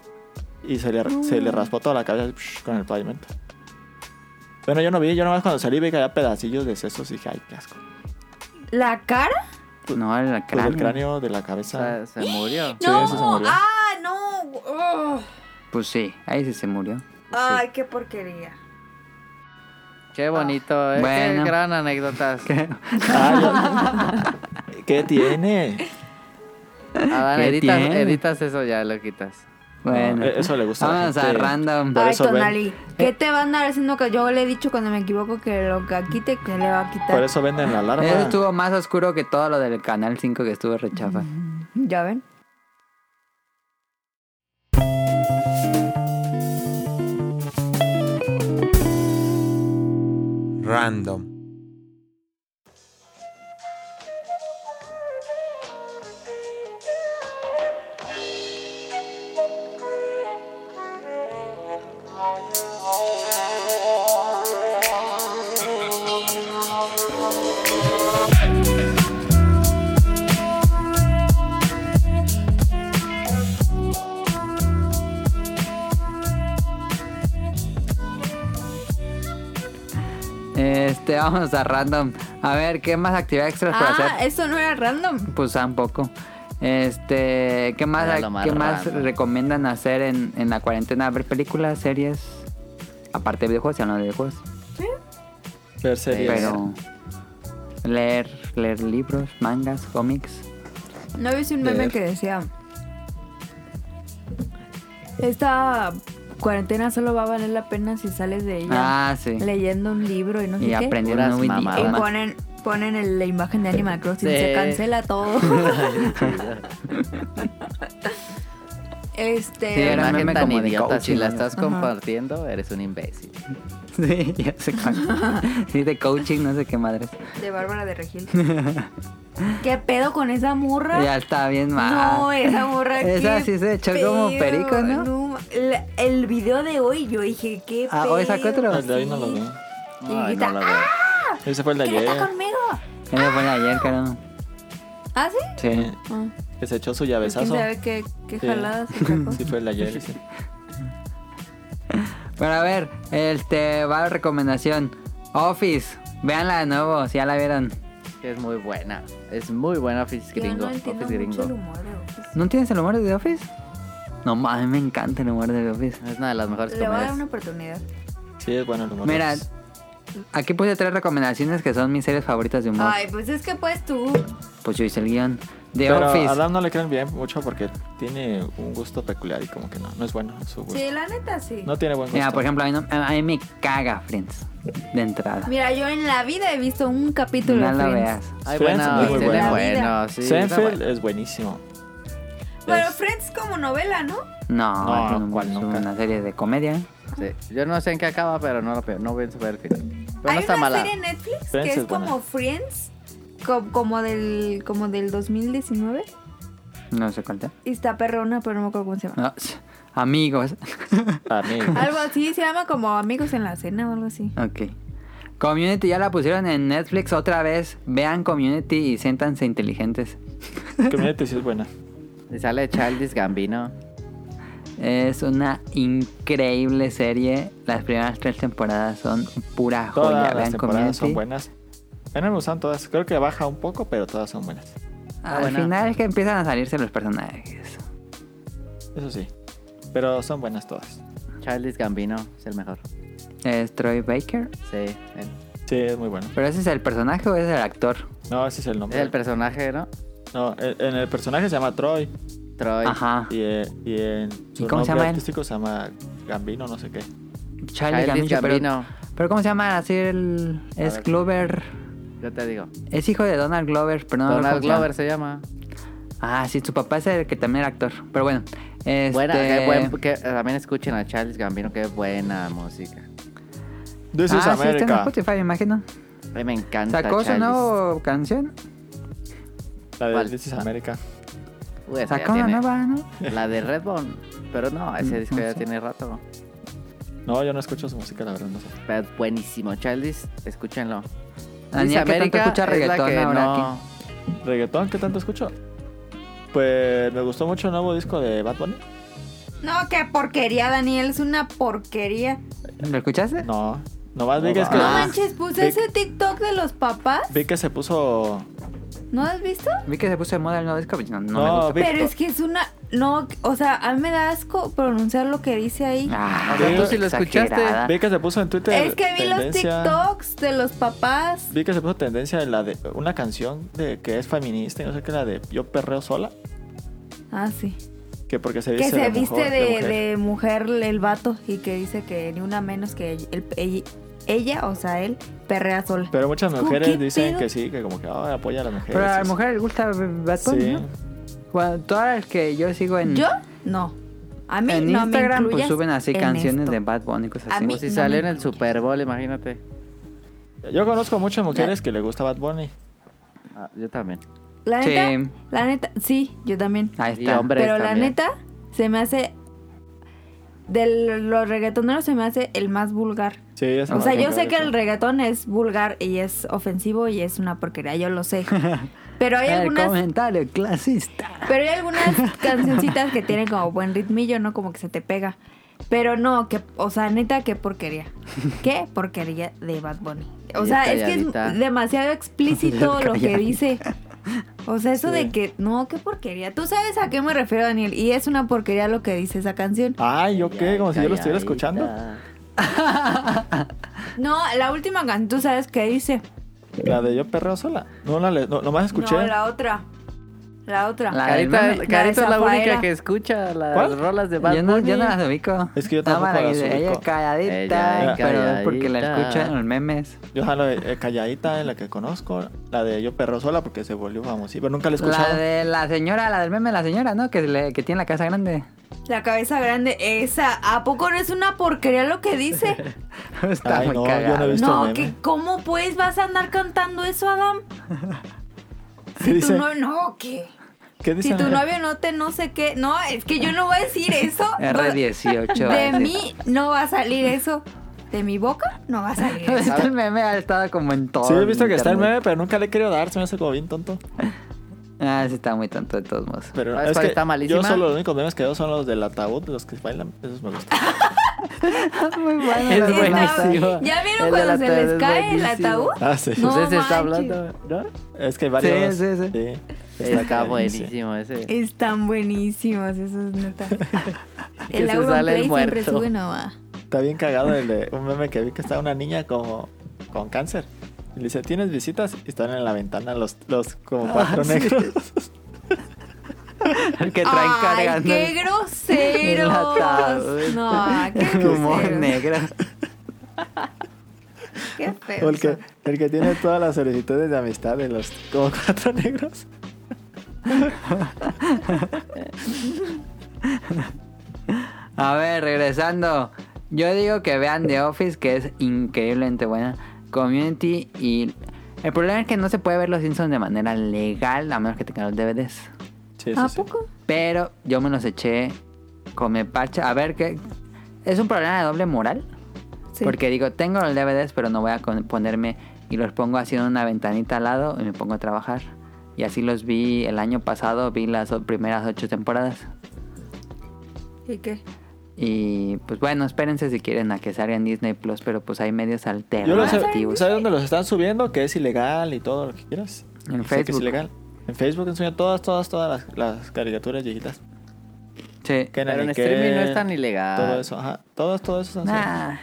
B: y se le, se le raspó toda la cabeza psh, con el pavimento. Bueno, yo no vi, yo nomás cuando salí vi que había pedacillos de sesos y dije, ay, qué asco.
D: ¿La cara?
A: No, el
B: Pues
A: cráneo.
B: el cráneo de la
C: O
B: cabeza.
C: sea, se murió.
B: Sí,
D: no,
B: ese se murió.
D: ah, no. oh.
A: Pues sí, ahí sí se murió.
B: Ah,
D: Ay, qué porquería.
C: Qué bonito, ¿eh?
A: Bueno.
C: Qué gran anécdotas.
B: Ah, yo- ¿Qué tiene?
C: Adán,
A: ¿Qué
C: editas,
A: tiene?
C: editas eso ya, lo quitas.
A: Bueno.
B: eh, eso le gusta a la
A: Vamos a
B: gente.
A: random.
B: Por
D: Ay,
B: eso ven. Eh.
D: Tonali, ¿qué te van a andar haciendo que yo le he dicho cuando me equivoco que lo que quite, que le va a quitar?
B: Por eso venden la alarma.
A: Eso estuvo más oscuro que todo lo del Canal 5 que estuvo rechafa.
D: Ya ven.
E: Random.
A: Este, vamos a random. A ver, ¿qué más actividades extras para
D: Ah,
A: hacer?
D: eso no era random.
A: Pues tampoco. Este, ¿qué más,
C: Era lo más
A: ¿qué más
C: random.
A: recomiendan hacer en, en la cuarentena? ¿Ver películas, series? Aparte de videojuegos, ya no de videojuegos.
B: Ver series.
A: Pero leer, leer libros, mangas, cómics.
D: No vi un meme
B: Ver.
D: que decía. Esta cuarentena solo va a valer la pena si sales de ella
A: Ah, sí.
D: leyendo un libro y no sé
A: Y
D: qué.
A: aprender un
C: Puras
A: nuevo
D: Y
C: mamadas.
A: idioma.
D: ponen, ponen el- la imagen de Animal Crossing,
C: Sí.
D: se cancela todo.
A: Sí,
D: este,
A: era un
C: Imagen
A: meme
C: tan
A: como de
C: idiota, si
A: coaching,
C: la
A: ¿no?
C: estás compartiendo, eres un imbécil.
A: Sí, ya sé cuál. Sí, de coaching, no sé qué madres.
D: de Bárbara de Regil. ¿Qué pedo con esa morra?
A: Ya está bien mal.
D: Ah. No, esa morra
A: Ah. Esa
D: qué
A: sí se echó como
D: pedo,
A: perico, ¿no?
D: ma- la- el video de hoy yo dije, ¿qué
A: Ah,
D: pedo?
A: ¿hoy sacó otro?
B: El de hoy no lo vi.
D: Y
C: Ay,
D: grita,
C: no la veo.
D: ¡ah!
B: Ese fue el de
D: ¿Quién está
B: ayer.
D: conmigo?
A: Ella fue ayer, caro.
D: ¿Ah, sí?
A: Sí.
B: Eh, Que se echó su
D: Pues, ¿Quién
B: llavezazo.
D: sabe qué, qué
B: Sí.
D: jalada se sacó?
B: Sí, fue el de ayer. ese.
A: Bueno, a ver, este va la recomendación. Office, véanla de nuevo, si ya la vieron.
C: Que es muy buena. Es muy buena Office
D: Yo
C: Gringo.
D: no entiendo
C: Office
D: mucho el
C: Gringo.
D: humor de Office.
A: ¿No tienes el humor de The Office? No mames, me encanta el humor de The Office.
C: Es una de las mejores
D: Le voy a dar
C: comedias.
D: una oportunidad.
B: Sí, es bueno el humor.
A: Mira, aquí puse tres recomendaciones que son mis series favoritas de humor.
D: Ay, pues es que pues tú.
A: Pues yo hice el guión. The
B: Pero
A: Office.
B: a Adam no le creen bien mucho porque tiene un gusto peculiar y como que no, no es bueno su gusto.
D: Sí, la neta sí.
B: No tiene buen gusto.
A: Mira, por ejemplo, a mí, no- a mí me caga Friends de entrada.
D: Mira, yo en la vida he visto un capítulo
A: No
D: de
A: la
D: Friends.
A: veas.
C: Hay
B: Friends
C: buena,
D: este,
B: es muy
C: tiene
D: buena.
C: bueno, sí. está
B: Seinfeld
C: buena.
B: es buenísimo.
D: Pero
B: Es-
D: Friends como novela, ¿no?
A: No,
B: No,
A: es, un-
B: ¿cuál
A: es
B: nunca?
A: una serie de comedia.
C: Sí. Yo no sé en qué acaba, pero no lo pe- no voy a saber el final. Pero
D: Hay
C: no está
D: una
C: mala.
D: serie en Netflix
B: Friends
D: que es
B: es buena.
D: como Friends, co- como del, como del 2019.
A: No sé cuál sea.
D: Y está perrona, pero no me acuerdo cómo se llama.
A: Ah, amigos.
B: Amigos.
D: Algo así, se llama como Amigos en la Cena o algo así.
A: ok. Community ya la pusieron en Netflix otra vez. Vean Community y siéntanse inteligentes.
B: Community sí es buena.
C: Y sale Childish Gambino.
A: Es una increíble serie. Las primeras tres temporadas son pura
B: Todas
A: joya.
B: las
A: Vean Community.
B: temporadas son buenas. A mí no me gustan todas. Creo que baja un poco, pero todas son buenas.
A: Al
C: Buena.
A: final es que empiezan a salirse los personajes.
B: Eso sí. Pero son buenas todas.
C: Childish Gambino es el mejor.
A: Es Eh, Troy Baker.
C: Sí, él.
B: Sí, es muy bueno.
A: ¿Pero ese es el personaje o es el actor?
B: No, ese es el
C: Es
B: nombre.
C: el personaje, ¿no?
B: no, en en el personaje se llama Troy.
C: Troy.
A: Ajá.
B: Y, eh, y en su
A: Ah. ¿Y cómo se
B: nombre
A: llama él?
B: artístico se llama Gambino, no sé qué.
A: Charlie Gambino.
C: Childish
A: Pero,
C: Ah, Gambino.
A: pero ¿cómo se llama? Así el... Es
B: ver.
A: Glover.
C: Yo te digo.
A: Es hijo de Donald Glover, pero no me acuerdo
C: Donald
A: cómo se llama.
C: Glover se llama.
A: Ah, sí, su papá es el que también era actor. Pero bueno. Este...
C: Buena, qué buen- que- también escuchen a Charles Gambino, qué buena música.
B: This is
A: Ah, sí, está en
B: America.
A: Spotify, me imagino.
C: A mí me encanta.
A: Sacó su
C: Childish.
A: nueva canción.
B: la de
C: ¿Cuál?
B: This is America.
C: Uy, esa ya
A: Sacó una
C: tiene-
A: nueva, ¿no?
C: La de Redbone. Pero no, ese disco
A: no
C: ya
A: sé.
C: tiene rato.
B: No, yo no escucho su música, la verdad, no sé.
C: Pero buenísimo, Childish, escúchenlo.
A: Daniel, que tanto escucha
C: es la
A: reggaetón
C: que
A: ahora
C: no- Ah,
A: aquí.
B: ¿Reggaetón? ¿Qué tanto escucho? Pues me gustó mucho el nuevo disco de Bad Bunny.
D: No, qué porquería, Daniel, es una porquería.
A: ¿Lo escuchaste?
B: No, nomás vi que, es
C: Ah.
B: que-
D: No manches, puse
B: Ve-
D: ese TikTok de los papás.
B: vi que se puso...
D: ¿No has visto?
A: Vi que se puso de moda el nuevo disco, pero no, no me
B: No,
A: gusta.
B: vi-
D: Pero es que es una. No, o sea, a mí me da asco pronunciar lo que dice ahí.
A: Ah,
C: O sea,
B: tú
C: sí lo Ah.
A: exagerada.
B: Vi que se puso en Twitter.
D: es que vi los
B: tendencia-
D: TikToks de los papás.
B: Vi que se puso tendencia en la de una canción de que es feminista y no sé qué, la de Yo perreo sola.
D: Ah, sí.
B: Que porque se
D: que
B: viste
D: se
B: de
D: viste
B: mujer-
D: de,
B: de mujer.
D: de mujer el vato y que dice que ni una menos que ella, el- ella, ella, o sea, él, perrea sola.
B: Pero muchas
D: ¿Cómo
B: mujeres
D: qué
B: dicen
D: pedo?
B: que sí, que como que "Ay, apoya a las mujeres.
A: Pero a la
B: sí,
A: mujer le gusta Bad Bunny,
B: Sí.
A: ¿no? Bueno, todas las que yo sigo en,
D: Yo no. A mí
A: en
D: no
A: Instagram,
D: me
A: pues
D: incluyas
A: suben así
D: en
A: canciones
D: esto.
A: de Bad Bunny y cosas
D: A
A: así.
D: mí-
C: Como si
D: no
C: salió en
D: me
C: el Super Bowl, imagínate.
B: Yo conozco muchas mujeres que le gusta Bad Bunny.
C: Ah, yo también.
D: La
A: Sí.
D: neta, la neta, sí, yo también.
A: Ahí
C: Y
A: está.
C: hombre.
D: Pero la
C: también.
D: neta, se me hace. De los reggaetoneros, se me hace el más vulgar.
B: Sí, es
D: O sea,
B: una
D: yo sé que
B: mujer.
D: el reggaetón es vulgar y es ofensivo y es una porquería, yo lo sé. Pero hay
A: El
D: algunas,
A: comentario clasista.
D: pero hay algunas cancioncitas que tienen como buen ritmillo, ¿no? Como que se te pega. Pero no, que, o sea, neta, qué porquería. Qué porquería de Bad Bunny. O
C: Y
D: sea, es
C: es
D: que
C: calladita.
D: es demasiado explícito lo que
A: Calladita.
D: dice. O sea, eso
B: Sí.
D: de que, no, qué porquería. Tú sabes a qué me refiero, Daniel. Y es una porquería lo que dice esa canción.
B: Ay, ¿yo qué? Como si yo lo estuviera
C: Calladita.
B: escuchando.
D: No, la última canción, tú sabes qué dice.
B: La de Yo perreo sola. No, la le- no, nomás escuché.
D: No, la otra. La otra.
A: La- del
C: Carita,
A: meme.
C: Carita
D: La
C: es la
D: zafaera.
C: única que escucha las
B: ¿Cuál?
C: rolas de Bad
A: Yo no,
C: Bunny.
A: yo no las ubico.
B: Es que yo
A: Nada más
B: tampoco
A: la
B: las
A: que dice, Ella
B: ubico.
A: calladita,
C: Ella
A: pero
C: calladita.
A: porque la escuchan en los memes.
B: Yo la de eh, Calladita es la que conozco. La de Yo perreo sola porque se volvió famosísima. Pero nunca la he
A: La
B: escuchado.
A: de la señora, la del meme, la señora, ¿no? Que, le- que tiene la casa grande.
D: La cabeza grande, esa. ¿A poco no es una porquería lo que dice?
A: Está
B: Ay,
A: muy
B: no, yo no he
A: cagada.
B: visto.
D: no,
B: el meme.
D: que ¿cómo pues vas a andar cantando eso, Adam?
B: ¿Qué
D: Si tu
B: dice?
D: no, no, ¿qué?
B: ¿Qué dice?
D: Si tu novio no te no sé qué. No, es que yo no voy a decir eso. Pues,
A: R18. va a
D: De
A: decir.
D: mí no va a salir eso. De mi boca no va a salir eso.
A: Este meme ha estado como en todo.
B: Sí, he visto que está el
A: internet.
B: meme, pero nunca le he querido dar. Se me hace como bien tonto.
A: Ah, sí, está muy tonto de todos modos.
B: Pero
C: ¿Sabes
B: es
C: cuál
B: que
C: está malísima?
B: yo solo los únicos memes que veo son los del ataúd, los que bailan. Esos me gustan.
A: muy bueno.
C: Es
A: los
D: Sí, está-
C: buenísimo.
D: ¿Ya vieron
C: El
D: cuando
C: del
D: se
C: ataúd
D: les
C: es
D: cae el
C: buenísimo.
D: ataúd?
B: Ah, sí.
D: No
C: Pues ese está
D: manches.
C: hablando, ¿no?
B: Es que varios.
A: Sí, sí, sí.
C: Está,
B: cañón, sí.
C: buenísimo ese.
D: Están buenísimos esos neta.
C: Que
D: El
C: se
D: Auron
C: sale el
D: Play siempre
C: muerto.
D: sube nomás.
B: Está bien cagado el de un meme que vi que estaba una niña como con cáncer. Y le dice, ¿tienes visitas? Y están en la ventana los, los como cuatro negros.
A: El que traen
D: Ay,
A: cargando.
D: qué
A: el- el ataúd.
D: groseros. No, qué
A: el humor
D: groseros.
A: negro.
D: Qué
B: O
D: feo.
B: el que, el que tiene todas las solicitudes de amistad de los como cuatro negros.
A: A ver, regresando. Yo digo que vean The Office, que es increíblemente buena. Community y... El problema es que no se puede ver Los Simpsons de manera legal, a menos que tengan los DVDs.
B: Sí,
D: ¿A
B: sí, sí.
D: poco?
A: Pero yo me los eché con mi pacha. A ver, ¿qué? ¿Es un problema de doble moral?
D: Sí.
A: Porque digo, tengo los DVDs, pero no voy a con- ponerme y los pongo así en una ventanita al lado y me pongo a trabajar. Y así los vi el año pasado, vi las o- primeras ocho temporadas.
D: ¿Y qué?
A: Y pues bueno, espérense si quieren a que salga en Disney Plus, pero pues hay medios
B: Yo
A: Ah,
B: lo sé.
A: alternativos.
B: ¿Sabes dónde los están subiendo? Que es ilegal y todo lo que quieras.
A: En
B: Sé que es
A: Facebook.
B: ilegal. En Facebook enseñan todas, todas, todas las, las caricaturas viejitas.
A: Sí.
B: Que
C: Pero en
B: que-
C: streaming no es tan ilegal.
B: Todo eso, ajá. Todos, todo eso están subiendo.
A: Nah,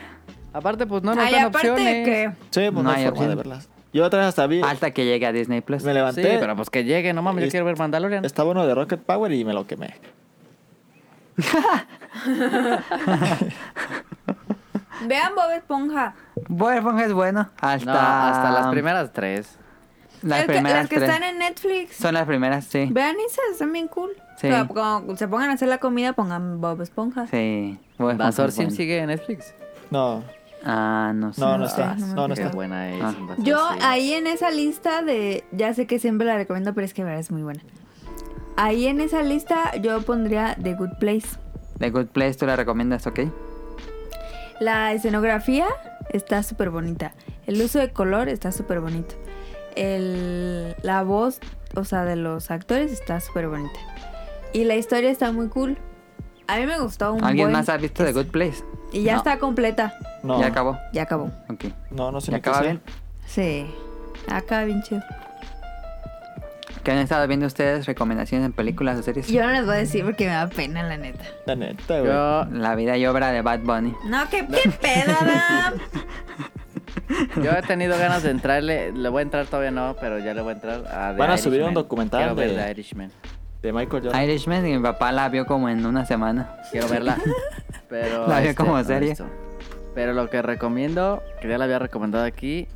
C: Aparte, pues no nos
D: Ay,
C: dan
D: aparte
C: opciones.
D: que...
B: Sí, pues no,
A: No
B: hay
A: hay
B: forma
A: opción.
B: de verlas. Yo otra vez hasta vi.
A: hasta que llegue a Disney Plus.
B: Me levanté.
C: Sí, pero pues que llegue, no mames, yo
B: Es-
C: quiero ver Mandalorian.
B: Estaba uno de Rocket Power y me lo quemé.
D: Vean Bob Esponja.
A: Bob Esponja es bueno. Hasta,
C: No, hasta las primeras tres.
A: las
D: Es que-
A: primeras
D: las que
A: tres.
D: están en Netflix.
A: Son las primeras, sí.
D: Vean esas, están bien cool.
A: Sí.
D: Pero cuando se pongan a hacer la comida, pongan Bob Esponja.
A: Sí. Bob Esponja
C: ¿Basor
A: es
C: Sim
A: Pues, bueno.
C: sigue en Netflix?
B: No,
A: Ah, no sé.
B: no, no
D: no
B: está.
D: sé, no me
B: No, no
C: Qué
B: está.
C: buena es.
A: Ah.
C: Invasor
D: Yo
C: Sim.
D: ahí en esa lista de... Ya sé que siempre la recomiendo, pero es que de verdad es muy buena. Ahí en esa lista yo pondría The Good Place.
A: The Good Place, tú la recomiendas, ¿ok?
D: La escenografía está súper bonita. El uso de color está súper bonito. El, la voz, o sea, de los actores está súper bonita. Y la historia está muy cool. A mí me gustó un
A: ¿Alguien
D: buen-
A: más ha visto The Good Place?
D: Y ya
A: No.
D: está completa.
B: No,
A: Ya acabó.
D: Ya acabó.
A: Ok.
B: no, no sé
A: ¿Ya
B: ni qué
A: acaba
B: sea.
A: bien?
D: Sí. Acá bien chido.
A: ¿Qué han estado viendo ustedes? ¿Recomendaciones en películas o series?
D: Yo no les voy a decir porque me da pena, la neta.
B: La neta, güey.
C: Yo,
A: La vida y obra de Bad Bunny.
D: No, qué, qué pedo, Adam.
C: yo he tenido ganas de entrarle. Le voy a entrar todavía no, pero ya le voy a entrar. A The
B: Van a subir un
C: Irishman.
B: documental
C: Quiero ver
B: de-
C: The Irishman.
B: De Michael Jordan.
A: Irishman y mi papá la vio como en una semana.
C: Quiero verla. Pero. este,
A: La vi como
C: no la he
A: serie.
C: visto. Pero lo que recomiendo, que ya la había recomendado aquí.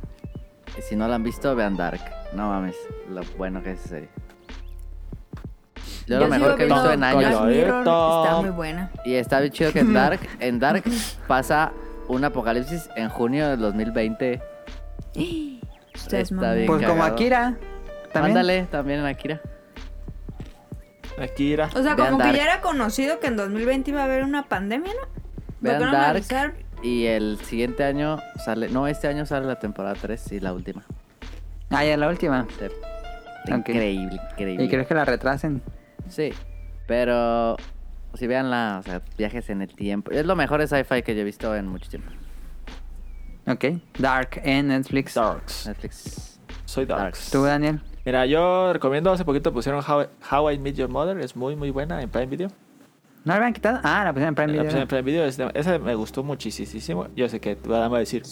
C: y Si no la han visto, vean Dark. No mames, lo bueno que es esa serie. Yo, lo
D: sigo
C: mejor que he
D: viendo
C: visto en
D: Black
C: años.
D: Mirror,
B: Coyote.
D: Está muy buena.
C: Y está bien chido que en Dark, en Dark pasa un apocalipsis en junio del 2020.
D: Ustedes
C: Está
D: mamones.
C: bien.
A: Pues como
C: cagado.
A: Akira. También.
C: Ándale, también en Akira.
B: Akira.
D: O sea,
C: Vean
D: como
C: Dark.
D: que ya era conocido que en 2020 iba a haber una pandemia, ¿no?
C: Vean
D: Porque no me
C: Dark.
D: avisaron.
C: Y el siguiente año sale, no, este año sale la temporada 3 y la última.
A: Ah, ya la última.
C: Sí.
A: Ok.
C: Increíble, increíble.
A: ¿Y crees que la retrasen?
C: Sí, pero si vean la, o sea, viajes en el tiempo. Es lo mejor de sci-fi que yo he visto en mucho tiempo.
A: Ok. Dark en Netflix.
B: Darks.
C: Netflix.
B: Soy Darks.
A: ¿Tú, eh. Daniel?
B: Mira, yo recomiendo, hace poquito pusieron How, How I Meet Your Mother, es muy muy buena en Prime Video. Eh,
A: ¿No la habían quitado? Ah, la pusieron en Prime
B: La pusieron
A: Video.
B: en Prime Video, es de- esa me gustó muchísimo. Yo sé que tú Adam va a decir,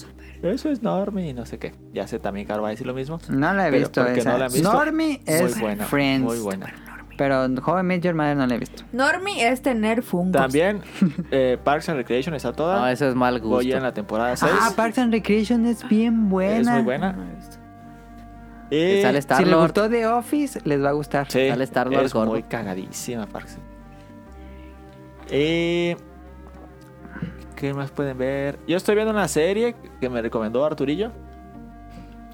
B: eso es Normie y no sé qué. Ya sé también que ahora va a decir lo mismo.
A: No la he
B: Pero
A: visto
B: porque
A: esa.
B: no la han visto,
A: Normie Mm, es
B: muy buena,
A: Friends.
B: Muy buena.
A: Pero Joven Major Mother no la he visto.
D: Normie es tener fungos.
B: También eh, Parks and Recreation está toda.
C: No, eso es mal gusto.
B: Ah, Voy en la temporada 6.
A: Ah, Parks and Recreation es bien buena.
B: es muy buena. Y
C: Y sale
A: Si les
C: Star-Lord.
A: gustó The Office, les va a gustar.
B: Eh, sí,
C: sale Star-Lord
B: es
C: gordo.
B: muy cagadísima Parks. Y ¿Qué más pueden ver? Yo estoy viendo una serie que me recomendó Arturillo.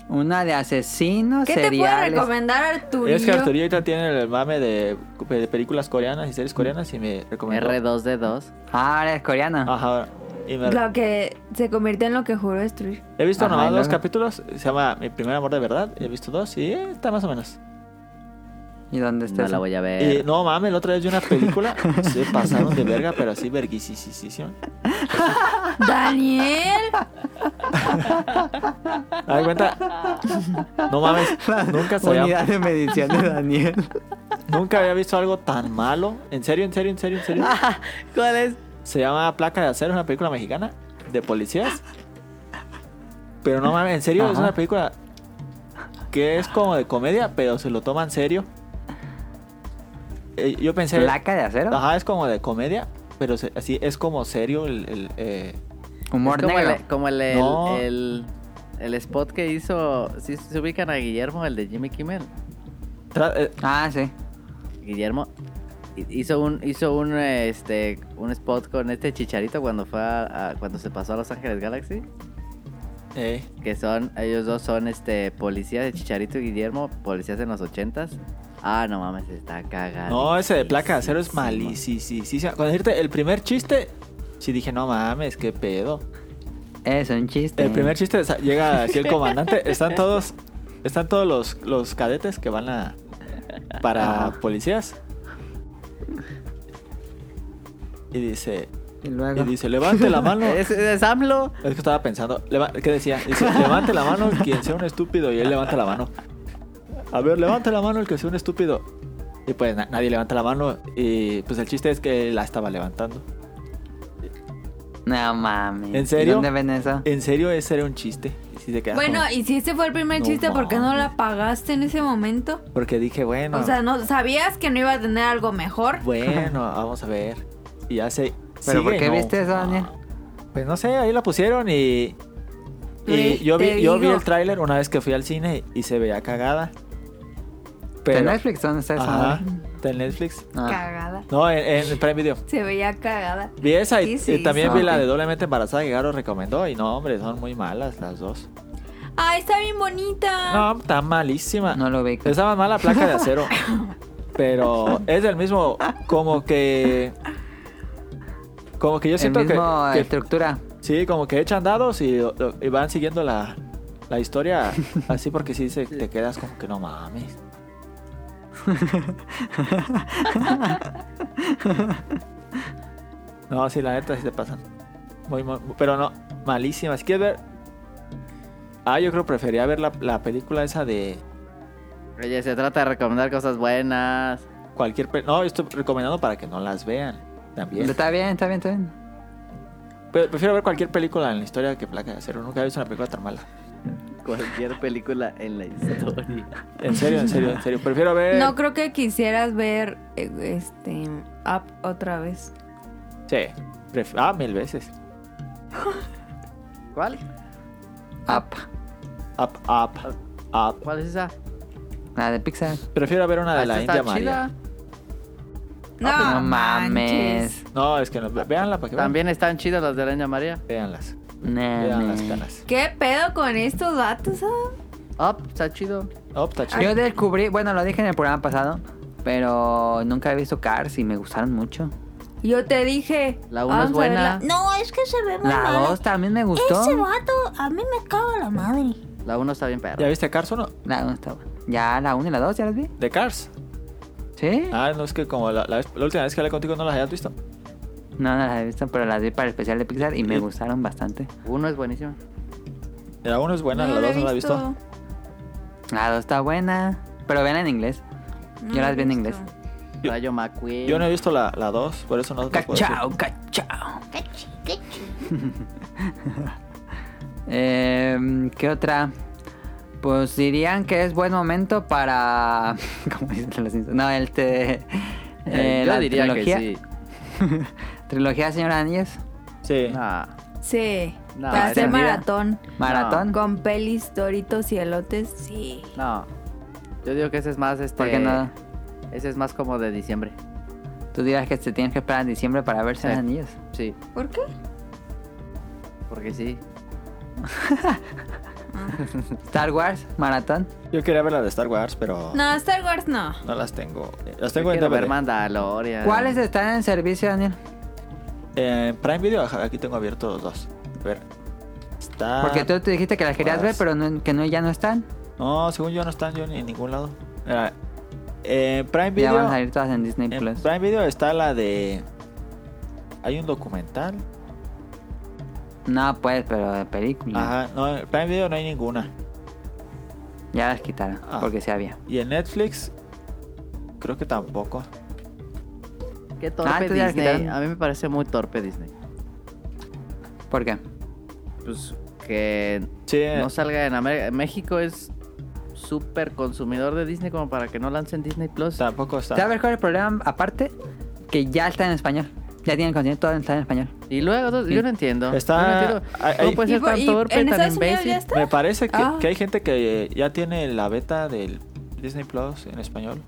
A: Una de asesinos
D: ¿Qué te
A: seriales.
D: puede recomendar Arturillo?
B: Es que Arturillo ahorita tiene el mame de, de películas coreanas y series coreanas y me recomendó.
C: R2D2.
A: ah, ahora es coreana.
B: Ajá. Y me-
D: Lo que se convirtió en lo que juró destruir.
B: He visto
A: Ajá,
B: nomás
A: y
B: dos
A: luego.
B: capítulos. Se llama Mi primer amor de verdad. He visto dos y eh, está más o menos.
A: ¿Y dónde está?
C: No la
A: eso?
C: voy a ver.
B: Y no mames, la otra vez vi una película. se pasaron de verga, pero así verguisísima.
D: ¡Daniel!
B: Haz de cuenta. No mames, nunca se había,
A: Unidad de medición de Daniel.
B: nunca había visto algo tan malo. En serio, en serio, en serio, en serio.
C: ¿Cuál es?
B: Se llama Placa de Acero, es una película mexicana de policías. Pero no mames, en serio, es
A: Ajá.
B: una película que es como de comedia, pero se lo toma en serio. Eh, yo pensé.
A: Placa de acero.
B: Ajá, es como de comedia, pero se- así es como serio el. el, eh,
A: Humor
C: como
A: negro.
C: el, e, como el, el,
B: No.
C: el, el spot que hizo. Si se ubican a Guillermo, el de Jimmy Kimmel.
B: tra- eh,
A: Ah, sí.
C: Guillermo hizo un hizo un este un spot con este chicharito cuando fue a- a- cuando se pasó a Los Ángeles Galaxy
B: Eh,
C: que son ellos dos son este policías de Chicharito y Guillermo policías en los ochentas ah no mames está cagado
B: No, ese de placa de acero es malísimo. Cuando dijiste el primer chiste, sí dije, no mames, qué pedo.
A: Es un chiste.
B: El primer chiste sa- llega aquí el comandante. Están todos, están todos los, los cadetes que van a para policías. Y dice,
A: Y
B: y
A: luego.
B: dice, levante la mano.
C: es, es AMLO
B: Es que estaba pensando, leva- ¿qué decía? Dice, levante la mano quien sea un estúpido y él levanta la mano. A ver, levante la mano el que sea un estúpido. Y pues na- nadie levanta la mano y pues el chiste es que él la estaba levantando.
A: No mames.
B: ¿En serio? Eh,
A: ¿Dónde ven eso?
B: En serio, ese era un chiste. Y sí se queda
D: Bueno,
B: como-
D: y si este fue el primer
B: No
D: chiste, ¿por qué no
B: mames.
D: la pagaste en ese momento?
B: porque dije, bueno,
D: O sea, ¿no sabías que no iba a tener algo mejor?
B: bueno, vamos a ver. Y ya se...
A: ¿Pero por
B: sigue,
A: qué
B: no.
A: viste eso, Daniel?
B: Pues no sé, ahí la pusieron y. Y
D: Güey,
B: yo
D: te
B: vi, yo vi
D: digo.
B: el tráiler una vez que fui al cine y se veía cagada.
A: ¿De
B: Pero,
A: Netflix dónde está esa
B: Ajá,
A: madre?
B: está en Netflix.
A: Ah,
D: Cagada.
B: No, en, en Prime Video.
D: Se veía cagada.
B: Vi esa y,
D: Sí, sí,
B: y también
A: sí.
B: vi la
A: Ok.
B: de Doblemente Embarazada que Garo recomendó. Y no, hombre, son muy malas las dos.
D: ¡Ay, está bien bonita!
B: No, está malísima.
A: no lo vi.
B: Está más mala placa de acero. pero es del mismo. Como que. Como que yo
A: El
B: siento que-
A: mismo
B: que
A: estructura.
B: Sí, como que echan dados y, y van siguiendo la, la historia así porque si se, te quedas como que no mames. No, sí, la neta sí te pasan. Muy, muy- pero no, malísima. Si quieres ver... Ah, yo creo que prefería ver la, la película esa de
C: oye se trata de recomendar cosas buenas
B: cualquier... pe- No, yo estoy recomendando para que no las vean también.
A: Está bien, está bien, está bien.
B: Pero prefiero ver cualquier película en la historia que Placa de Acero. Nunca he visto una película tan mala.
C: cualquier película en la historia
B: En serio, en serio, en serio. Prefiero ver...
D: No creo que quisieras ver eh, este Up otra vez.
B: Sí. pref- Ah, mil veces.
C: ¿cuál?
G: Ah.
A: Up.
B: Up, up, up.
C: ¿cuál es esa?
A: La de Pixar.
B: Prefiero ver una de
C: Ah,
B: la
C: esta está
B: India María.
D: No,
C: pues,
A: no
D: manches.
A: mames.
B: No, es que no. Veanla para que vean.
C: también están chidas las de la India María
B: Veanlas. Vean las
A: Nah, nah.
B: canas.
D: ¿Qué pedo con estos ah? datos?
C: Up está chido
B: Up, está chido.
A: Yo descubrí, bueno, lo dije en el programa pasado, pero nunca he visto Cars y me gustaron mucho.
D: Yo te dije.
C: La uno es
D: vamos a ver
C: buena.
D: la-
G: No, es que se ve muy
A: La
G: mal.
A: 2 también me gustó.
G: Ese vato, a mí me caga la madre.
C: la uno está bien perra
B: ¿Ya viste Cars 1?
A: La 1 está buena. Ya la 1 y la 2 ya las vi.
B: ¿De Cars?
A: ¿Sí?
B: Ah, no, es que como la, la vez- la última vez que hablé contigo no las hayas visto.
A: No, no las he visto, pero las vi para el especial de Pixar y me
B: Sí.
A: gustaron bastante.
C: uno es buenísimo
B: La 1 es buena, la 2 no la he visto.
A: La 2 está buena, pero vean en inglés.
D: No
A: Yo
D: la
A: las
D: he
A: vi en
D: visto.
A: inglés.
B: Yo-
C: Rayo McQueen
B: Yo no he visto la 2, por eso no no puedo decir.
A: Cachao, cachao.
G: Qué chi- qué chi-
A: Eh, ¿Qué otra? Pues dirían que es buen momento para. ¿Cómo dicen los inst- No, el te.
C: Eh,
A: eh,
C: yo
A: la
C: diría
A: trilogía,
C: que sí
A: Trilogía Señora Anilles.
B: Sí.
C: Nah.
D: Sí.
C: No,
D: Para hacer
A: esa-
D: maratón.
A: Maratón.
D: Con pelis, doritos y elotes. Sí.
C: No. Yo digo que ese es más este.
A: ¿Por qué no?
C: Ese es más como de diciembre.
A: Tú dirás que te tienes que esperar en diciembre para ver Señora
C: Sí.
A: Anillos.
C: Sí,
D: ¿Por qué?
C: porque sí.
A: Star Wars, maratón.
B: Yo quería ver la de Star Wars, pero no,
D: No, Star Wars no.
B: las tengo. Las
C: Yo
B: tengo en
C: quiero ver
B: DVD.
C: Mandalorian.
A: ¿Cuáles están en servicio, Daniel?
B: En Eh, Prime Video, ajá, aquí tengo abiertos los dos. A ver. Está.
A: Porque tú te dijiste que las querías ver,
B: Wars.
A: pero no- que no, ya no están.
B: No, según yo no están yo ni en ningún lado. Mira, en Prime
A: Ya van
B: Video.
A: a salir todas en Disney
B: En
A: Plus.
B: Prime Video está la de. Hay un documental.
A: No, pues, pero de película.
B: Ajá, no, en Prime Video no hay ninguna.
A: Ya las quitaron,
B: Ah.
A: porque se había.
B: Y en Netflix, creo que tampoco.
C: Qué torpe
A: Ah, tú ya
C: Disney.
A: quitaron.
C: A mí me parece muy torpe Disney.
A: ¿Por qué?
C: Pues que
B: Sí, eh,
C: no salga en América. México es súper consumidor de Disney como para que no lancen Disney Plus.
B: tampoco está.
A: ¿Sabes cuál es el problema? Aparte, que ya está en español. Ya tienen contenido, todo está en español.
C: Y luego, dos- yo no entiendo.
B: Está-
C: Yo no entiendo.
B: hay-
C: ¿Cómo
B: hay-
C: puede
D: ¿Y
C: ser
D: por-
C: Pues tan
D: y
C: torpe,
D: en
C: tan
D: Estados Unidos
C: imbécil?
D: ya está?
B: Me parece que,
D: Ah.
B: que hay gente que ya tiene la beta del Disney Plus en español.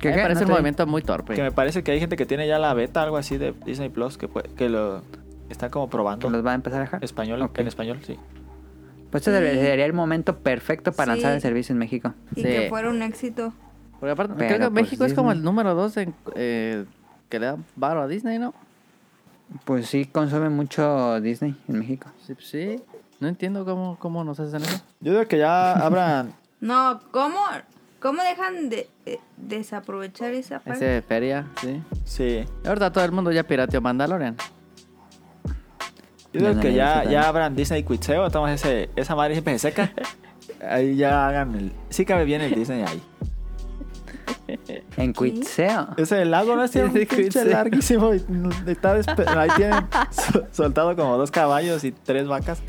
A: ¿Qué,
C: me
A: qué? No
C: parece un
A: te-
C: movimiento muy torpe.
B: Que me parece que hay gente que tiene ya la beta, algo así de Disney Plus, que, puede- que lo están como
A: que
B: probando.
A: los va a empezar a dejar.
B: Español,
A: Ok.
B: En español, sí.
A: Pues este sería el momento perfecto para lanzar
D: Sí.
A: el servicio en México.
D: Y
C: Sí.
D: que fuera un éxito.
C: Porque aparte,
A: Pero,
C: creo que
A: pues,
C: México es como
A: Disney.
C: el número dos en, eh, que le da varo a Disney, ¿no?
A: Pues sí, consume mucho Disney en México.
C: Sí, pues, sí. No entiendo cómo, cómo nos hacen eso.
B: Yo digo que ya abran.
D: No, ¿cómo, cómo dejan de eh, desaprovechar esa parte?
C: Ese feria, sí.
B: sí.
C: Y Ahorita todo el mundo ya pirateó Mandalorian.
A: Ya
B: Yo digo
A: no
B: que
A: le
B: ya,
A: gusta
B: ya
A: tanto.
B: abran Disney Quitseo, estamos ese, esa madre siempre se seca. Ahí ya hagan el. Sí cabe bien el Disney ahí.
A: En Cuitseo.
B: Ese lago no es un
C: Disney
B: pinche
C: Quitseo.
B: larguísimo. y está despe- ahí tienen so- soltado como dos caballos y tres vacas.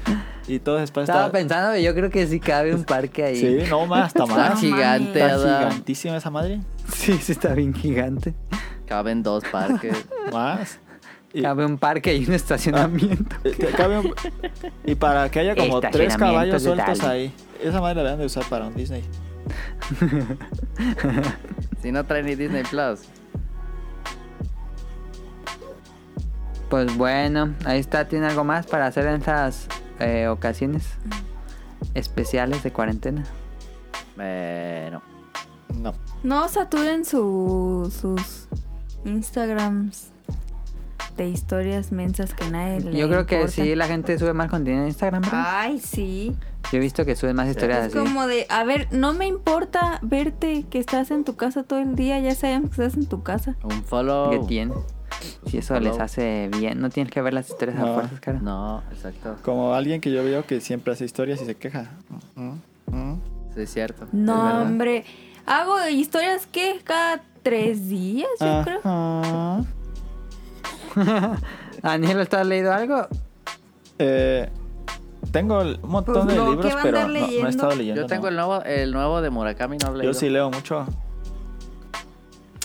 B: Y todo después
A: Estaba
B: está.
A: pensando, yo creo que sí cabe un parque ahí.
B: Sí, no más, está
C: Está
B: más.
C: gigante,
B: Está
C: Adam.
B: gigantísima esa madre.
A: sí, sí está bien gigante.
C: Caben dos parques.
B: Más. Y-
A: Cabe un parque y un estacionamiento.
B: Eh, que cabe un- Y para que haya como tres
A: Estacionamiento
B: caballos
A: de
B: sueltos
A: Dali.
B: ahí. Esa madre la deberían de usar para un Disney.
C: si no traen ni Disney Plus.
A: Pues bueno, ahí está. ¿Tiene algo más para hacer en estas eh, ocasiones especiales de cuarentena?
C: Bueno.
B: No.
D: No saturen su- sus Instagrams de historias mensas que nadie le
A: Yo creo que
D: importa.
A: sí, la gente sube más contenido en Instagram. ¿verdad?
D: Ay, sí.
A: Yo he visto que suben más historias
D: Es
A: así.
D: como de, a ver, no me importa verte que estás en tu casa todo el día, ya sabemos que estás en tu casa.
C: Un follow.
A: que tienen. Si eso les
C: Hello.
A: hace bien, no tienes que ver las historias
B: No.
A: a fuerzas, cara.
C: No, exacto.
B: Como alguien que yo veo que siempre hace historias y se queja. Mm, mm.
C: Sí, es cierto. Es
D: No,
C: verdad.
D: hombre. Hago historias que cada tres días, yo
B: Ah,
D: creo.
B: Ajá.
A: Daniel, ¿tú has leído algo?
B: Eh, tengo el- un montón
D: Pues
B: de
D: no, ¿qué
B: libros,
D: va a
B: pero no,
D: andar
B: no he
D: leyendo?
B: estado leyendo.
C: Yo tengo
B: no.
C: el nuevo, el nuevo de Murakami, no lo he
B: Yo
C: leído.
B: sí leo mucho.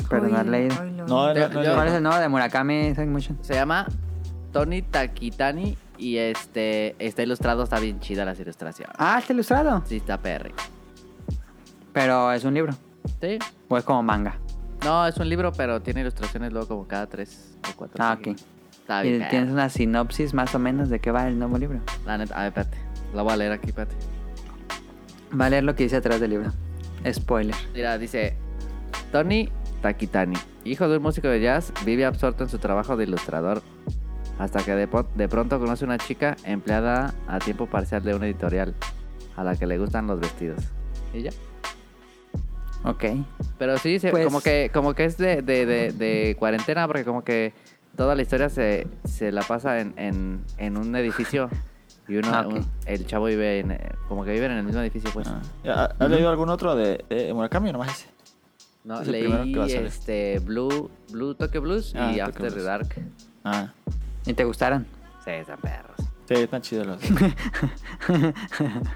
A: Pero no has
D: Oilo,
A: leído.
D: oilo.
B: No, eh.
C: Yo-
B: no, no,
C: yo-
A: ¿Cuál es
B: leo.
A: el nuevo de Murakami Motion?
C: Se llama Tony Takitani y este está ilustrado, está bien chida las ilustraciones.
A: Ah, está ilustrado.
C: Sí, está perri.
A: Pero es un libro.
C: Sí.
A: O es como manga.
C: No, es un libro, pero tiene ilustraciones luego como cada tres o cuatro.
A: Ah,
C: páginas.
A: ok.
C: Está
A: Y
C: bien. perro.
A: tienes una sinopsis más o menos de qué va el nuevo libro.
C: La neta, a ver, espérate. La voy a leer aquí, espérate.
A: Va a leer lo que dice atrás del libro. Spoiler.
C: Mira, dice Tony Takitani, hijo de un músico de jazz, vive absorto en su trabajo de ilustrador hasta que de, po- de pronto conoce una chica empleada a tiempo parcial de una editorial a la que le gustan los vestidos. Y ya.
A: Ok.
C: Pero sí, se-
A: Pues-
C: como que como que es de, de- de- de cuarentena, porque como que toda la historia se, se la pasa en, en- en un edificio y uno,
A: Ah, ok.
C: un- el chavo vive en, eh, como que viven en el mismo edificio, pues.
B: Ah, ¿ha- ¿Has leído algún otro de, de Murakami o nomás ese?
C: No,
B: Es el primero
C: leí
B: que va a salir.
C: este Blue, Blue Tokyo Blues
B: Ah,
C: y
B: Tokyo
C: After the
B: Blues.
C: Dark.
B: Ah,
A: ¿Y te gustaron?
C: Sí, están perros.
B: sí, están chidos los.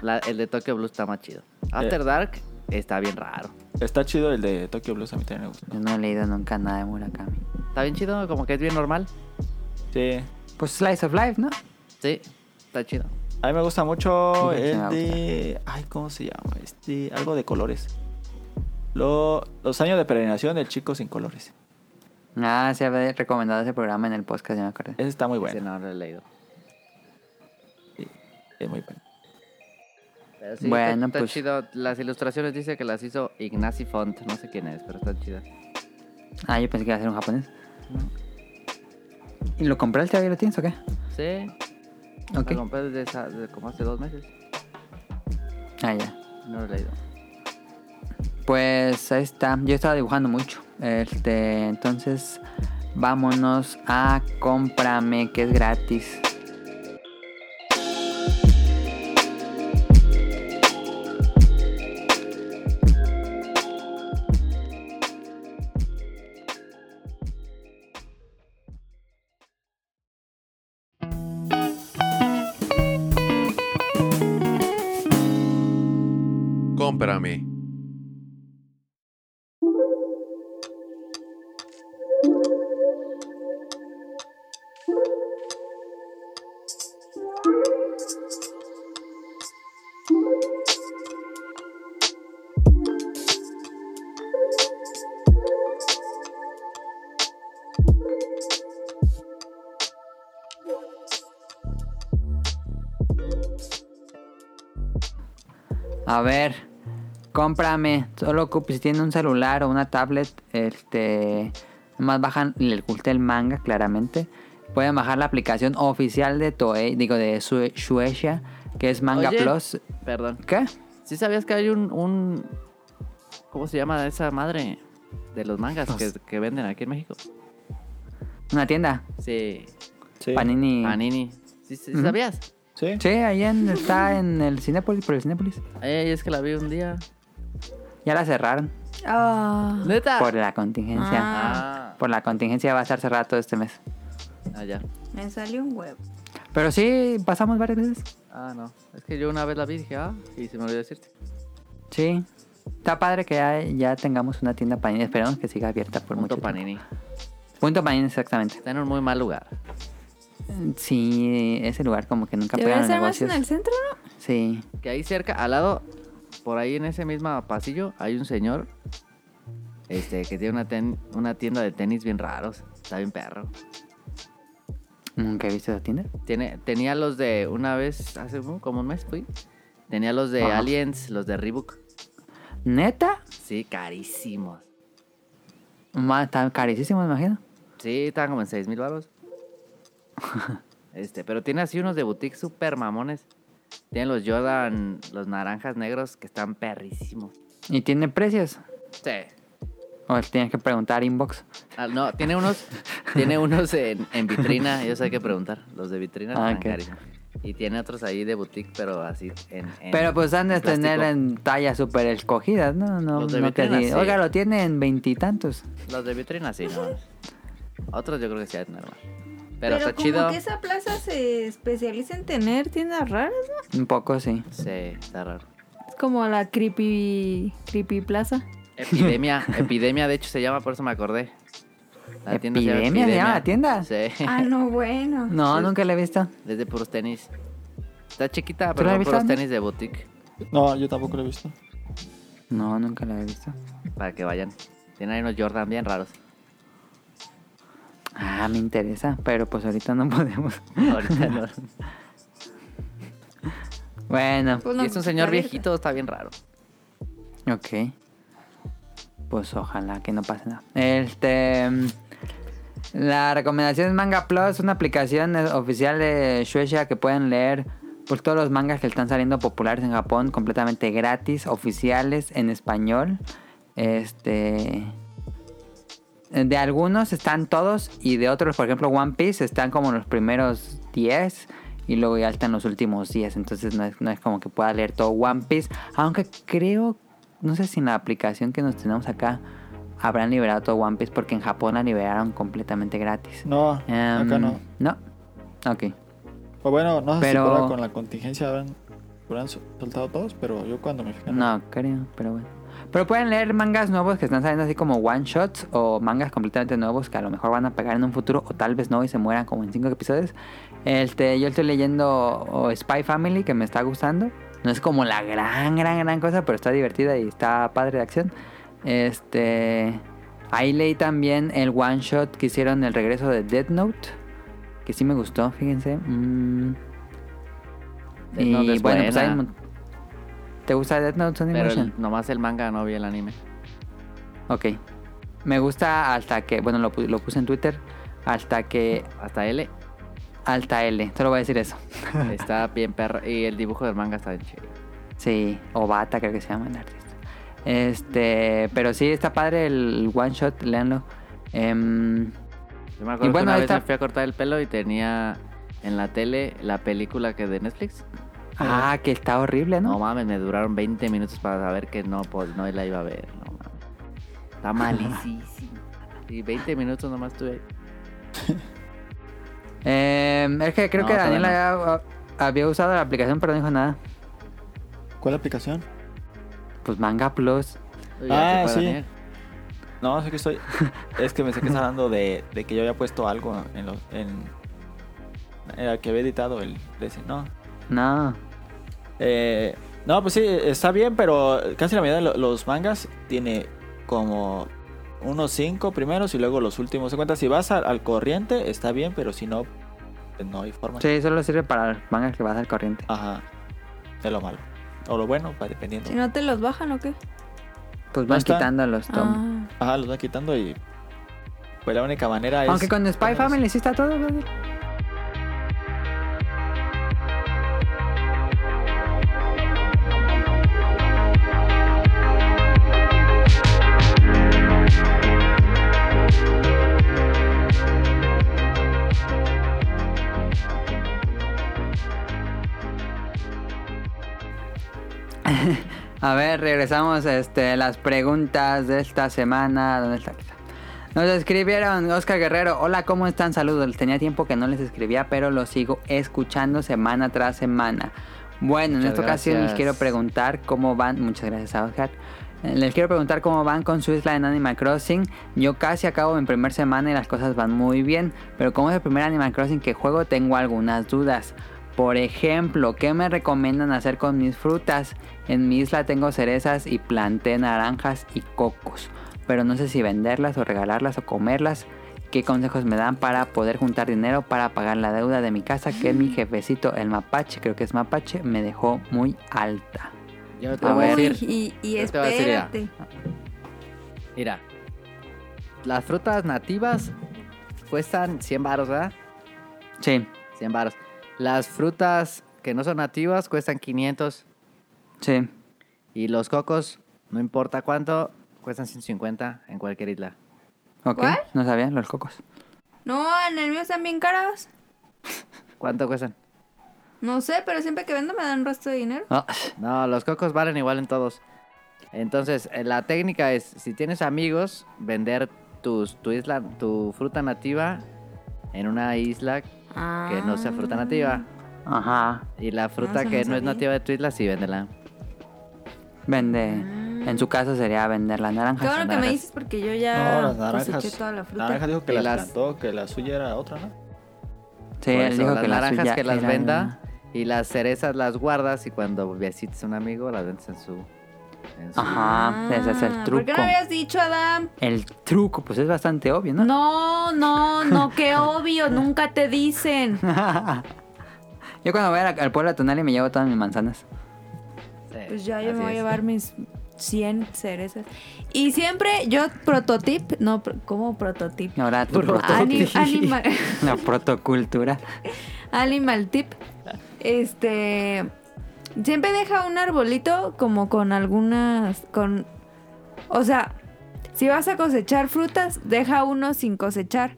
C: La- el de Tokyo Blues está más chido.
B: Eh.
C: After Dark está bien raro.
B: Está chido el de Tokyo Blues, a mí también me gusta.
A: Yo no he leído nunca nada de Murakami.
C: Está bien chido, como que es bien normal.
B: Sí,
A: Pues Slice of Life, ¿no?
C: Sí, está chido.
B: A mí me gusta mucho
A: Sí, sí,
B: el
A: me
B: de. Ay, ¿cómo se llama? Este. Algo de colores. Lo- los años de peregrinación del chico sin colores.
A: Ah, se había recomendado ese programa en el podcast, ya me acordé.
B: Ese está muy
C: Ese
B: bueno.
C: no lo he leído.
B: Es muy bueno.
C: Pero sí,
A: Bueno,
C: está, está
A: pues.
C: chido. Las ilustraciones dice que las hizo Ignacy Font. No sé quién es, pero están chidas.
A: Ah, yo pensé que iba a ser un japonés. ¿Y lo compraste todavía lo tienes o qué?
C: Sí.
A: Ok.
C: Lo compré desde, esa- desde como hace dos meses.
A: Ah, ya.
C: No lo he leído.
A: Pues ahí está. Yo estaba dibujando mucho. Este, entonces, vámonos a cómprame, que es gratis.
E: Cómprame.
A: A ver, cómprame. Solo ocupo- si tiene un celular o una tablet, este. Más bajan el gusta el manga, claramente. Pueden bajar la aplicación oficial de Toei, digo, de Sue- Shueisha, que es Manga
C: Oye.
A: Plus.
C: Perdón.
A: ¿Qué?
C: ¿Sí sabías que hay un, un- ¿Cómo se llama esa madre? De los mangas que,
A: Pues
C: que venden aquí en México.
A: Una tienda,
C: Sí.
B: Sí.
A: Panini.
C: Panini. ¿Sí, sí,
A: Ujú.
C: sabías?
B: Sí.
A: Sí, ahí en- está en el Cinépolis, por el Cinépolis.
C: Ay, es que la vi un día.
A: Ya la cerraron
D: Ah,
C: ¿Neta?
A: por la contingencia.
C: Ah,
A: Por la contingencia va a estar cerrada todo este mes.
C: ah, ya.
D: me salió un huevo.
A: Pero sí, pasamos varias veces.
C: Ah, no. Es que yo una vez la vi y dije, ah, y se me olvidó decirte.
A: Sí. Está padre que ya, ya tengamos una tienda Panini. Esperamos que siga abierta por mucho
C: Punto
A: tiempo.
C: Panini.
A: Punto Panini, exactamente.
C: Está en un muy mal lugar.
A: Sí, ese lugar como que nunca
D: Debería
A: pegaron
D: ser más en
A: negocios.
D: el centro,
A: Sí.
C: Que ahí cerca, al lado, por ahí en ese mismo pasillo, hay un señor este, que tiene una, ten- una tienda de tenis bien raros. Está bien perro.
A: Nunca he visto esa tienda.
C: Tiene, tenía los de una vez, hace un- como un mes fui. Tenía los de
A: Ajá.
C: Aliens, los de Reebok.
A: ¿Neta?
C: Sí, carísimos.
A: Ma- Está carísimo, me imagino.
C: Sí, estaban como en 6 mil baros. este, pero tiene así unos de boutique super mamones. Tiene los Jordan, los naranjas negros que están perrísimos.
A: ¿Y tiene precios?
C: Sí.
A: O tienes que preguntar inbox.
C: Ah, no, tiene unos, tiene unos en, en vitrina, ellos hay que preguntar. Los de vitrina
A: Ah,
C: están
A: ok.
C: carísimos. Y tiene otros ahí de boutique, pero así en. en-
A: Pero pues han de
C: en plástico.
A: tener en tallas súper escogidas, ¿no? No,
C: Los de
A: no te
C: vitrina,
A: digo.
C: sí.
A: Oiga, lo tiene en veintitantos.
C: Los de vitrina sí, no. Otros yo creo que sí hay normal. Pero,
D: pero,
C: está
D: como
C: chido.
D: que esa plaza se especializa en tener tiendas raras, ¿no?
A: Un poco, sí.
C: Sí, está raro.
D: Es como la creepy, creepy plaza.
C: Epidemia, epidemia de hecho se llama, por eso me acordé.
A: ¿Epidemia se llama la tienda?
C: Sí.
D: Ah, no, bueno.
A: No, nunca la he visto.
C: Desde puros tenis. Está chiquita,
A: ¿Tú
C: pero
A: la
C: son
A: viste,
C: puros
A: Andy?
C: tenis de boutique.
B: No, yo tampoco lo he visto.
A: No, nunca la he visto.
C: Para que vayan. Tienen ahí unos Jordan bien raros.
A: Ah, me interesa, pero pues ahorita no podemos.
C: Ahorita no.
A: Bueno,
D: Pues no,
C: Y es un
D: está
C: señor
D: abierta.
C: viejito, está bien raro.
A: ok. Pues ojalá que no pase nada. Este. mm, La recomendación es Manga Plus, una aplicación eh, oficial de Shueisha que pueden leer pues todos los mangas que están saliendo populares en Japón completamente gratis, oficiales, en español. Este. Eh, De algunos están todos y de otros, por ejemplo, One Piece están como los primeros 10 y luego ya están los últimos 10. Entonces no es, no es como que pueda leer todo One Piece. Aunque creo, no sé si en la aplicación que nos tenemos acá habrán liberado todo One Piece porque en Japón la liberaron completamente gratis.
B: No,
A: Em,
B: acá no.
A: No. Ok.
B: Pues bueno, no sé
A: Pero-
B: si ahora con la contingencia habrán, habrán sol- soltado todos, pero yo cuando me fijé.
A: No creo, pero bueno. Pero pueden leer mangas nuevos que están saliendo así como one shots o mangas completamente nuevos que a lo mejor van a pegar en un futuro o tal vez no y se mueran como en cinco episodios. Este, yo estoy leyendo oh, Spy Family que me está gustando. No es como la gran, gran, gran cosa, pero está divertida y está padre de acción. Este, ahí leí también el one shot que hicieron el regreso de Dead Note, que sí me gustó, fíjense. Mm. pues
C: Death Note es buena.
A: un mon- ¿Te gusta Death Note Sonic
C: Pero
A: Motion?
C: el- nomás el manga, no vi el anime.
A: Ok. Me gusta hasta que, bueno, lo, pu- lo puse en Twitter, hasta que,
C: Hasta L
A: alta L, solo voy a decir eso.
C: está bien perro. Y el dibujo del manga está bien chido.
A: Sí, Obata creo que se llama el artista. Este, pero sí, está padre el one shot, léanlo. Em,
C: Yo me acuerdo
A: bueno,
C: que una
A: esta-
C: vez me fui a cortar el pelo y tenía en la tele la película que de Netflix.
A: ah, que está horrible,
C: No
A: ¿no?
C: mames, me duraron 20 minutos para saber que no, pues, no la iba a ver. No mames. Está malísimo. Y 20 minutos nomás estuve ahí.
A: Em, es que creo
C: No,
A: que
C: todavía
A: Daniel había, había usado la aplicación, pero no dijo nada.
B: ¿Cuál aplicación?
A: Pues Manga Plus.
C: Uy, ya
B: Ah,
C: se fue
B: sí.
C: Daniel.
B: No, sé que estoy. es que me sé que están hablando de, de que yo había puesto algo en los. En, en la que había editado el. de ese, no.
A: No.
B: Eh, no, pues sí, está bien, pero casi la mayoría de lo- los mangas tiene como unos cinco primeros y luego los últimos. Se cuenta, si vas al, al corriente, está bien, pero si no, pues no hay forma.
A: Sí, solo sirve para los mangas que vas al corriente.
B: Ajá, de lo malo. O lo bueno, va dependiendo.
D: Si no te los bajan o qué.
A: Pues
B: No
A: van
B: está.
A: quitándolos, Tom.
D: Ah,
B: Ajá, los van quitando y. Pues la única manera es.
A: Aunque con Spy
B: ponerlos-
A: Family sí está todo, ¿verdad? A ver, regresamos este, las preguntas de esta semana. ¿Dónde está? Aquí está. Nos escribieron Oscar Guerrero. Hola, ¿cómo están? Saludos. Tenía tiempo que no les escribía, pero los sigo escuchando semana tras semana. Bueno, en
C: Muchas
A: esta ocasión les
C: gracias.
A: quiero preguntar cómo van. Muchas gracias a Oscar. Eh, Les quiero preguntar cómo van con su isla en Animal Crossing. Yo casi acabo mi primera semana y las cosas van muy bien, pero como es el primer Animal Crossing que juego, tengo algunas dudas. Por ejemplo, ¿qué me recomiendan hacer con mis frutas? En mi isla tengo cerezas y planté naranjas y cocos, pero no sé si venderlas o regalarlas o comerlas. ¿Qué consejos me dan para poder juntar dinero para pagar la deuda de mi casa que
D: Mm.
A: mi jefecito, el mapache, creo que es mapache, me dejó muy alta?
C: Yo te
A: A
C: voy a
A: ver.
C: decir.
D: Ah, Uy, y, y
C: Yo te voy a decir, mira.
D: espérate.
C: Mira, las frutas nativas cuestan 100 baros, ¿verdad?
A: Sí,
C: 100 baros. Las frutas que no son nativas cuestan 500.
A: sí.
C: Y los cocos, no importa cuánto, cuestan 150 en cualquier isla.
A: Ok,
D: ¿Cuál?
A: no sabía, los cocos.
D: No, en el mío están bien caras.
C: ¿Cuánto cuestan?
D: No sé, pero siempre que vendo me dan un resto de dinero.
A: Ah,
C: No, los cocos valen igual en todos. Entonces, eh, la técnica es, si tienes amigos, vender tus, tu isla, tu fruta nativa en una isla que
D: Ah.
C: no sea fruta nativa.
A: Ajá,
C: Y la fruta
D: eso no
C: que no, es
D: sabía.
C: nativa de tu isla, sí, véndela.
A: vende. Eh, En su caso sería vender las
D: Mm. Qué
A: naranjas.
D: bueno que me dices porque yo
B: No,
D: ya
B: las naranjas.
D: coseché toda la fruta.
B: Naranja dijo que
C: Y
B: las
C: las-
B: plantó, que la suya era otra, ¿no?
A: Sí,
C: Por
A: él
C: eso,
A: dijo
C: las
A: que la
C: naranjas
A: suya
C: que las
A: era-
C: venda y las cerezas las guardas y cuando visites a un amigo las vendes en su... en su-
A: Ajá, Ah, ese es el
D: Ah, ¿Por qué
A: truco.
D: no habías dicho, Adam?
A: El truco, pues es bastante obvio, ¿no?
D: No, no, no, qué obvio, nunca te dicen.
A: Yo cuando voy a la- al pueblo de Tonali me llevo todas mis manzanas.
C: Sí,
D: Pues ya yo
C: eh, así
D: me voy a
C: es.
D: llevar mis 100 cerezas. Y siempre yo prototip, no, pro- ¿cómo prototip?
A: Ahora tu
D: Ani-
A: prototip.
D: animal,
A: La protocultura.
D: animal tip. Este, siempre deja un arbolito como con algunas, con, o sea, si vas a cosechar frutas, deja uno sin cosechar.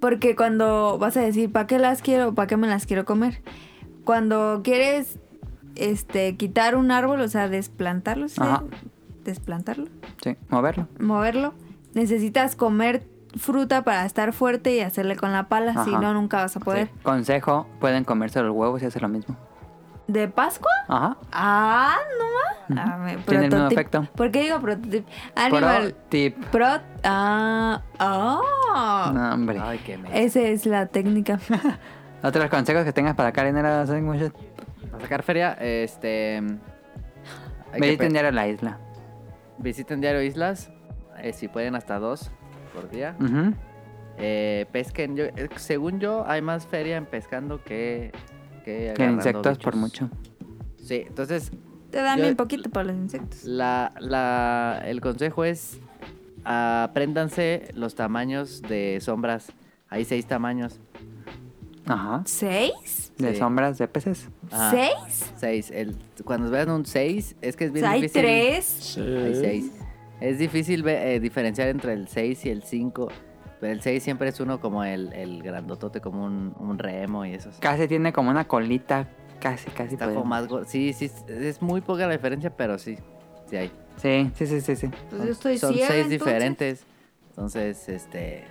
D: Porque cuando vas a decir, ¿para qué las quiero? ¿Para qué me las quiero comer? Cuando quieres este, quitar un árbol, o sea, desplantarlo, ¿sí?
A: Ajá.
D: Desplantarlo,
A: Sí, moverlo.
D: moverlo, necesitas comer fruta para estar fuerte y hacerle con la pala, si
A: Ajá.
D: no, nunca vas a poder.
A: Sí. Consejo, pueden comerse los huevos y hacer lo mismo.
D: ¿De Pascua?
A: Ajá.
D: Ah, no ma. Ah, me-
A: Tiene el mismo
D: prototip.
A: efecto.
D: ¿Por qué digo prototip? Animal.
A: Pro tip.
D: Pro. Ah. ah.
A: No, hombre.
C: Ay, qué me...
D: Esa es la técnica.
A: Otros consejos que tengas para Karen era hacer mucho.
C: Para sacar feria, este... hay que
A: Mediten
C: pe-
A: diario la isla.
C: visiten diario islas, eh, si pueden hasta dos por día.
A: Ujú.
C: Eh, pesquen, yo- eh, según yo, hay más feria en pescando que... Que
A: Que
C: agarrando
A: insectos por
C: bichos.
A: mucho.
C: Sí, entonces
D: Te dan
C: Yo-
D: bien poquito para los insectos.
C: La, la, el consejo es apréndanse los tamaños de sombras. Hay seis tamaños.
A: Ajá.
D: ¿Seis?
A: De
C: Sí.
A: sombras de peces.
C: Ajá,
D: ¿Seis?
C: Seis. El, cuando vean un seis, es que es
D: O
C: bien
D: sea, hay
C: difícil.
D: tres.
B: Sí.
C: Hay seis. Es difícil ve- eh, diferenciar entre el seis y el cinco. Pero el seis siempre es uno como el, el grandotote, como un, un remo y esos.
A: Casi tiene como una colita. Casi, casi.
C: Está
A: podemos.
C: como más gor- Sí, sí, es- es muy poca la diferencia, pero sí. Sí hay.
A: Sí, sí, sí, sí, sí.
D: Pues yo estoy
C: Son
D: ciega,
C: seis
D: entonces.
C: diferentes. Entonces, este.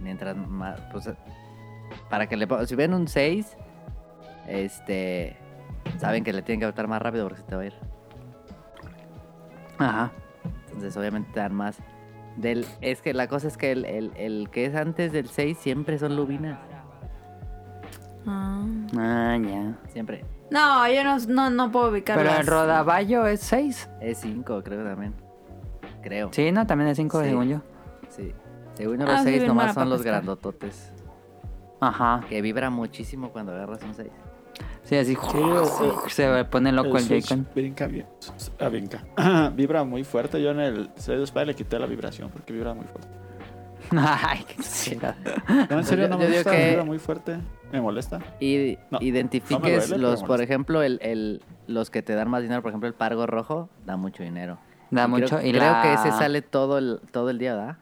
C: Mientras más. Pues. Para que le pongan. Si ven un 6, este. Saben que le tienen que botar más rápido porque se te va a ir.
A: Ajá.
C: Entonces, obviamente te dan más. Del, es que la cosa es que el, el- el que es antes del 6 siempre son lubinas.
D: Ah.
A: Ah, ya.
C: Siempre.
D: No, yo no, no, no puedo
A: Pero
D: ubicarlas.
A: el rodaballo es 6.
C: Es 5, creo también. Creo. Sí.
A: Sí, no, también es 5
C: Sí.
A: según yo.
C: Según yo,
D: Ah,
C: los
D: sí,
C: 6
D: bien mala
C: nomás
D: para
C: son los
D: pescar.
C: grandototes.
A: Ajá.
C: Que vibra muchísimo cuando agarras un 6.
A: Sí, así se pone loco el
B: Switch
A: Joy-Con.
B: Brinca bien. Ah, brinca. vibra muy fuerte. Yo en el Series 5 le quité la vibración porque vibra muy fuerte.
A: Ay, qué exagerado.
B: No, en serio,
C: Yo-
B: no
C: yo
B: me
C: digo
B: gusta.
C: que-
B: Vibra muy fuerte. Me molesta.
C: Y
B: No, no me duele,
C: identifiques
B: pero
C: los,
B: me
C: por
B: molesta.
C: ejemplo, el, el- los que te dan más dinero, por ejemplo, el pargo rojo, da mucho dinero.
A: Da
C: Y creo-
A: mucho.
C: Creo,
A: y la...
C: que ese sale todo el, todo el día, ¿verdad?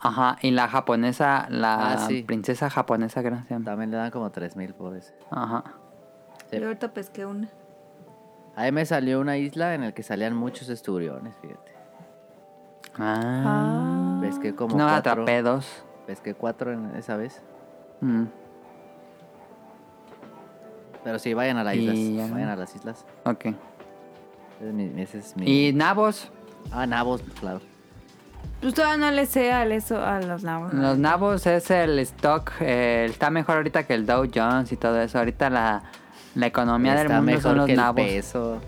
A: Ajá, y la japonesa, la
C: Ah, sí.
A: princesa japonesa, creo que se llama.
C: También le dan como 3 mil por ese.
A: Ajá.
C: Sí.
D: Yo ahorita pesqué una.
C: Ahí me salió una isla en la que salían muchos esturiones, fíjate.
A: Ah.
C: Ves que como
A: No,
C: cuatro.
A: atrapé dos.
C: Ves que cuatro en esa vez.
A: Mm,
C: Pero sí, vayan a las
A: Y
C: islas.
A: ya.
C: Vayan a las islas.
A: ok.
C: Ese es mi. ese es mi-
A: Y nabos.
C: Ah, nabos, claro.
D: Pues todavía no le sé al eso, a los nabos.
A: Los nabos es el stock. eh, está mejor ahorita que el Dow Jones y todo eso. Ahorita la, la economía del
C: Está
A: mundo son
C: mejor
A: los
C: que el
A: nabos.
C: peso.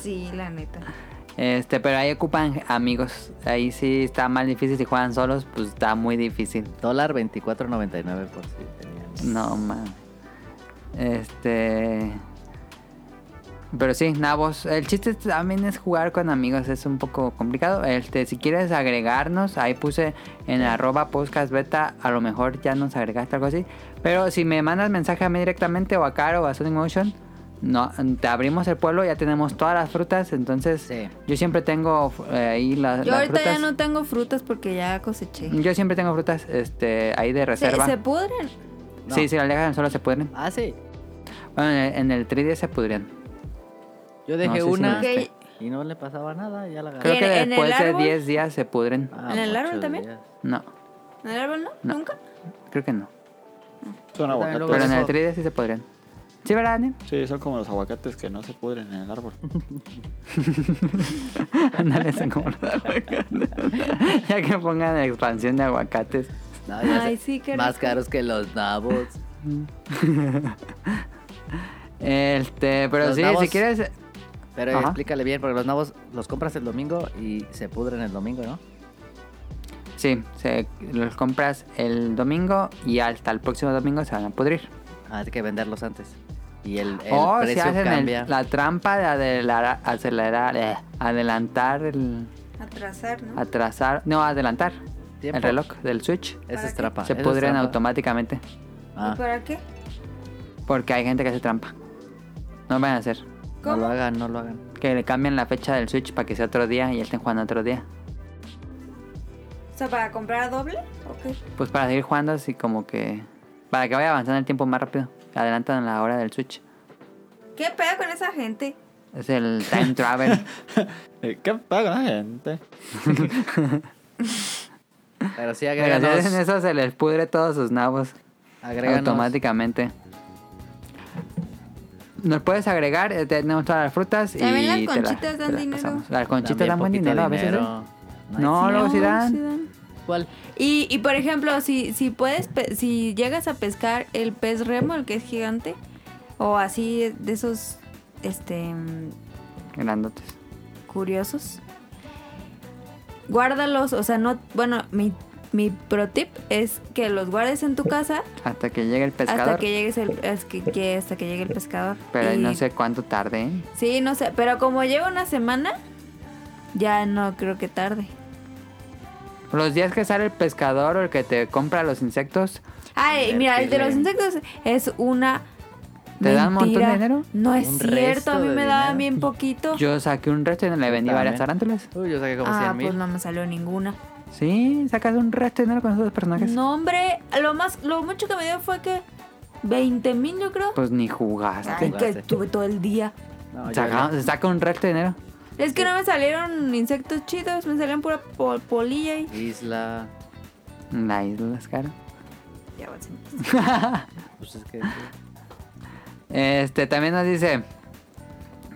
D: Sí, la neta.
A: Este, pero ahí ocupan amigos. Ahí sí está más difícil. Si juegan solos, pues está muy difícil.
C: Dólar 24.99 por si tenían.
A: No, man. Este. Pero sí, Nabos. El chiste también es jugar con amigos, es un poco complicado. Este, si quieres agregarnos, ahí puse en arroba podcast beta, a lo mejor ya nos agregaste algo así. Pero si me mandas mensaje a mí directamente o a Caro o a Sonic Motion, no, te abrimos el pueblo, ya tenemos todas las frutas, entonces
C: Sí.
A: yo siempre tengo eh, ahí la- las,
D: Yo ahorita
A: frutas.
D: ya no tengo frutas porque ya coseché.
A: Yo siempre tengo frutas este, ahí de
D: ¿Se,
A: reserva.
D: se pudren?
C: No.
A: Sí, si las dejan solo se pudren.
C: Ah, sí.
A: Bueno, Ah, en el, en el 3D se pudrían.
C: Ah. Yo dejé
A: sí, sí,
C: una
A: me
D: dijiste.
C: y no le pasaba nada, ya la agarré.
A: Creo
D: ¿En-
A: que
D: en el
A: después de
D: árbol?
A: 10 días se pudren.
C: Ah,
D: ¿En el
C: muchos
D: árbol también?
C: días.
A: No,
D: ¿En el árbol no?
A: No.
D: ¿Nunca?
A: creo que no.
B: Son
C: también
B: aguacates.
C: lo
A: Pero en el
C: eso-
A: 3D sí se podrían. ¿Sí, verdad, Dani?
B: Sí, son como los aguacates que no se pudren en el árbol.
A: Ándale, se engorda. Ya que pongan expansión de aguacates.
C: No, ya
D: Ay,
C: sé.
D: sí, qué
C: Más
D: rico.
C: caros que los nabos.
A: Este, pero
C: Los
A: sí,
C: nabos.
A: si quieres.
C: Pero
A: Ajá.
C: explícale bien, porque los nabos los compras el domingo y se pudren el domingo, ¿no?
A: Sí, se, los compras el domingo y hasta el próximo domingo se van a pudrir.
C: Ah, hay que venderlos antes. Y el, el
A: o si
C: precio
A: Oh, hacen el-
C: cambia.
A: la trampa de acelerar, acelerar, eh, adelantar, el,
D: Atrasar, ¿no?
A: atrasar, no, adelantar
C: ¿Tiempo?
A: el reloj del Switch.
C: Esa
D: ¿Para
C: es
D: qué?
C: trampa.
A: se
C: esa es
A: pudren
C: trampa.
A: automáticamente.
C: Ah,
D: ¿Y para qué?
A: Porque hay gente que hace trampa. No van a hacer.
C: no lo
D: ¿Cómo?
C: hagan, no lo hagan.
A: Que le cambien la fecha del Switch para que sea otro día y ya estén jugando otro día.
D: O sea, ¿para comprar doble? ¿O qué?
A: Pues para seguir jugando así como que... Para que vaya avanzando el tiempo más rápido. Adelantan la hora del Switch.
D: ¿Qué pedo con esa gente?
A: Es el time travel.
B: Eh, ¿Qué paga la gente?
C: Pero sí,
A: Pero si hacen
C: agréganos.
A: eso se les pudre todos sus nabos.
C: agréganos.
A: Automáticamente. Nos puedes agregar, eh, tenemos todas las frutas y
D: También las
A: te
D: conchitas
A: te
D: dan dinero.
A: pasamos. Las
C: También
A: conchitas dan buen
C: poquito
A: dinero a veces.
C: dinero.
A: ¿eh? No, luego sí dan.
C: ¿Cuál?
D: Y, y por ejemplo, si, si puedes, pe- si llegas a pescar el pez remo, el que es gigante, o así de esos, este, mm,
A: Grandotes.
D: curiosos, guárdalos, o sea, no, bueno, mi, mi pro tip es que los guardes en tu casa
A: Hasta que llegue el pescador.
D: hasta que llegues el, es que, que- hasta que llegue el pescador.
A: Pero ahí
D: Y-
A: no sé cuánto tarde. ¿eh?
D: Sí, no sé, pero como lleva una semana, ya no creo que tarde.
A: Los días que sale el pescador o el que te compra los insectos,
D: Ay, mira, el de los
C: Invertirle.
D: insectos es una.
A: ¿Te dan un montón de
D: mentira.
A: dinero?
D: No es
C: Un resto
D: cierto, a mí
C: de
D: me
C: dinero.
D: daban bien poquito.
A: yo saqué un resto y le vendí
C: También.
A: varias tarántulas.
C: Uy, yo saqué como
D: ah,
C: 100 mil.
D: pues no me salió ninguna.
A: Sí, sacas un resto de dinero con esos dos personajes.
D: No, hombre, lo más, lo mucho que me dio fue que 20 mil, yo creo.
A: Pues ni jugaste.
D: Ay, que
C: jugaste.
D: estuve todo el día.
C: No, yo
A: Saca, saca un resto de dinero.
D: Es que no me salieron insectos chidos, me salieron pura pol- polilla y.
C: no. Isla.
A: La isla es cara.
D: Ya, bueno, sí.
C: Pues es que.
A: Este, también nos dice.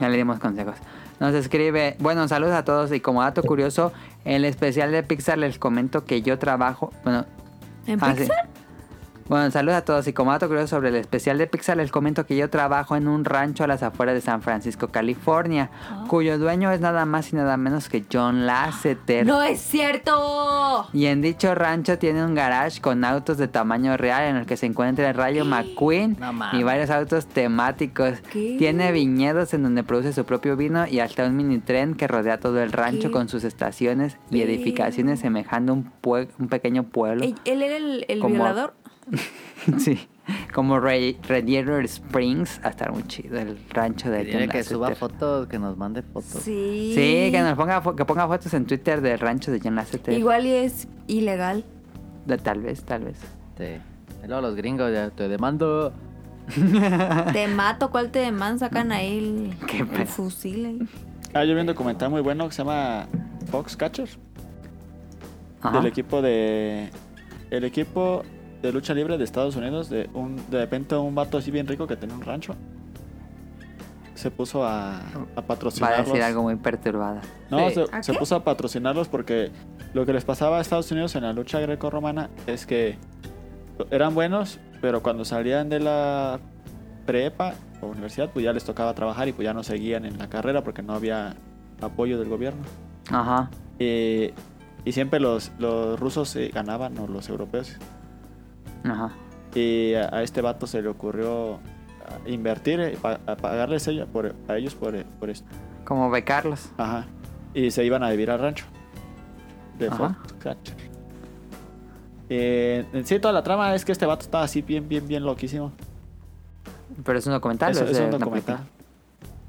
A: Ya le dimos consejos. Nos escribe, bueno, saludos a todos y como dato curioso, el especial de Pixar les comento que yo trabajo, bueno,
D: ¿En
A: ah, sí.
D: Pixar?
A: Bueno, saludos a todos. Y como dato curioso sobre el especial de Pixar, les comento que yo trabajo en un rancho a las afueras de San Francisco, California,
D: Ah.
A: cuyo dueño es nada más y nada menos que John Lasseter.
D: ¡No es cierto!
A: Y en dicho rancho tiene un garage con autos de tamaño real en el que se encuentra el Rayo McQueen
C: No mames.
A: y varios autos temáticos.
D: ¿Qué?
A: Tiene viñedos en donde produce su propio vino y hasta un mini tren que rodea todo el rancho
D: ¿Qué?
A: con sus estaciones y
D: Pero-
A: edificaciones semejando un, pue- un pequeño pueblo.
D: ¿Él, él era el, el
A: Como-
D: violador?
A: sí. Como Re- Radiator Springs, va a estar muy chido el rancho de
C: Dile
A: John
C: que
A: Lasseter.
C: suba fotos, que nos mande fotos.
D: Sí.
A: Sí, que nos ponga, fo- que ponga fotos en Twitter del rancho de John Lasseter.
D: Igual y es ilegal.
A: De- Tal vez, tal vez.
C: Sí. Y luego los gringos ya te demando.
D: Te mato, ¿cuál te deman? Sacan ahí el,
A: Qué
D: el
A: pedo.
D: fusil. ahí.
B: Ah, yo vi un documental muy bueno que se llama Foxcatcher.
A: Ajá.
B: Del equipo de. El equipo de lucha libre de Estados Unidos. De, un, de repente un vato así bien rico que tenía un rancho. Se puso a, a
A: Va a
B: patrocinarlos.
A: decir algo muy perturbado.
B: No,
C: Sí.
B: se,
D: ¿A
B: se
D: qué?
B: puso a patrocinarlos porque lo que les pasaba a Estados Unidos en la lucha greco-romana es que eran buenos, pero cuando salían de la prepa o universidad, pues ya les tocaba trabajar y pues ya no seguían en la carrera porque no había apoyo del gobierno.
A: Ajá.
B: Eh, y siempre los, los rusos eh, ganaban o los europeos.
A: Ajá.
B: Y a, a este vato se le ocurrió ah, invertir, eh, pa- a pagarles ella por, a ellos por, eh, por esto.
A: Como becarlos.
B: Ajá. Y se iban a vivir al rancho. De
A: Ajá.
B: Foxcatcher. Eh, en sí, toda la trama es que este vato está así bien, bien, bien loquísimo.
A: Pero es un documental.
B: Es,
A: o
B: es
A: de
B: un
A: una
B: documental.
A: película?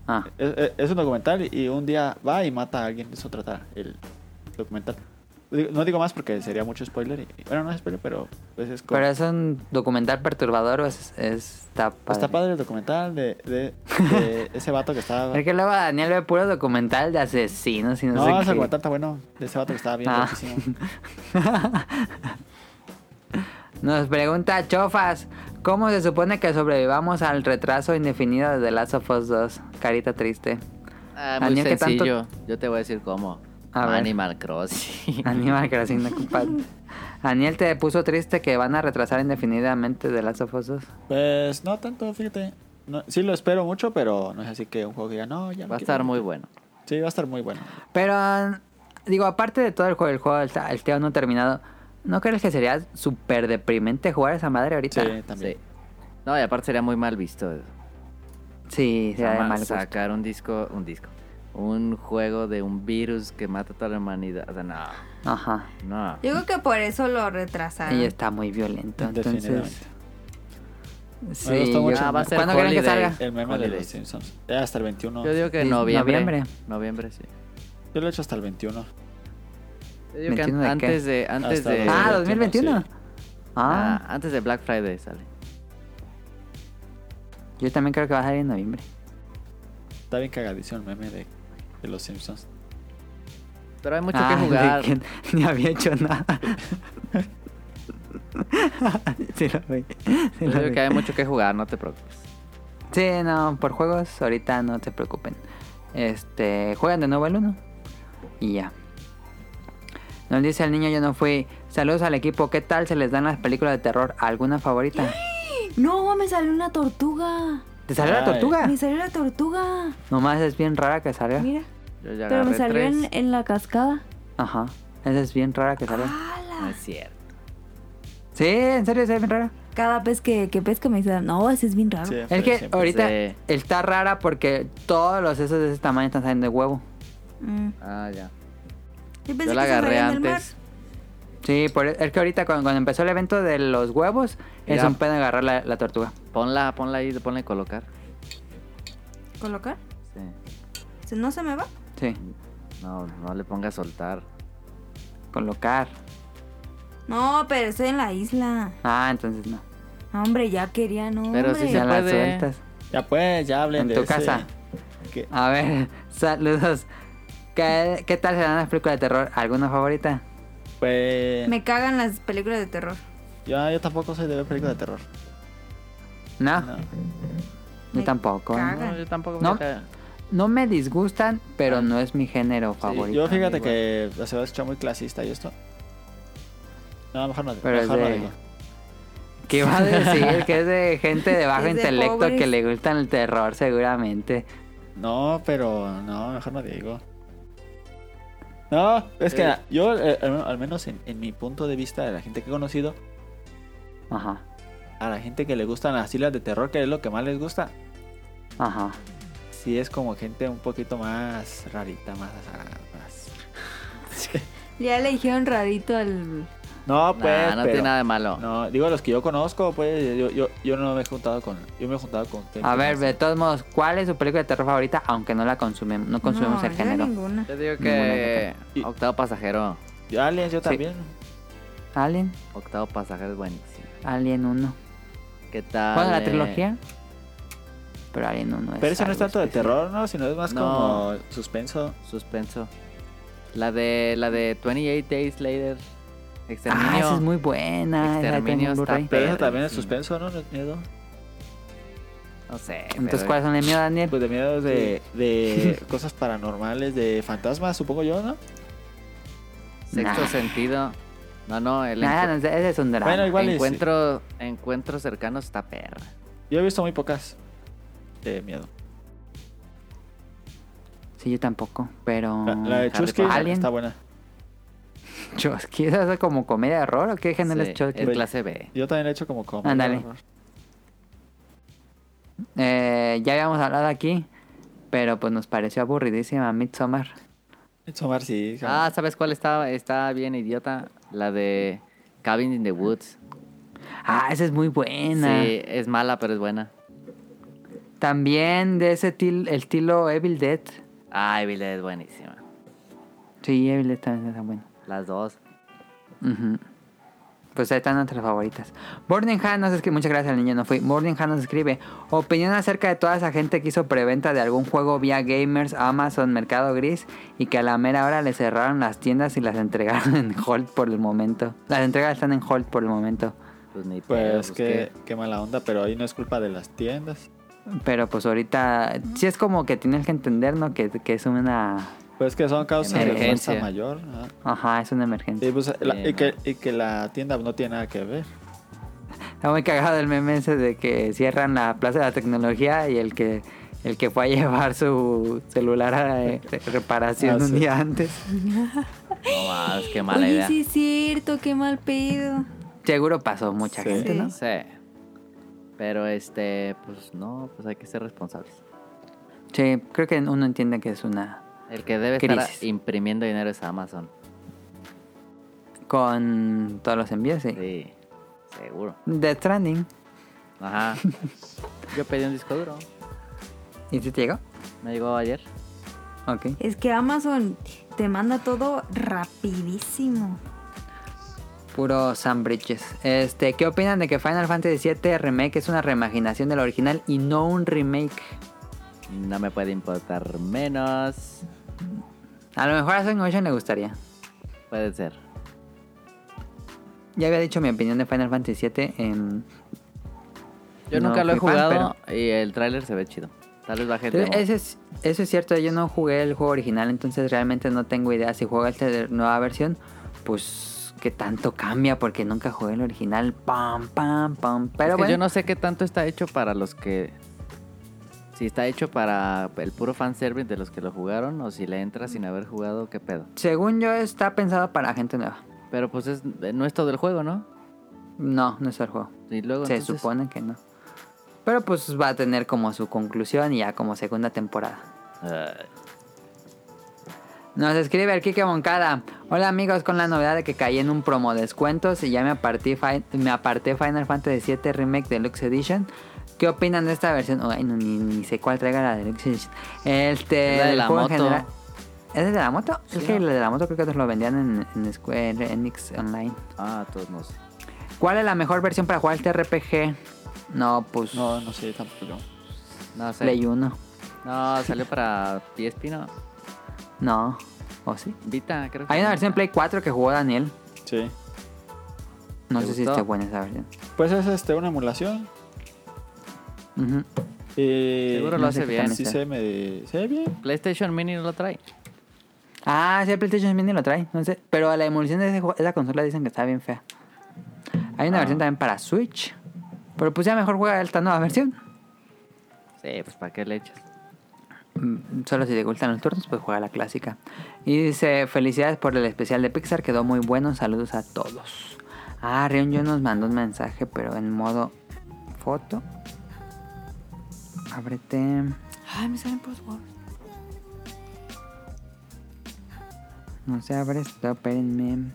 A: Ah,
B: Es, e, es- es un documental y un día va y mata a alguien. Eso trata el documental. Digo- No digo más porque sería mucho spoiler. y- bueno, no es spoiler, pero pues es como-
A: pero es un documental perturbador o es, es- está padre.
B: Pues Está padre el documental de, de- de ese vato que estaba...
A: Es que luego Daniel ve puro documental de asesinos y no,
B: No,
A: sé
B: ese
A: qué.
B: documental está bueno. De ese vato que estaba bien
A: Ah.
B: loquísimo.
A: Nos pregunta Chofas, ¿cómo se supone que sobrevivamos al retraso indefinido de The Last of Us 2? Carita triste.
C: Ah, muy
A: Daniel, ¿qué tanto-
C: sencillo. Yo te voy a decir cómo.
A: A ver.
C: Animal Crossing.
A: Aníbal Gracina, compadre. Daniel te puso triste que van a retrasar indefinidamente The Last of Us 2.
B: Pues no tanto, fíjate. No, sí lo espero mucho, pero no es así que un juego que diga, no, ya no
C: Va a
B: quiero".
C: estar muy bueno.
B: Sí, va a estar muy bueno.
A: Ah, Pero, digo, aparte de todo el juego, el juego, el, ta- el tema no terminado, ¿no crees que sería súper deprimente jugar esa madre
B: Sí,
A: ahorita?
B: también.
C: Sí. No, y aparte sería muy mal visto.
A: Sí, sería de
C: Ama-
A: mal gusto.
C: sacar un disco, un disco. Un juego de un virus que mata a toda la humanidad. O sea, no,
A: Ajá.
C: no.
D: Yo creo que por eso lo retrasaron.
A: Y está muy violento, entonces...
B: Definitivamente.
A: Sí,
B: Me gustó mucho.
A: yo-
B: Ah, va a
C: ser
A: ¿Cuándo creen que
C: Holiday.
A: salga?
B: El meme de los
C: Holidays.
B: Simpsons. Eh, hasta el 21.
C: Yo digo que
A: Sí,
C: noviembre.
A: noviembre.
C: Noviembre. Noviembre, sí.
B: Yo lo he hecho hasta el 21.
C: Yo digo que
A: 21
C: an-
A: de qué?
C: antes de, antes
B: Hasta
C: de.
A: Ah,
B: 2021,
A: 2021.
B: sí.
A: Ah,
C: ah, antes de Black Friday sale.
A: yo también creo que va a salir en noviembre.
B: Está bien cagadizo el meme de, de los Simpsons.
C: Pero hay mucho
A: Ah,
C: que jugar.
A: de que ni había hecho nada. sí, lo vi. sí
C: Yo
A: lo
C: digo
A: vi.
C: que hay mucho que jugar, no te preocupes.
A: Sí, no, por juegos ahorita no se preocupen. Este, juegan de nuevo el 1 y ya. Nos dice el niño, yo no fui. Saludos al equipo, ¿qué tal se les dan las películas de terror? ¿Alguna favorita?
D: No, me salió una tortuga.
A: ¿Te salió la
B: Ay.
A: tortuga?
D: Me salió la tortuga.
A: Nomás es bien rara que salga.
D: Mira.
C: Yo ya
D: Pero me
C: agarré
D: salió en,
C: tres.
D: en la cascada.
A: Ajá, esa es bien rara que
D: Ah.
A: salga.
C: No es cierto.
A: Sí, en serio, esa es bien rara.
D: Cada pez que, que pesca me dice, no, ese es bien raro.
B: Sí,
A: Ah, Es que
B: siempre.
A: ahorita
C: Sí.
A: está rara porque todos los esos de ese tamaño están saliendo de huevo.
D: Mm.
C: Ah, ya.
D: Yo pensé
C: Yo la
D: que se
C: agarré
D: salían del mar.
C: antes.
A: Sí, por- e, es que ahorita cuando, cuando empezó el evento de los huevos, es
C: Ya.
A: un pedo agarrar la, la tortuga.
C: Ponla, ponla ahí, ponle colocar.
D: ¿Colocar?
C: Sí.
D: ¿Se- ¿No se me va?
A: Sí,
C: No, no le pongas soltar.
A: colocar.
D: No, pero estoy en la isla.
A: Ah, entonces no.
D: No, Hombre, ya quería, no.
C: Pero sí
D: hombre.
C: se
A: Ya la
C: puede.
A: sueltas.
B: Ya pues, ya hablen
A: En
B: de
A: tu
B: ese-
A: casa.
B: que-
A: A ver, saludos. ¿Qué, qué tal serán las películas de terror? ¿Alguna favorita?
B: pues...
D: Me cagan las películas de terror.
B: Yo, yo tampoco soy de ver películas de terror.
A: No,
B: No.
A: yo
D: Me
A: tampoco.
D: caga.
C: No, yo tampoco.
A: No.
C: fíjate.
A: No me disgustan,
C: Ah.
A: pero no es mi género favorito.
B: Yo fíjate
C: igual.
B: que se va a escuchar muy clasista y esto. No, mejor no,
A: Pero es
B: mejor no
A: de-
B: digo.
A: ¿Qué iba a decir? que es de gente de bajo
D: Es de
A: intelecto
D: pobres.
A: que le gustan el terror, seguramente.
B: No, pero no, mejor no digo. No, es que
C: Eh.
B: yo, eh, al al menos en, en mi punto de vista de la gente que he conocido,
A: Ajá,
B: a la gente que le gustan las islas de terror, que es lo que más les gusta,
A: ajá.
B: sí es como gente un poquito más rarita, más... más-
D: Ya le dijeron rarito al.
B: No, pues,
C: Nah, no
B: pero-
C: tiene nada de malo.
B: No, digo los que yo conozco, pues yo, yo, yo no me he juntado con... Yo me he juntado con... gente
A: A ver,
B: más-
A: de todos modos, ¿cuál es su película de terror favorita? Aunque no la consumimos, no consumimos
D: No,
A: el
D: yo
A: género.
D: ninguna.
C: Yo digo
A: Ninguna
C: que octavo pasajero.
B: Yo, aliens, yo también.
A: Alien,
C: Octavo pasajero es buenísimo.
A: Alien 1.
C: ¿Qué tal?
A: Bueno, la
C: eh?
A: trilogía. Pero Alien 1 es.
B: Pero eso no es
A: algo
B: tanto de
A: especial.
B: terror, ¿no? Sino es más
C: No.
B: como suspenso.
C: Suspenso. La de la de 28 Days Later. Exterminio.
A: Ah, esa es muy buena. esa tengo en
C: Exterminio está
A: Blu-ray.
B: Pero eso también es
C: Perrísimo.
B: suspenso, ¿no? No es miedo.
C: No sé.
A: Entonces,
C: pero-
A: ¿cuáles son el mío,
C: Eh,
A: Daniel?
B: Pues de miedo de, de cosas paranormales, de fantasmas, supongo yo, ¿no?
C: Sexto
A: Nah.
C: sentido. No, no, el
A: Nada, Ah, no,
C: encu-
A: ese es un drama.
B: Bueno, igual y sí.
C: encuentro, encuentro cercano está perra.
B: Yo he visto muy pocas de miedo.
A: Sí, yo tampoco. Pero.
B: La, la de
C: Mm, Harry
B: Chusky
C: Potter.
A: Alien.
B: está buena.
A: Chosky, ¿esa es como comedia de horror o qué género
C: Sí,
A: es Chosky?
C: es clase B.
B: Yo también he hecho como como.
A: Ándale. Eh, ya habíamos hablado aquí, pero pues nos pareció aburridísima Midsommar.
B: Somar sí. sí.
C: Ah, ¿sabes cuál está, está bien idiota? La de Cabin in the Woods.
A: Ah, esa es muy buena.
C: Sí, es mala, pero es buena.
A: También de ese til- el estilo Evil Dead.
C: Ay, Evil Dead es buenísima.
A: Sí, Evil Dead también está buena.
C: Las dos.
A: Ujú. Pues ahí están nuestras favoritas. Bordenhan nos escribe, muchas gracias al niño, no fui. Bordenhan nos escribe, opinión acerca de toda esa gente que hizo preventa de algún juego vía gamers, Amazon, Mercado Gris y que a la mera hora le cerraron las tiendas y las entregaron en hold por el momento. Las entregas están en hold por el momento.
C: Pues ni pedo,
B: Pues qué,
C: qué.
B: qué mala onda, pero ahí no es culpa de las tiendas.
A: Pero pues ahorita sí es como que tienes que entender, ¿no? Que, que es una...
B: Pues que son causas
C: Emergencia.
B: de fuerza mayor. ah.
A: Ajá, es una
B: Y,
A: emergencia.
B: pues, la- y
C: no.
B: que, y que la tienda no tiene nada que ver.
A: Está muy cagado el meme ese de que cierran la Plaza de la Tecnología y el que el que fue a llevar su celular a eh, re- reparación
B: Ah,
A: un
B: sí.
A: día antes.
C: No mames, qué mala
D: Oye,
C: idea.
D: sí es cierto, qué mal pedo.
A: Seguro pasó mucha
B: Sí.
A: gente, ¿no?
D: Sí.
C: Sí. Pero este, pues no, pues hay que ser responsables.
A: Sí, creo que uno entiende que es una...
C: El que debe
A: Crisis.
C: estar imprimiendo dinero es Amazon.
A: Con todos los envíos, sí.
C: Sí, seguro.
A: Death Stranding.
C: Ajá. Yo pedí un disco duro.
A: ¿Y si te llegó?
C: Me llegó ayer.
A: Ok.
D: Es que Amazon te manda todo rapidísimo.
A: Puro Sam Bridges. Este, ¿qué opinan de que Final Fantasy VII Remake es una reimaginación del original y no un remake?
C: No me puede importar menos.
A: A lo mejor a Sonic Ocean le gustaría.
C: Puede ser.
A: Ya había dicho mi opinión de Final Fantasy VII. en...
C: Yo
A: No
C: nunca lo he
A: fui fan,
C: jugado y el tráiler se ve chido. Tal vez baje el
A: Entonces,
C: demo.
A: Eso es, eso es cierto, yo no jugué el juego original, entonces realmente no tengo idea. Si juego esta de- nueva versión, pues qué tanto cambia, porque nunca jugué el original. Pam, pam, pam. Pero
C: Es que
A: bueno,
C: yo no sé qué tanto está hecho para los que... Si está hecho para el puro fanservice de los que lo jugaron o si le entra sin haber jugado, qué pedo.
A: según yo está pensado para gente nueva.
C: Pero pues es, no es todo el juego, ¿no?
A: No, no es el juego.
C: Y luego,
A: Se
C: entonces,
A: supone que no. Pero pues va a tener como su conclusión y ya como segunda temporada.
C: ay,
A: Nos escribe el Kike Moncada. Hola amigos, con la novedad de que caí en un promo descuentos y ya me aparté, fi- me aparté Final Fantasy VII Remake Deluxe Edition. ¿Qué opinan de esta versión? Ay, no, ni, ni sé cuál traiga la Deluxe Edition. Este,
C: Es la de
A: del
C: la
A: juego en
C: moto.
A: general- ¿Es de la moto? es
C: Sí,
A: que
C: ¿no?
A: la de la moto creo que otros lo vendían en, en Square Enix Online.
C: ah, todos no sé.
A: ¿Cuál es la mejor versión para jugar este RPG? No, pues
B: No, no sé, tampoco.
C: No sé.
A: Play 1.
C: No, salió para PSP, ¿no?
A: No, ¿o sí?
C: Vita, creo que.
A: Hay una
C: no.
A: versión Play 4 que jugó Daniel.
B: Sí.
A: No
C: ¿Te
A: sé si
C: gustó?
A: está buena esa versión.
B: Pues es este, una emulación.
A: Ujú.
B: Eh, Y
C: Seguro
A: no
C: lo
A: sé
C: hace
A: qué
C: bien.
A: tan-
B: sí se me... Se ve bien.
C: PlayStation Mini no lo trae.
A: Ah, sí, el PlayStation Mini lo trae, no sé. Pero la emulación de ese ju- esa consola dicen que está bien fea. Hay una
C: Ah.
A: versión también para Switch. Pero pues ya mejor juega esta nueva versión.
C: Sí, pues ¿para qué le echas?
A: Mm, Solo si te gustan los turnos, pues juega la clásica. Y dice, felicidades por el especial de Pixar, quedó muy bueno, saludos a todos. Ah, Rion yo nos mandó un mensaje, pero en modo foto. Ábrete.
D: Ay, me salen puros huevos.
A: No se abre esto, espérenme.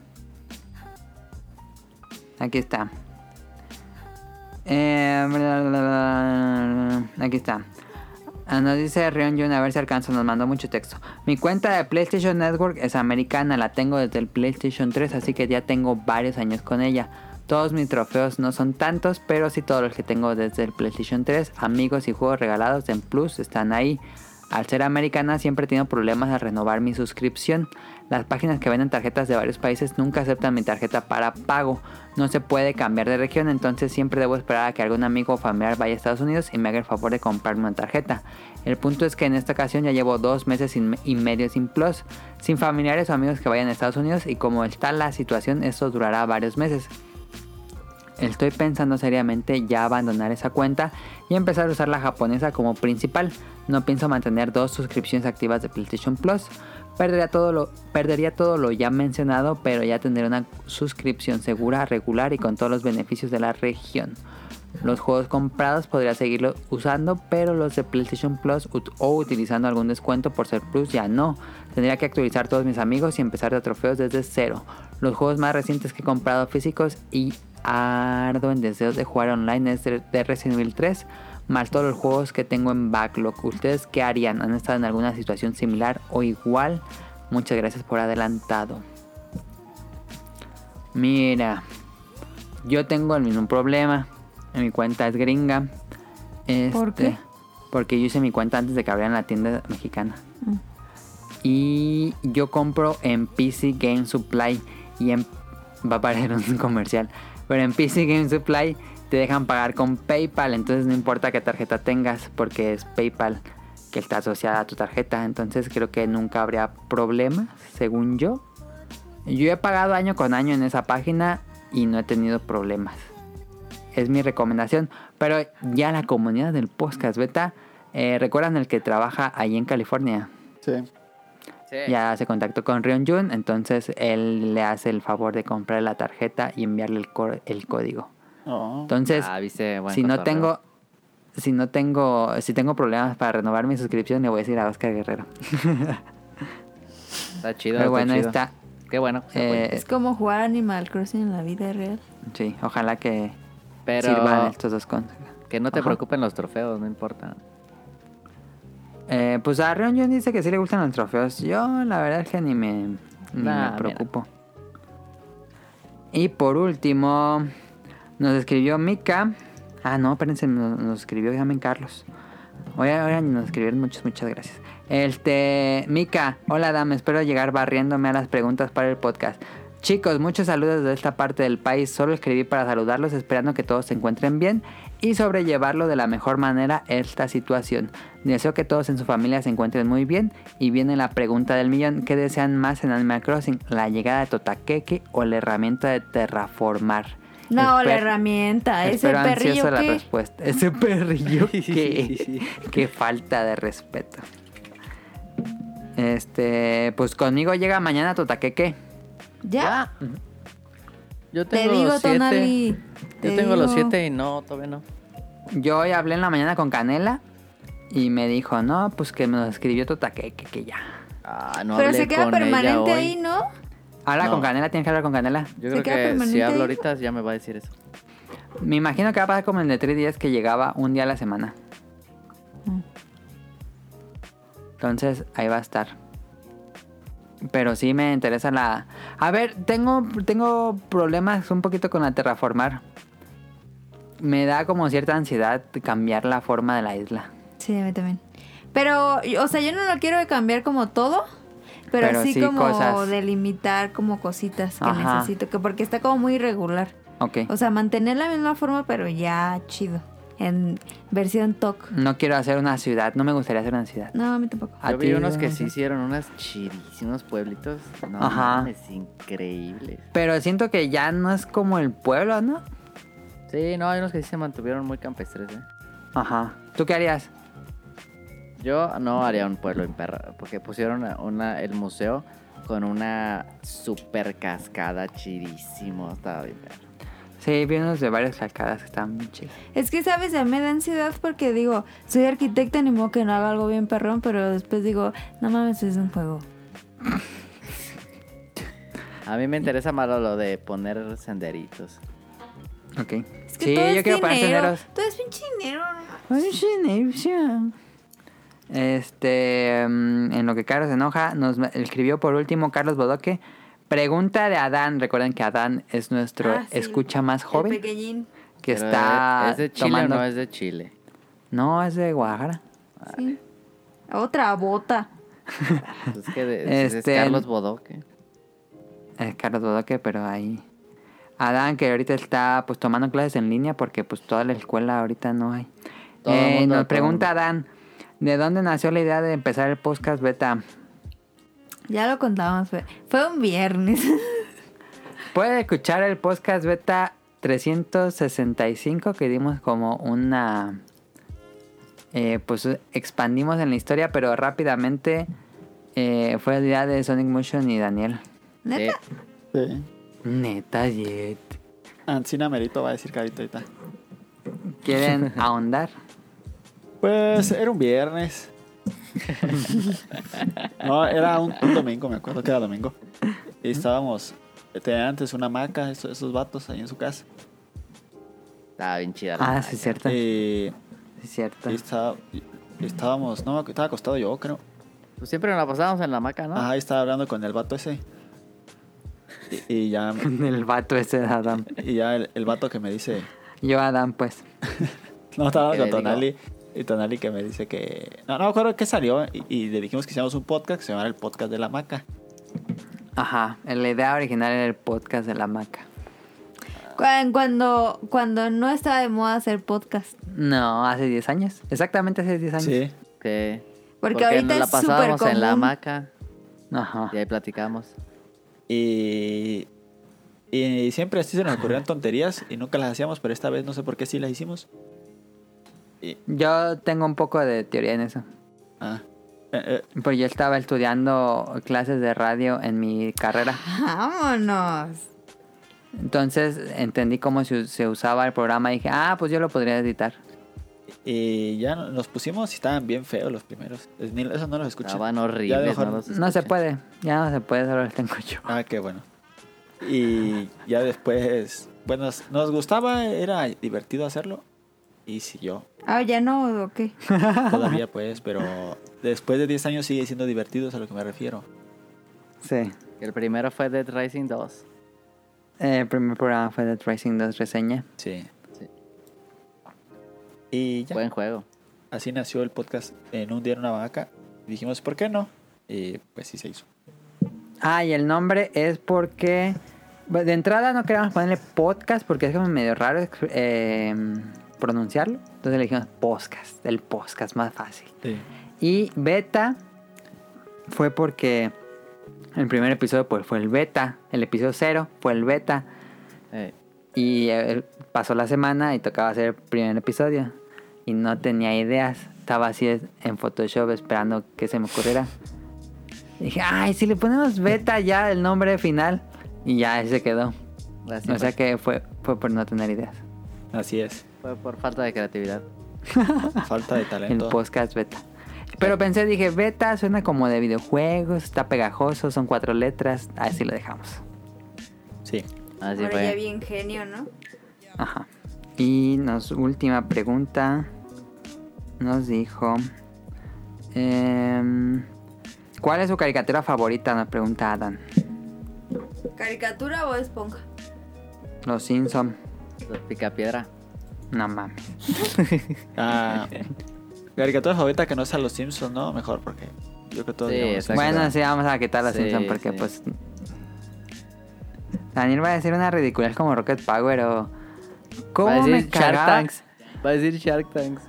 A: Aquí está. Eh, bla, bla, bla, bla. aquí está. Ah, Nos dice Rion Jun, a ver si alcanzo, nos mandó mucho texto. Mi cuenta de PlayStation Network es americana, la tengo desde el PlayStation 3, así que ya tengo varios años con ella. Todos mis trofeos no son tantos, pero sí todos los que tengo desde el PlayStation 3, amigos y juegos regalados en Plus están ahí. Al ser americana siempre he tenido problemas al renovar mi suscripción. Las páginas que venden tarjetas de varios países nunca aceptan mi tarjeta para pago. No se puede cambiar de región, entonces siempre debo esperar a que algún amigo o familiar vaya a Estados Unidos y me haga el favor de comprarme una tarjeta. El punto es que en esta ocasión ya llevo dos meses sin- y medio sin Plus, sin familiares o amigos que vayan a Estados Unidos y como está la situación esto durará varios meses. Estoy pensando seriamente ya abandonar esa cuenta y empezar a usar la japonesa como principal. No pienso mantener dos suscripciones activas de PlayStation Plus. Perdería todo lo, perdería todo lo ya mencionado, pero ya tendré una suscripción segura, regular y con todos los beneficios de la región. Los juegos comprados podría seguirlos usando, pero los de PlayStation Plus ut- o utilizando algún descuento por ser Plus ya no. Tendría que actualizar todos mis amigos y empezar de trofeos desde cero. Los juegos más recientes que he comprado físicos y ardo en deseos de jugar online es de de Resident Evil 3, más todos los juegos que tengo en backlog. ¿Ustedes qué harían? ¿Han estado en alguna situación similar o igual? Muchas gracias por adelantado. Mira, yo tengo el mismo problema. Mi cuenta es gringa.
D: ¿Por
A: Este,
D: qué?
A: Porque yo hice mi cuenta antes de que abrieran la tienda mexicana.
D: Mm.
A: Y yo compro en PC Game Supply y en... Va a parecer un comercial. Pero en PC Game Supply te dejan pagar con PayPal. Entonces no importa qué tarjeta tengas porque es PayPal que está asociada a tu tarjeta. Entonces creo que nunca habría problemas, según yo. Yo he pagado año con año en esa página y no he tenido problemas. Es mi recomendación. Pero ya la comunidad del podcast beta, eh, ¿recuerdan el que trabaja ahí en California?
B: Sí.
C: Sí.
A: Ya se contactó con Rion Jun, entonces él le hace el favor de comprar la tarjeta y enviarle el, cor- el código.
B: No.
A: Entonces,
C: Ah, viste, buen
A: si no
C: cotorreo.
A: tengo, si no tengo, si tengo problemas para renovar mi suscripción, le voy a decir a Oscar Guerrero.
C: Está chido.
A: Pero bueno,
C: bueno,
A: ahí
C: está.
A: está.
C: chido. Qué bueno. que se
A: Eh,
C: apoye.
D: Es como jugar Animal Crossing en la vida real.
A: Sí, ojalá que
C: Pero
A: sirvan estos dos consejos.
C: que no te
A: Ajá.
C: preocupen los trofeos, no importa.
A: Eh, pues a Rion Jun dice que sí le gustan los trofeos. Yo la verdad es que ni me, ni me
C: Nah, mira.
A: preocupo. Y por último, nos escribió Mika. Ah, no, espérense, nos, nos escribió Gamen Carlos. Hoy, hoy nos escribieron muchas, muchas gracias. Este, Mika, hola dame, espero llegar barriéndome a las preguntas para el podcast. Chicos, muchos saludos de esta parte del país. Solo escribí para saludarlos, esperando que todos se encuentren bien y sobrellevarlo de la mejor manera esta situación. Deseo que todos en su familia se encuentren muy bien. Y viene la pregunta del millón: ¿qué desean más en Animal Crossing? ¿La llegada de Totaqueque o la herramienta de terraformar?
D: No, la
A: Esper-
D: herramienta. Ese
A: Espero
D: perrillo
A: ansioso la
D: que...
A: respuesta. Ese perrillo que... Qué falta de respeto. Este... Pues conmigo llega mañana Totaqueque.
D: Ya.
C: Yo
D: Te
C: tengo
D: digo,
C: los siete.
D: Tonali.
C: Yo
D: te
C: tengo los
D: digo.
C: siete y no, todavía no.
A: Yo hoy hablé en la mañana con Canela. Y me dijo, no, pues que me lo escribió Totaqueque, que ya.
C: Ah, no
D: Pero
C: hablé
D: se queda
C: con ella
D: permanente
C: hoy.
D: ahí, ¿no?
A: Habla
C: No.
A: con Canela, tienes que hablar con Canela.
C: Yo
D: ¿Se
C: creo
D: queda
C: que si
D: permanente ahí?
C: hablo ahorita ya me va a decir eso.
A: Me imagino que va a pasar como en el de 3 días que llegaba un día a la semana. Entonces, ahí va a estar. Pero sí me interesa la... A ver, tengo, tengo problemas un poquito con la terraformar. Me da como cierta ansiedad cambiar la forma de la isla.
D: Sí, a mí también. Pero, y- o sea, yo no lo quiero cambiar como todo, pero,
A: Pero
D: sí,
A: sí
D: como
A: cosas.
D: delimitar como cositas que
A: Ajá.
D: necesito, que porque está como muy irregular.
A: Ok.
D: O sea, mantener la misma forma, pero ya chido. en versión TOC.
A: No quiero hacer una ciudad, no me gustaría hacer una ciudad.
D: No, a mí tampoco.
A: ¿A
C: Yo vi
A: ti,
C: unos que
A: Lorenzo?
C: sí hicieron unas chidísimos pueblitos. No,
A: Ajá.
C: es increíble.
A: Pero siento que ya no es como el pueblo, ¿no?
C: Sí, no, hay unos que sí se mantuvieron muy campestres, ¿eh?
A: Ajá. ¿Tú qué harías?
C: Yo no haría un pueblo en perra, porque pusieron a- una, el museo con una super cascada chidísimo. Estaba bien perro.
A: Sí, vi unos de varias calcadas que estaban muy chidos.
D: Es que, ¿sabes? A mí me da ansiedad porque digo, soy arquitecta, ni modo que no haga algo bien perrón, pero después digo, no mames, es un juego.
C: A mí me interesa más lo de poner senderitos.
A: Ok.
D: Es que
A: Sí,
D: todo
A: yo
D: es
A: quiero poner
D: dinero,
A: senderos.
D: Todo es pinche dinero. ¿no?
A: Ay, sí, Neusha. Este, mm, en lo que Carlos se enoja, nos ma- escribió por último Carlos Bodoque. Pregunta de Adán. Recuerden que Adán es nuestro
D: Ah, sí.
A: escucha más
D: El
A: joven
D: pequeñín.
A: que
C: Pero,
A: está
C: ¿Es de Chile
A: tomando.
C: o no es de Chile?
A: No, es de Guadalajara.
D: Sí. Otra bota.
C: Es que de- es- es
A: Este,
C: Carlos Bodoque.
A: Es Carlos Bodoque, pero ahí. Adán, que ahorita está pues tomando clases en línea porque pues toda la escuela ahorita no hay.
C: Todo el
A: Eh,
C: mundo,
A: nos
C: todo el
A: pregunta
C: mundo.
A: Adán, ¿de dónde nació la idea de empezar el podcast beta?
D: Ya lo contábamos. Fue, fue un viernes.
A: Puede escuchar el podcast beta 365 que dimos como una... eh, pues expandimos en la historia, pero rápidamente eh, fue la idea de Sonic Motion y Daniel.
D: Neta.
C: Sí.
B: Sí.
A: Neta, Jet.
B: Ancina Merito va a decir carita ahorita.
A: ¿Quieren ahondar?
B: Pues era un viernes. no, era un, un domingo, me acuerdo que era domingo. Y estábamos, tenían antes una hamaca, esos, esos vatos ahí en su casa.
C: Estaba bien chida. la
A: Ah, sí,
C: marca.
A: es cierto. Sí,
B: Y,
A: es cierto.
B: y Eh, estaba- y estábamos, no, me acu- estaba acostado yo, creo.
C: Pues siempre nos la pasábamos en la hamaca, ¿no?
B: Ajá, y estaba hablando con el vato ese. Y, y ya,
A: El vato ese de Adam.
B: y ya el, el vato que me dice,
A: Yo Adam, pues.
B: No, estaba
C: ¿Qué
B: con
C: le digo?
B: Tonali. Y Tonali que me dice que. No, no me acuerdo qué salió. Y, y le dijimos que hiciéramos un podcast que se llamara El Podcast de la Maca.
A: Ajá. La idea original era el podcast de la maca.
D: Cuan- Cuando, cuando no estaba de moda hacer podcast.
A: No, hace 10 años. Exactamente hace 10 años.
B: Sí.
C: Que-
D: Porque ahorita
C: nos la
D: es súper
C: pasábamos
D: común.
C: en la hamaca
A: Ajá.
C: y ahí platicamos.
B: Y. Y siempre así se nos ocurrían tonterías y nunca las hacíamos, pero esta vez no sé por qué sí las hicimos.
A: Yo tengo un poco de teoría en eso.
B: Ah. Eh, eh,
A: Pues yo estaba estudiando clases de radio en mi carrera.
D: Vámonos.
A: Entonces entendí cómo se, se usaba el programa y dije, ah, pues yo lo podría editar.
B: eh, y ya no- nos pusimos y estaban bien feos los primeros. Es- Ni, esos no los escuché.
C: Estaban
B: Ya
C: horribles,
B: mejor-
C: no los
A: No se
C: escuché.
A: puede. Ya no se puede, solo lo tengo yo.
B: Ah, qué bueno. Y ya después. Bueno, nos- nos gustaba, era divertido hacerlo. Y siguió.
D: Ah, ya no, ¿o qué?
B: Todavía pues, pero después de 10 años sigue siendo divertido, es a lo que me refiero.
A: Sí.
C: El primero fue Dead Rising 2.
A: Eh, El primer programa fue de Tracing 2 Reseña.
B: Sí.
C: Sí.
B: Y ya,
C: Buen juego.
B: así nació el podcast en un día en una vaca. Dijimos, ¿por qué no? Y pues sí se hizo.
A: Ah, y el nombre es porque. bueno, De entrada no queríamos ponerle podcast porque es como medio raro eh, pronunciarlo. Entonces le dijimos podcast, el podcast más fácil.
B: Sí.
A: Y beta fue porque el primer episodio pues, fue el beta, el episodio cero fue el beta.
C: Eh,
A: Y eh, pasó la semana y tocaba hacer el primer episodio. Y no tenía ideas. Estaba así en Photoshop esperando que se me ocurriera. Y dije, ay, si le ponemos beta ya el nombre final. Y ya ahí se quedó.
C: así
A: o sea
C: fue.
A: que fue, fue por no tener ideas.
B: Así es.
C: Fue por falta de creatividad.
B: Falta de
A: El
B: talento.
A: podcast beta. Pero pensé, dije, beta suena como de videojuegos, está pegajoso, son cuatro letras, así lo dejamos.
B: Sí.
C: Así
D: Ahora ya
C: fue.
D: bien genio, ¿no?
A: Ajá. Y nos última pregunta nos dijo em, ¿Cuál es su caricatura favorita? Nos pregunta Adam.
D: ¿Caricatura o esponja?
A: Los Simpson.
C: Los Picapiedra.
A: No mames.
B: Ah, caricatura favorita que no sea Los Simpsons, ¿no? Mejor porque yo creo que todos
C: Sí,
B: digamos-
C: exacto.
A: Bueno, sí, vamos a quitar los
C: Sí,
A: Simpson porque
C: sí.
A: pues Daniel va a decir una ridiculez como Rocket Power o
C: Va a
A: ¿Cómo
C: decir
A: me
C: Shark
A: cagaba?
C: Tanks. Va a decir Shark Tanks.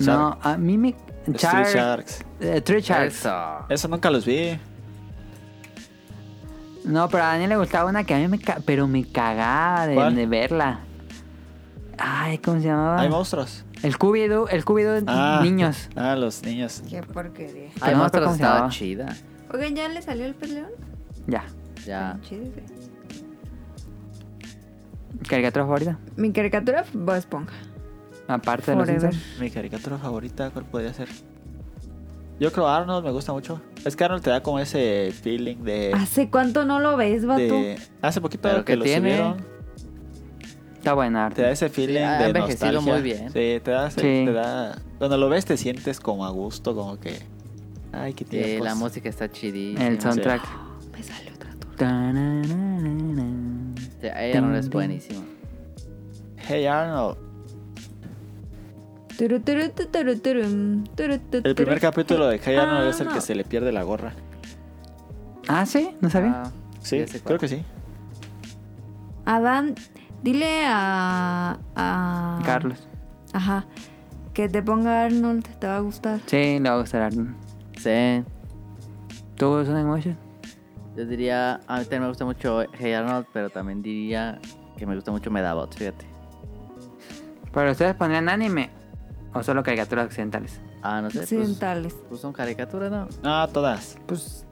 A: No, a mí me.
B: Street
A: Char-
B: Sharks.
A: eh, Street Sharks.
C: Eso.
B: Eso nunca los vi.
A: No, pero a Daniel le gustaba una que a mí me. ca- Pero me cagaba de,
B: ¿Cuál?
A: de verla. Ay, ¿cómo se llamaba?
B: Hay monstruos.
A: El Scooby-Doo, el Scooby-Doo
B: Ah.
A: Ah. niños.
B: Ah, los niños.
D: Qué porquería.
A: Ay,
C: Hay
A: no me acuerdo
C: monstruos
A: cómo se
C: estaba
A: llamaba.
C: chida.
D: Oigan, ¿ya le salió el pez león?
A: Ya.
C: Ya.
D: Está chido ese.
A: ¿Caricatura favorita?
D: Mi caricatura, Bob Esponja.
A: Aparte de los
D: Forever.
A: Simpsons.
B: Mi caricatura favorita, ¿cuál podría ser? Yo creo Arnold me gusta mucho. Es que Arnold te da como ese feeling de.
D: ¿Hace cuánto no lo ves, vato?
B: de- hace poquito
C: ¿Pero
B: que
C: qué
B: lo
C: tiene?
B: subieron.
A: Está buena
B: Te
A: arte.
B: da ese feeling
C: ha
B: de
C: envejecido
B: nostalgia.
C: muy bien.
B: Sí, te da, ese-
A: Sí.
B: te da. Cuando lo ves te sientes como a gusto, como que. Ay, qué
C: Sí,
B: tiempos.
C: la música está chidísima.
A: El soundtrack.
D: Me sale otra torta.
A: Tananana.
C: Sí, Arnold es
A: Ding, ding.
C: buenísimo.
B: Hey Arnold.
D: Turu, turu, tu, turu, turum, turu, tu,
B: El primer
D: turu.
B: capítulo de
D: ah,
B: Hey Arnold es el que
D: Arnold.
B: se le pierde la gorra.
A: Ah, sí, no sabía.
C: Ah,
B: Sí,
C: ya sé cuál.
B: creo que sí.
D: Adán, dile a, a-
A: Carlos.
D: Ajá. Que te ponga Arnold, te va a gustar.
A: Sí, le va a gustar a Arnold.
C: Sí.
A: ¿Tú suena mucho?
C: Yo diría, a mí también me gusta mucho Hey Arnold, pero también diría que me gusta mucho Medabot, fíjate.
A: ¿Pero ustedes pondrían anime? ¿O solo caricaturas occidentales?
C: Ah, no sé, pues,
D: Occidentales.
C: pues son caricaturas, ¿no?
B: Ah, todas.
A: Pues,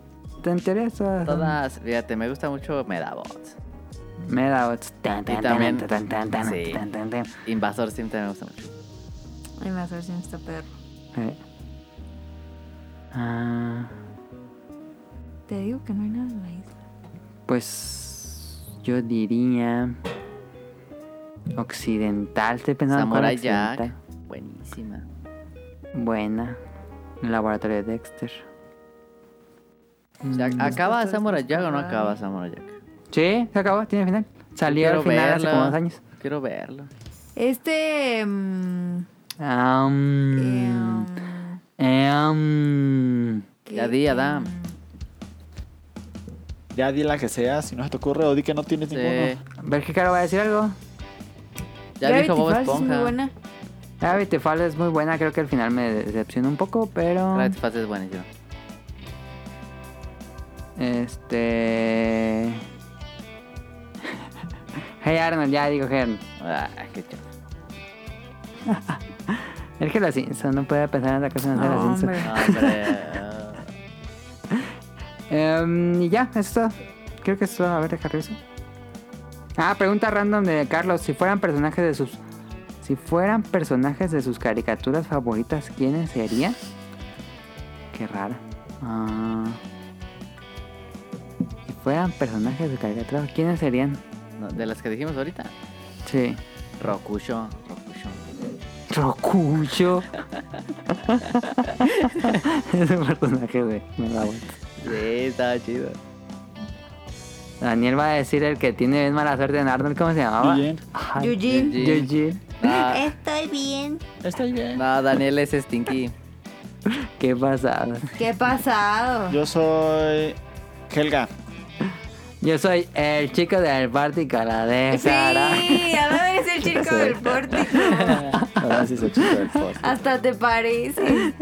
A: ¿te interesa?
C: Todas, fíjate, me gusta mucho Medabot.
A: Me da bots. Tan,
C: Y
A: tan,
C: también-
A: tan, tan, tan, tan,
C: sí.
A: tan, tan, tan.
C: Invasor Sim también me gusta mucho.
D: Ay, me va a hacer sin este perro.
A: Eh. Ah,
D: Te digo que no hay nada en la isla.
A: pues yo diría occidental, estoy pensando en cuál
C: Samurai
A: occidental.
C: Jack, buenísima.
A: Buena. El laboratorio de Dexter.
C: O sea,
A: Mm.
C: ¿Acaba
D: Esto pues es
C: Samurai Jack o no
D: temporal.
C: acaba Samurai Jack?
A: Sí, se acabó, tiene final. Salió
C: Quiero
A: al final hace
C: verla.
A: como dos años.
C: Quiero verlo.
D: Este. mm,
A: Ah, mm,
D: eh, um,
A: eh, mm.
D: ¿qué-
C: Ya di,
D: qué?
C: Adán.
B: Ya di la que sea, si no se te ocurre, o di que no tienes
C: Sí.
B: ninguno.
A: Ver que Caro va a decir algo.
C: Ya
D: Gravity
C: dijo Bob
D: Falls Es muy
C: Esponja.
D: buena.
A: Gravity Falls es muy buena, creo que al final me decepcionó un poco, pero.
C: Gravity Falls es buenísimo.
A: Este. Hey Arnold, ya digo Hey Arnold.
C: Ah, qué chido.
A: Es que los Simpsons no puede pensar en otra cosa no,
D: No,
A: los Simpsons.
D: hombre.
C: No, hombre. ah.
A: Em, y ya, eso es todo. Creo que es todo. A ver, deja reviso. Ah, pregunta random de Carlos. Si fueran personajes de sus. Si fueran personajes de sus caricaturas favoritas, ¿quiénes serían? Qué raro. Ah. si fueran personajes de sus caricaturas, ¿quiénes serían?
C: No, de las que dijimos ahorita.
A: Sí.
C: Rokusho. Rokusho.
A: Trocucho. Ese personaje de me da vuelta.
C: Sí, estaba chido.
A: Daniel va a decir el que tiene bien mala suerte en Arnold, ¿cómo se llamaba?
B: Eugene.
A: Ay,
D: Eugene.
A: Eugene.
C: Ah,
G: Estoy bien.
B: Estoy bien.
C: no, Daniel es Stinky.
A: Qué pasada.
D: Qué pasado.
B: Yo soy. Helga.
A: Yo soy el chico del party caladez.
D: Sí, Adán es el chico del pórtico.
B: Ahora sí se chica del post.
D: Hasta te parece.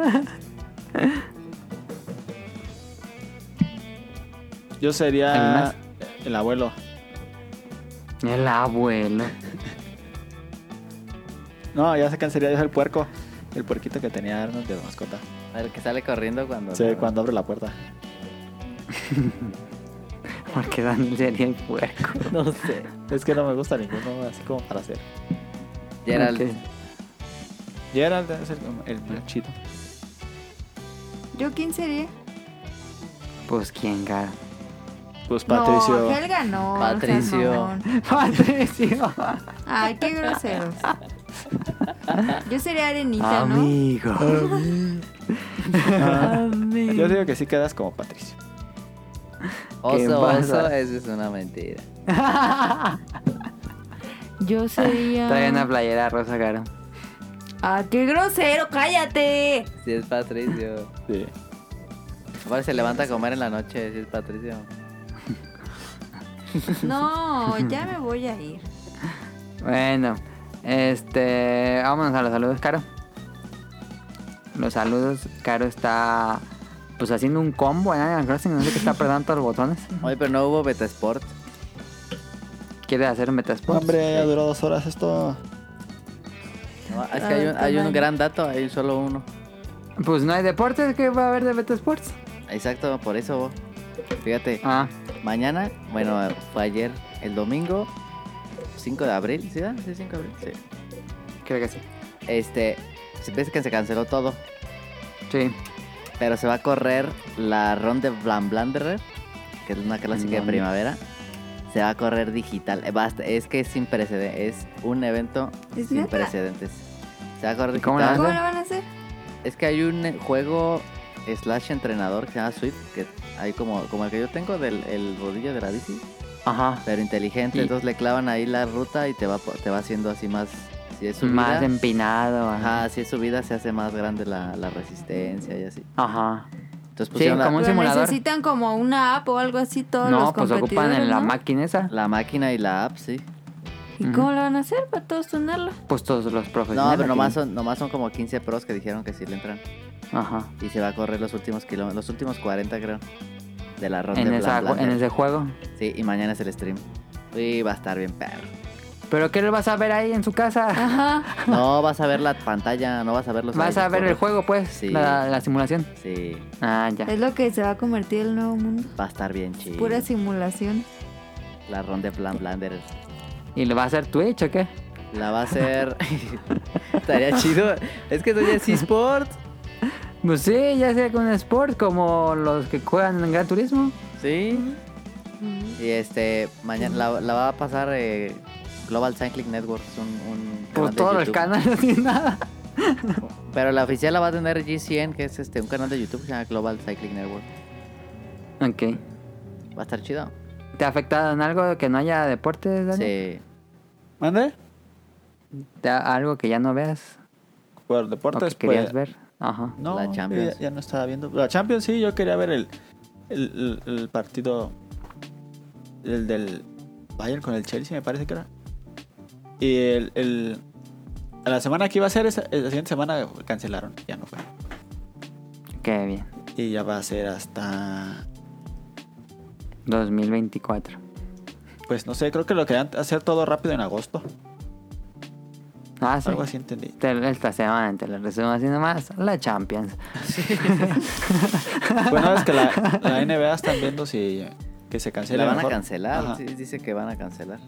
B: Yo
A: ¿Alguien
B: sería.
A: más?
B: El abuelo.
A: El abuelo.
B: No, ya sé quién sería yo soy el puerco. El puerquito que tenía Arnold de mascota.
C: El que sale corriendo cuando.
B: Sí, cuando abre la puerta.
A: Porque Daniel sería el puerco.
C: No sé.
B: Es que no me gusta ninguno, así como para hacer.
C: Gerald.
A: Ok.
B: Gerald es el, el más chido.
D: ¿Yo quién sería?
A: Pues quién gana.
B: Pues Patricio.
D: No, Helga no. no seas
C: Patricio.
D: mamón.
A: Patricio.
D: Ay, qué groseros. Yo sería Arenita, ¿no?
A: Amigo.
B: Ah, yo
A: Amigo.
B: digo que sí quedas como Patricio.
A: ¿Qué
C: Oso,
A: pasa?
C: oso, eso es una mentira.
D: Yo
A: Trae una
D: sería.
A: playera rosa, caro.
D: Ah, qué grosero, cállate.
C: Si es Patricio.
B: Sí.
C: Aparte se levanta a comer en la noche, si es Patricio.
D: No, ya me voy a ir.
A: Bueno, Este, vámonos a los saludos, Caro. Los saludos, Caro está pues haciendo un combo en Animal Crossing, no sé qué está apretando todos los botones.
C: Oye, pero no hubo Beta Sport.
A: Quiere hacer un Metasport.
B: Hombre, duró dos horas esto.
C: No, es que
G: Ah,
C: hay un, hay un gran dato, hay solo uno.
A: Pues no hay deportes que va a haber de Beta Sports.
C: Exacto, por eso. Fíjate,
A: Ah,
C: mañana, bueno, fue ayer, el domingo, 5 de abril, ¿sí? da? Sí, 5 de abril, sí.
A: creo que sí.
C: Este, se ves que se canceló todo,
A: Sí.
C: pero se va a correr la ronda de Blan Blanderer, que es una clásica de
A: ¿Dónde?
C: primavera. Se va a correr digital. Eh, basta, es que es sin precedentes, es un evento
D: ¿Es
C: sin
D: neta?
C: precedentes. Se va a correr
A: ¿Y cómo la
C: digital.
D: ¿Cómo lo van a hacer?
C: Es que hay un eh, juego slash entrenador que se llama Swift, que hay como, como el que yo tengo del el rodillo de la bici,
A: Ajá.
C: pero inteligente,
A: Y-
C: entonces le clavan ahí la ruta y te va po- te va haciendo así más si es subida.
A: Más empinado.
C: Ajá,
A: Ajá.
C: si es subida se hace más grande la, la resistencia y así.
A: Ajá.
C: Entonces pusieron
A: como
C: la,
A: Un
D: Pero
A: simulador.
D: necesitan como una app o algo así todos
A: No,
D: los
A: pues ocupan
D: competidores,
A: en la
D: ¿no?
A: máquina esa.
C: la máquina y la app, sí.
D: ¿Y
A: Ujú.
D: cómo lo van a hacer para todos tenerlo?
A: Pues todos los
C: No,
A: profesionales.
C: pero nomás
A: aquí.
C: son, nomás son como 15 pros que dijeron que sí le entran.
A: Ajá.
C: Y se va a correr los últimos kilómetros, los últimos 40 creo, de la ronda.
A: En,
C: de
A: esa-
C: Blan Blan.
A: en ese juego.
C: Sí, y mañana es el stream. Y va a estar bien perro.
A: ¿Pero qué lo vas a ver ahí en su casa?
D: Ajá.
C: No, vas a ver la pantalla, no vas a ver los.
A: Vas a ver el juego, pues.
C: Sí.
A: La, la simulación.
C: Sí,
A: Ah, ya.
D: Es lo que se va a convertir el nuevo mundo.
C: va a estar bien chido.
D: Pura simulación.
C: La ronda de Plan Blander.
A: ¿Y lo va a hacer Twitch o qué?
C: La va a hacer. Estaría chido. Es que soy es eSport.
A: Pues sí, ya sea con Sport, como los que juegan en Gran Turismo.
C: Sí. Y este, mañana la, la va a pasar eh, Global Cycling Network. es un, un canal
A: Pues
C: de
A: todos los
C: YouTube.
A: canales ni nada.
C: Pero la oficial la va a tener GCN, que es este un canal de YouTube que se llama Global Cycling Network.
A: Ok.
C: Va a estar chido.
A: ¿Te ha afectado en algo que no haya deportes, Dani?
C: Sí.
B: ¿Mande?
A: ¿Te ha- algo que ya no veas
B: Por
A: o que
B: deportes,
A: querías
B: pues,
A: ver? Ajá.
B: No,
C: La
B: yo
C: Champions.
B: Ya, ya no estaba viendo. La Champions, sí, yo quería ver el, el, el- el partido el del Bayern con el Chelsea, me parece que era. Y el, el- la semana que iba a ser, esa- la siguiente semana cancelaron, ya no fue.
A: Qué bien.
B: Y ya va a ser hasta,
A: 2024.
B: pues no sé, creo que lo querían hacer todo rápido en agosto.
A: Ah, sí.
B: Algo así entendí.
A: Te- esta semana te lo resumo así nomás. La Champions.
B: Bueno, es que la, la NBA están viendo si que se
C: Se
B: cancela.
C: la van a
B: mejor. Ajá.
C: cancelar. sí, dice que van a cancelar.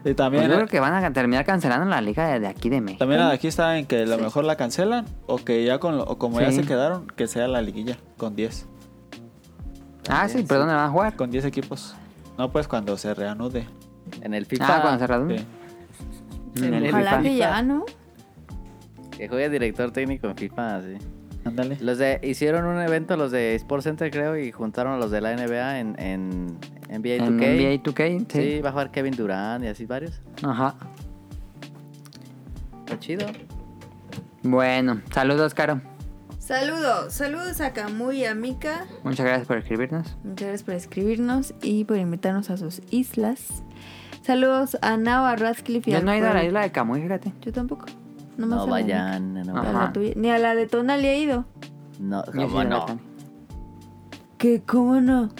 B: Y
A: Pues
B: también
A: yo creo que van a terminar cancelando la liga de, de aquí de México.
B: También aquí está en que a lo mejor la cancelan o que ya con lo- o como ya
A: Sí.
B: se quedaron, que sea la liguilla con 10.
A: ah, sí, pero ¿dónde van a jugar?
B: Con 10 equipos. No, pues cuando se reanude.
C: En el
A: Ah,
C: FIFA.
A: cuando se reanude.
B: Sí.
A: Mm, en el
D: Ojalá
A: FIFA.
D: que ya, ¿no?
C: Que juega director técnico en FIFA, sí.
B: Ándale.
C: Los de, hicieron un evento, los de Sports Center, creo, y juntaron a los de la NBA en, en NBA 2K.
A: En NBA 2K,
C: sí.
A: sí.
C: va a jugar Kevin Durant y así varios.
A: Ajá.
C: Está chido.
A: Bueno, saludos, Caro.
D: Saludos. Saludos a Camuy y a Mika.
A: Muchas gracias por escribirnos.
D: Muchas gracias por escribirnos y por invitarnos a sus islas. Saludos a Nao, a Radcliffe y
A: Yo
D: al
A: no he ido a la
D: pueblo.
A: isla de Camuy, fíjate.
D: Yo tampoco. Nomás
C: No
D: a la de Mika.
C: vayan, no
A: Ajá.
D: A
C: vayan.
D: la tuya- Ni a la de Tonali he ido.
C: No,
A: Yo sí
C: ¿cómo
A: la
C: no?
A: verdad.
D: ¿Qué? ¿Cómo no?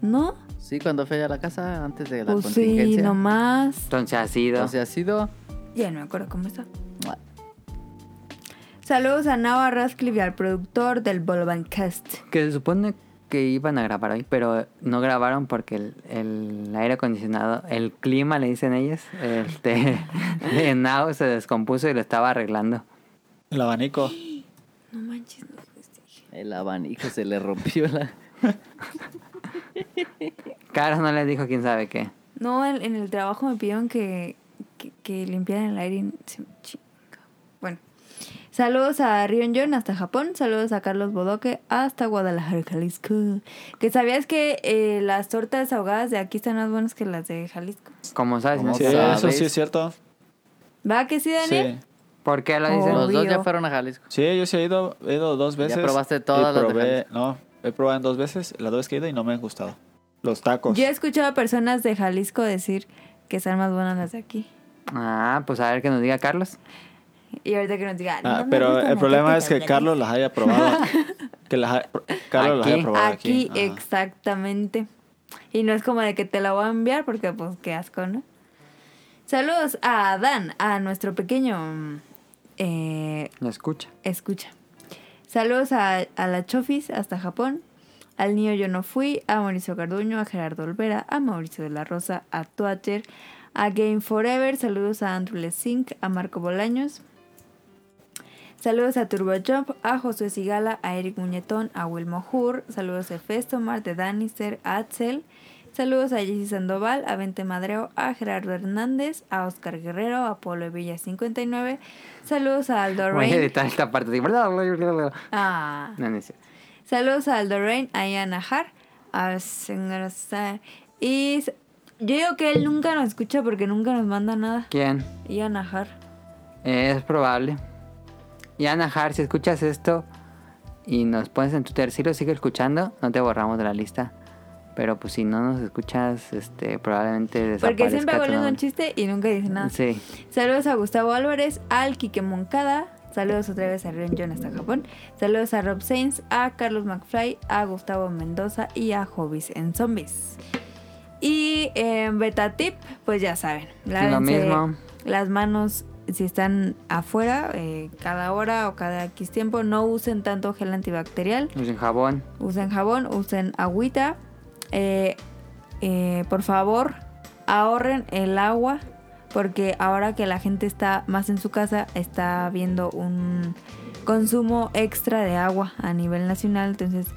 D: ¿No?
C: Sí, cuando fui a la casa, antes de la
D: Pues sí,
C: contingencia.
D: nomás.
A: Entonces ha sido.
C: O sea, ha sido...
D: Ya no me acuerdo cómo está. Saludos a Nava Radcliffe y al productor del Bolvancast.
A: Que se supone que iban a grabar hoy, pero no grabaron porque el, el aire acondicionado, el clima, le dicen ellos, este, de Now se descompuso y lo estaba arreglando.
B: El abanico.
D: No manches, no les dije.
C: El abanico se le rompió la...
A: Caras no les dijo quién sabe qué.
D: No, en, en el trabajo me pidieron que, que, que limpiaran el aire. y se me chinga. Bueno. Saludos a Rion John hasta Japón. Saludos a Carlos Bodoque hasta Guadalajara, Jalisco. ¿Que sabías que eh, las tortas ahogadas de aquí están más buenas que las de Jalisco?
A: Como sabes,
C: ¿Cómo
A: no
B: Sí,
A: sé.
C: sabes?
B: eso sí es cierto.
D: ¿Va que sí, Daniel?
B: Sí.
A: ¿Por qué lo dicen?
C: Los dos
D: Obvio.
C: ya fueron a Jalisco.
B: Sí, yo sí he ido, he ido dos veces.
C: probaste
B: y
C: todas las de
B: probé-
C: Jalisco?
B: No, he probado dos veces. Las dos veces que he ido y no me han gustado. Los tacos.
D: Yo he escuchado a personas de Jalisco decir que están más buenas las de aquí.
A: Ah, pues a ver que nos diga Carlos.
D: Y ahorita que nos diga,
B: Ah,
D: no me
B: pero
D: gustan
B: el
D: las
B: problema es
D: tortas
B: que
D: de
B: Carlos las haya probado. que las ha- Carlos las
A: Aquí.
B: haya probado aquí.
D: Aquí,
B: Ajá.
D: exactamente. Y no es como de que te la voy a enviar porque, pues, qué asco, ¿no? Saludos a Adán, a nuestro pequeño mm, eh,
A: Lo escucha.
D: escucha. Saludos a, a la Chofis hasta Japón, al niño Yo No Fui, a Mauricio Carduño, a Gerardo Olvera, a Mauricio de la Rosa, a Twitter, a Game Forever, saludos a Andrew Lesink, a Marco Bolaños. Saludos a TurboJump, a Josué Sigala, a Eric Muñetón, a Wilmo Hur, saludos a Festomar, de Danister, a Axel, saludos a Jessy Sandoval, a Vente Madreo, a Gerardo Hernández, a Oscar Guerrero, a Polo Villa 59, saludos a Aldo
A: Voy a
D: Rain,
A: editar esta parte. así. No,
D: Ah.
A: no es cierto.
D: Saludos a Aldo Rain, a Ian Ajar, a Sengrasa- Y s- yo digo que él nunca nos escucha porque nunca nos manda nada.
A: ¿Quién?
D: Ian Ajar.
A: Es probable. Y Ana Har, si escuchas esto y nos pones en Twitter, si lo sigue escuchando, no te borramos de la lista. Pero pues si no nos escuchas, este, probablemente desaparezca
D: Porque siempre
A: tu
D: hago un
A: nombre.
D: chiste y nunca dice nada.
A: Sí.
D: Saludos a Gustavo Álvarez, al Quique Moncada. Saludos otra vez a Ren John hasta Japón. Saludos a Rob Sainz, a Carlos McFly, a Gustavo Mendoza y a Hobbies en Zombies. Y en Beta Tip, pues ya saben. lávense
A: mismo.
D: Las manos, si están afuera, eh, cada hora o cada X tiempo, no usen tanto gel antibacterial.
A: Usen jabón.
D: Usen jabón, usen agüita. Eh, eh, por favor, ahorren el agua. Porque ahora que la gente está más en su casa, está viendo un consumo extra de agua a nivel nacional. Entonces,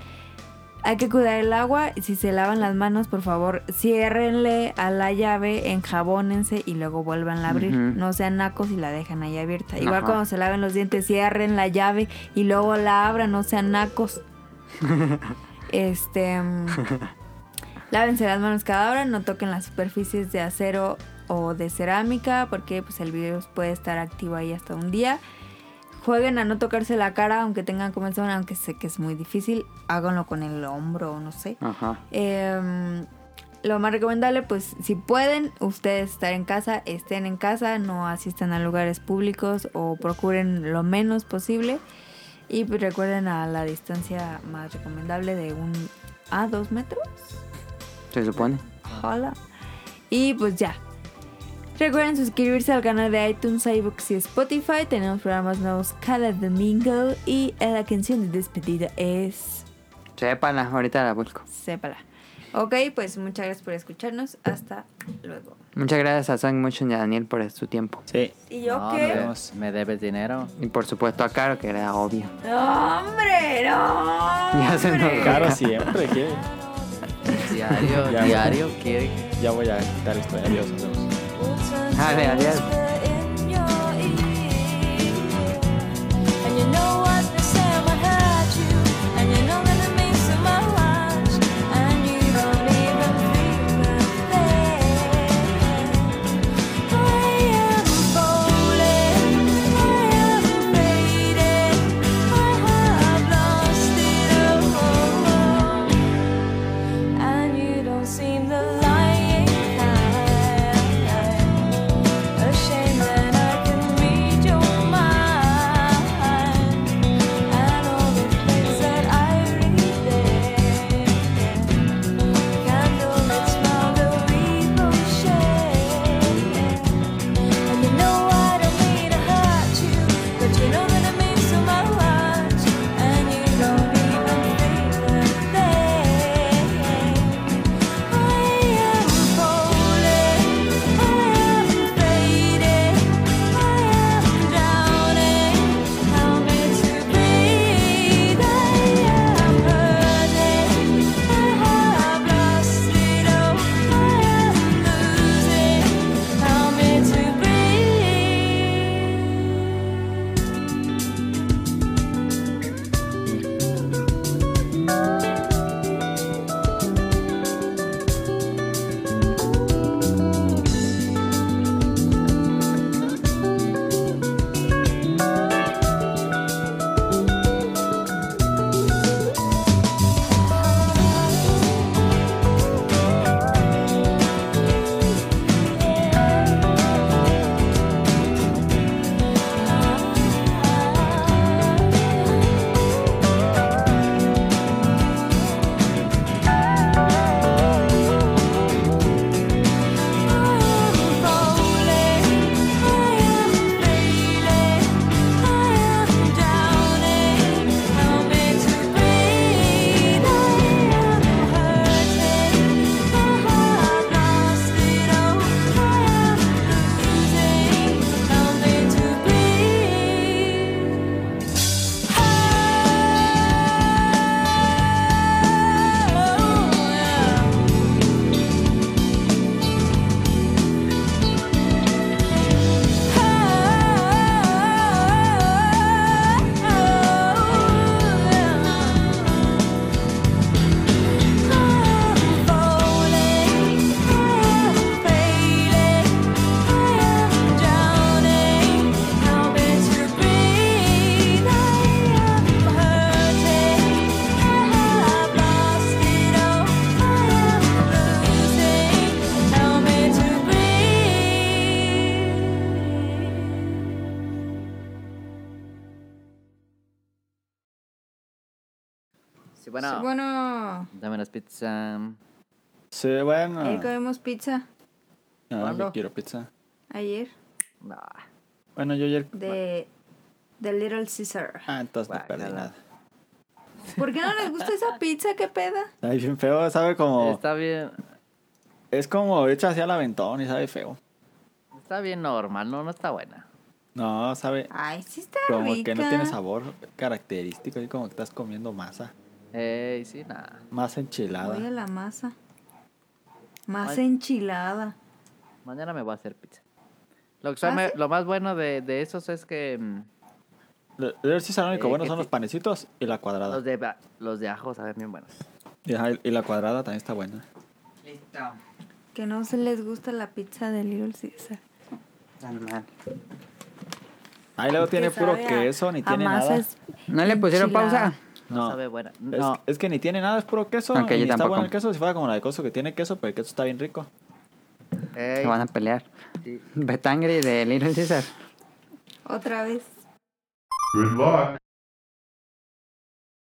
D: hay que cuidar el agua. Si se lavan las manos, por favor, ciérrenle a la llave, enjabónense y luego vuelvan a abrir.
A: Ujú.
D: No sean nacos y la dejan ahí abierta. Igual
A: Ajá.
D: cuando se laven los dientes, cierren la llave y luego la abran, no sean nacos. Este. mm, lávense las manos cada hora, no toquen las superficies de acero o de cerámica, porque pues, el virus puede estar activo ahí hasta un día. Jueguen a no tocarse la cara, aunque tengan comezón, aunque sé que es muy difícil. Háganlo con el hombro o no sé.
A: Ajá.
D: Eh, lo más recomendable, pues si pueden ustedes estar en casa, estén en casa, no asistan a lugares públicos o procuren lo menos posible. Y pues, recuerden a la distancia más recomendable de un a dos metros.
A: Se supone.
D: Hola. Y pues ya. Recuerden suscribirse al canal de iTunes, iBooks y Spotify. Tenemos programas nuevos cada domingo. Y la canción de despedida es
A: Sépala, ahorita la busco.
D: sépala. Ok, pues muchas gracias por escucharnos. Hasta luego.
A: Muchas gracias a Song Motion y a Daniel por su tiempo.
B: Sí.
D: ¿Y yo
C: No,
D: qué?
C: me, me debes dinero.
A: Y por supuesto a Caro, que era obvio.
D: ¡No, ¡Hombre! ¡No!
A: Ya se
D: hombre!
A: enojó.
B: Caro siempre quiere.
C: Diario,
B: Ya.
C: diario quiere.
B: Ya voy a quitar esto. Adiós. nos vemos.
A: Dale, adiós.
H: And you know what they say might hurt you, and you know that it means so much, and you don't even feel a thing. I am falling, I am fading, I have lost it all, and you don't seem the lying kind. Ashamed
C: Sí, bueno.
D: Sí,
B: Ah.
D: bueno,
C: Dame las um, pizza.
B: Sí, bueno.
D: ayer comimos pizza.
B: Ah, yo
C: ¿Cuándo?
B: quiero pizza.
D: Ayer.
C: No,
B: Bueno, yo ayer.
D: De, de Little Caesar.
B: Ah, entonces no
C: Guácala.
B: perdí nada.
D: ¿Por qué no les gusta esa pizza? ¿Qué peda?
B: Ay, bien feo, sabe como.
C: Está bien.
B: Es como hecha hacia el aventón y sabe feo.
C: Está bien normal, no, no está buena.
B: No, sabe.
D: Ay, sí está
B: Como
D: rica.
B: que no tiene sabor característico, así como que estás comiendo masa.
C: Ey, sí, nada.
B: Masa
D: Oye,
B: enchilada.
D: la masa. Masa
C: Ay.
D: enchilada.
C: Mañana me voy a hacer pizza. Lo, que sabe-
D: ¿Ah, sí?
C: lo más bueno de, de esos es que mm,
B: Lo lo- sí, sabe lo único
C: Eh,
B: bueno
C: que
B: son
C: te-
B: los panecitos y la cuadrada.
C: los de, ba- los de ajo saben bien buenos.
B: Y ajá, y la cuadrada también está buena.
A: Listo.
D: Que no se les gusta la pizza de Little Caesar.
A: Tan mal.
B: Ahí luego tiene
D: Que
B: puro
D: sabe a-
B: queso, ni
D: a
B: tiene
D: masa
B: nada.
D: es-
A: ¿No le pusieron
D: Enchilada.
A: pausa?
C: No,
B: No.
C: sabe buena.
B: Es,
C: No,
B: es que ni tiene nada, es puro queso.
A: Ok,
B: y
A: yo
B: ni está
A: tampoco.
B: bueno el queso. Si fuera como la de coso que tiene queso, pero el queso está bien rico.
C: ey,
A: Se van a pelear.
C: sí.
A: Betangre de Little Caesar.
D: Otra vez.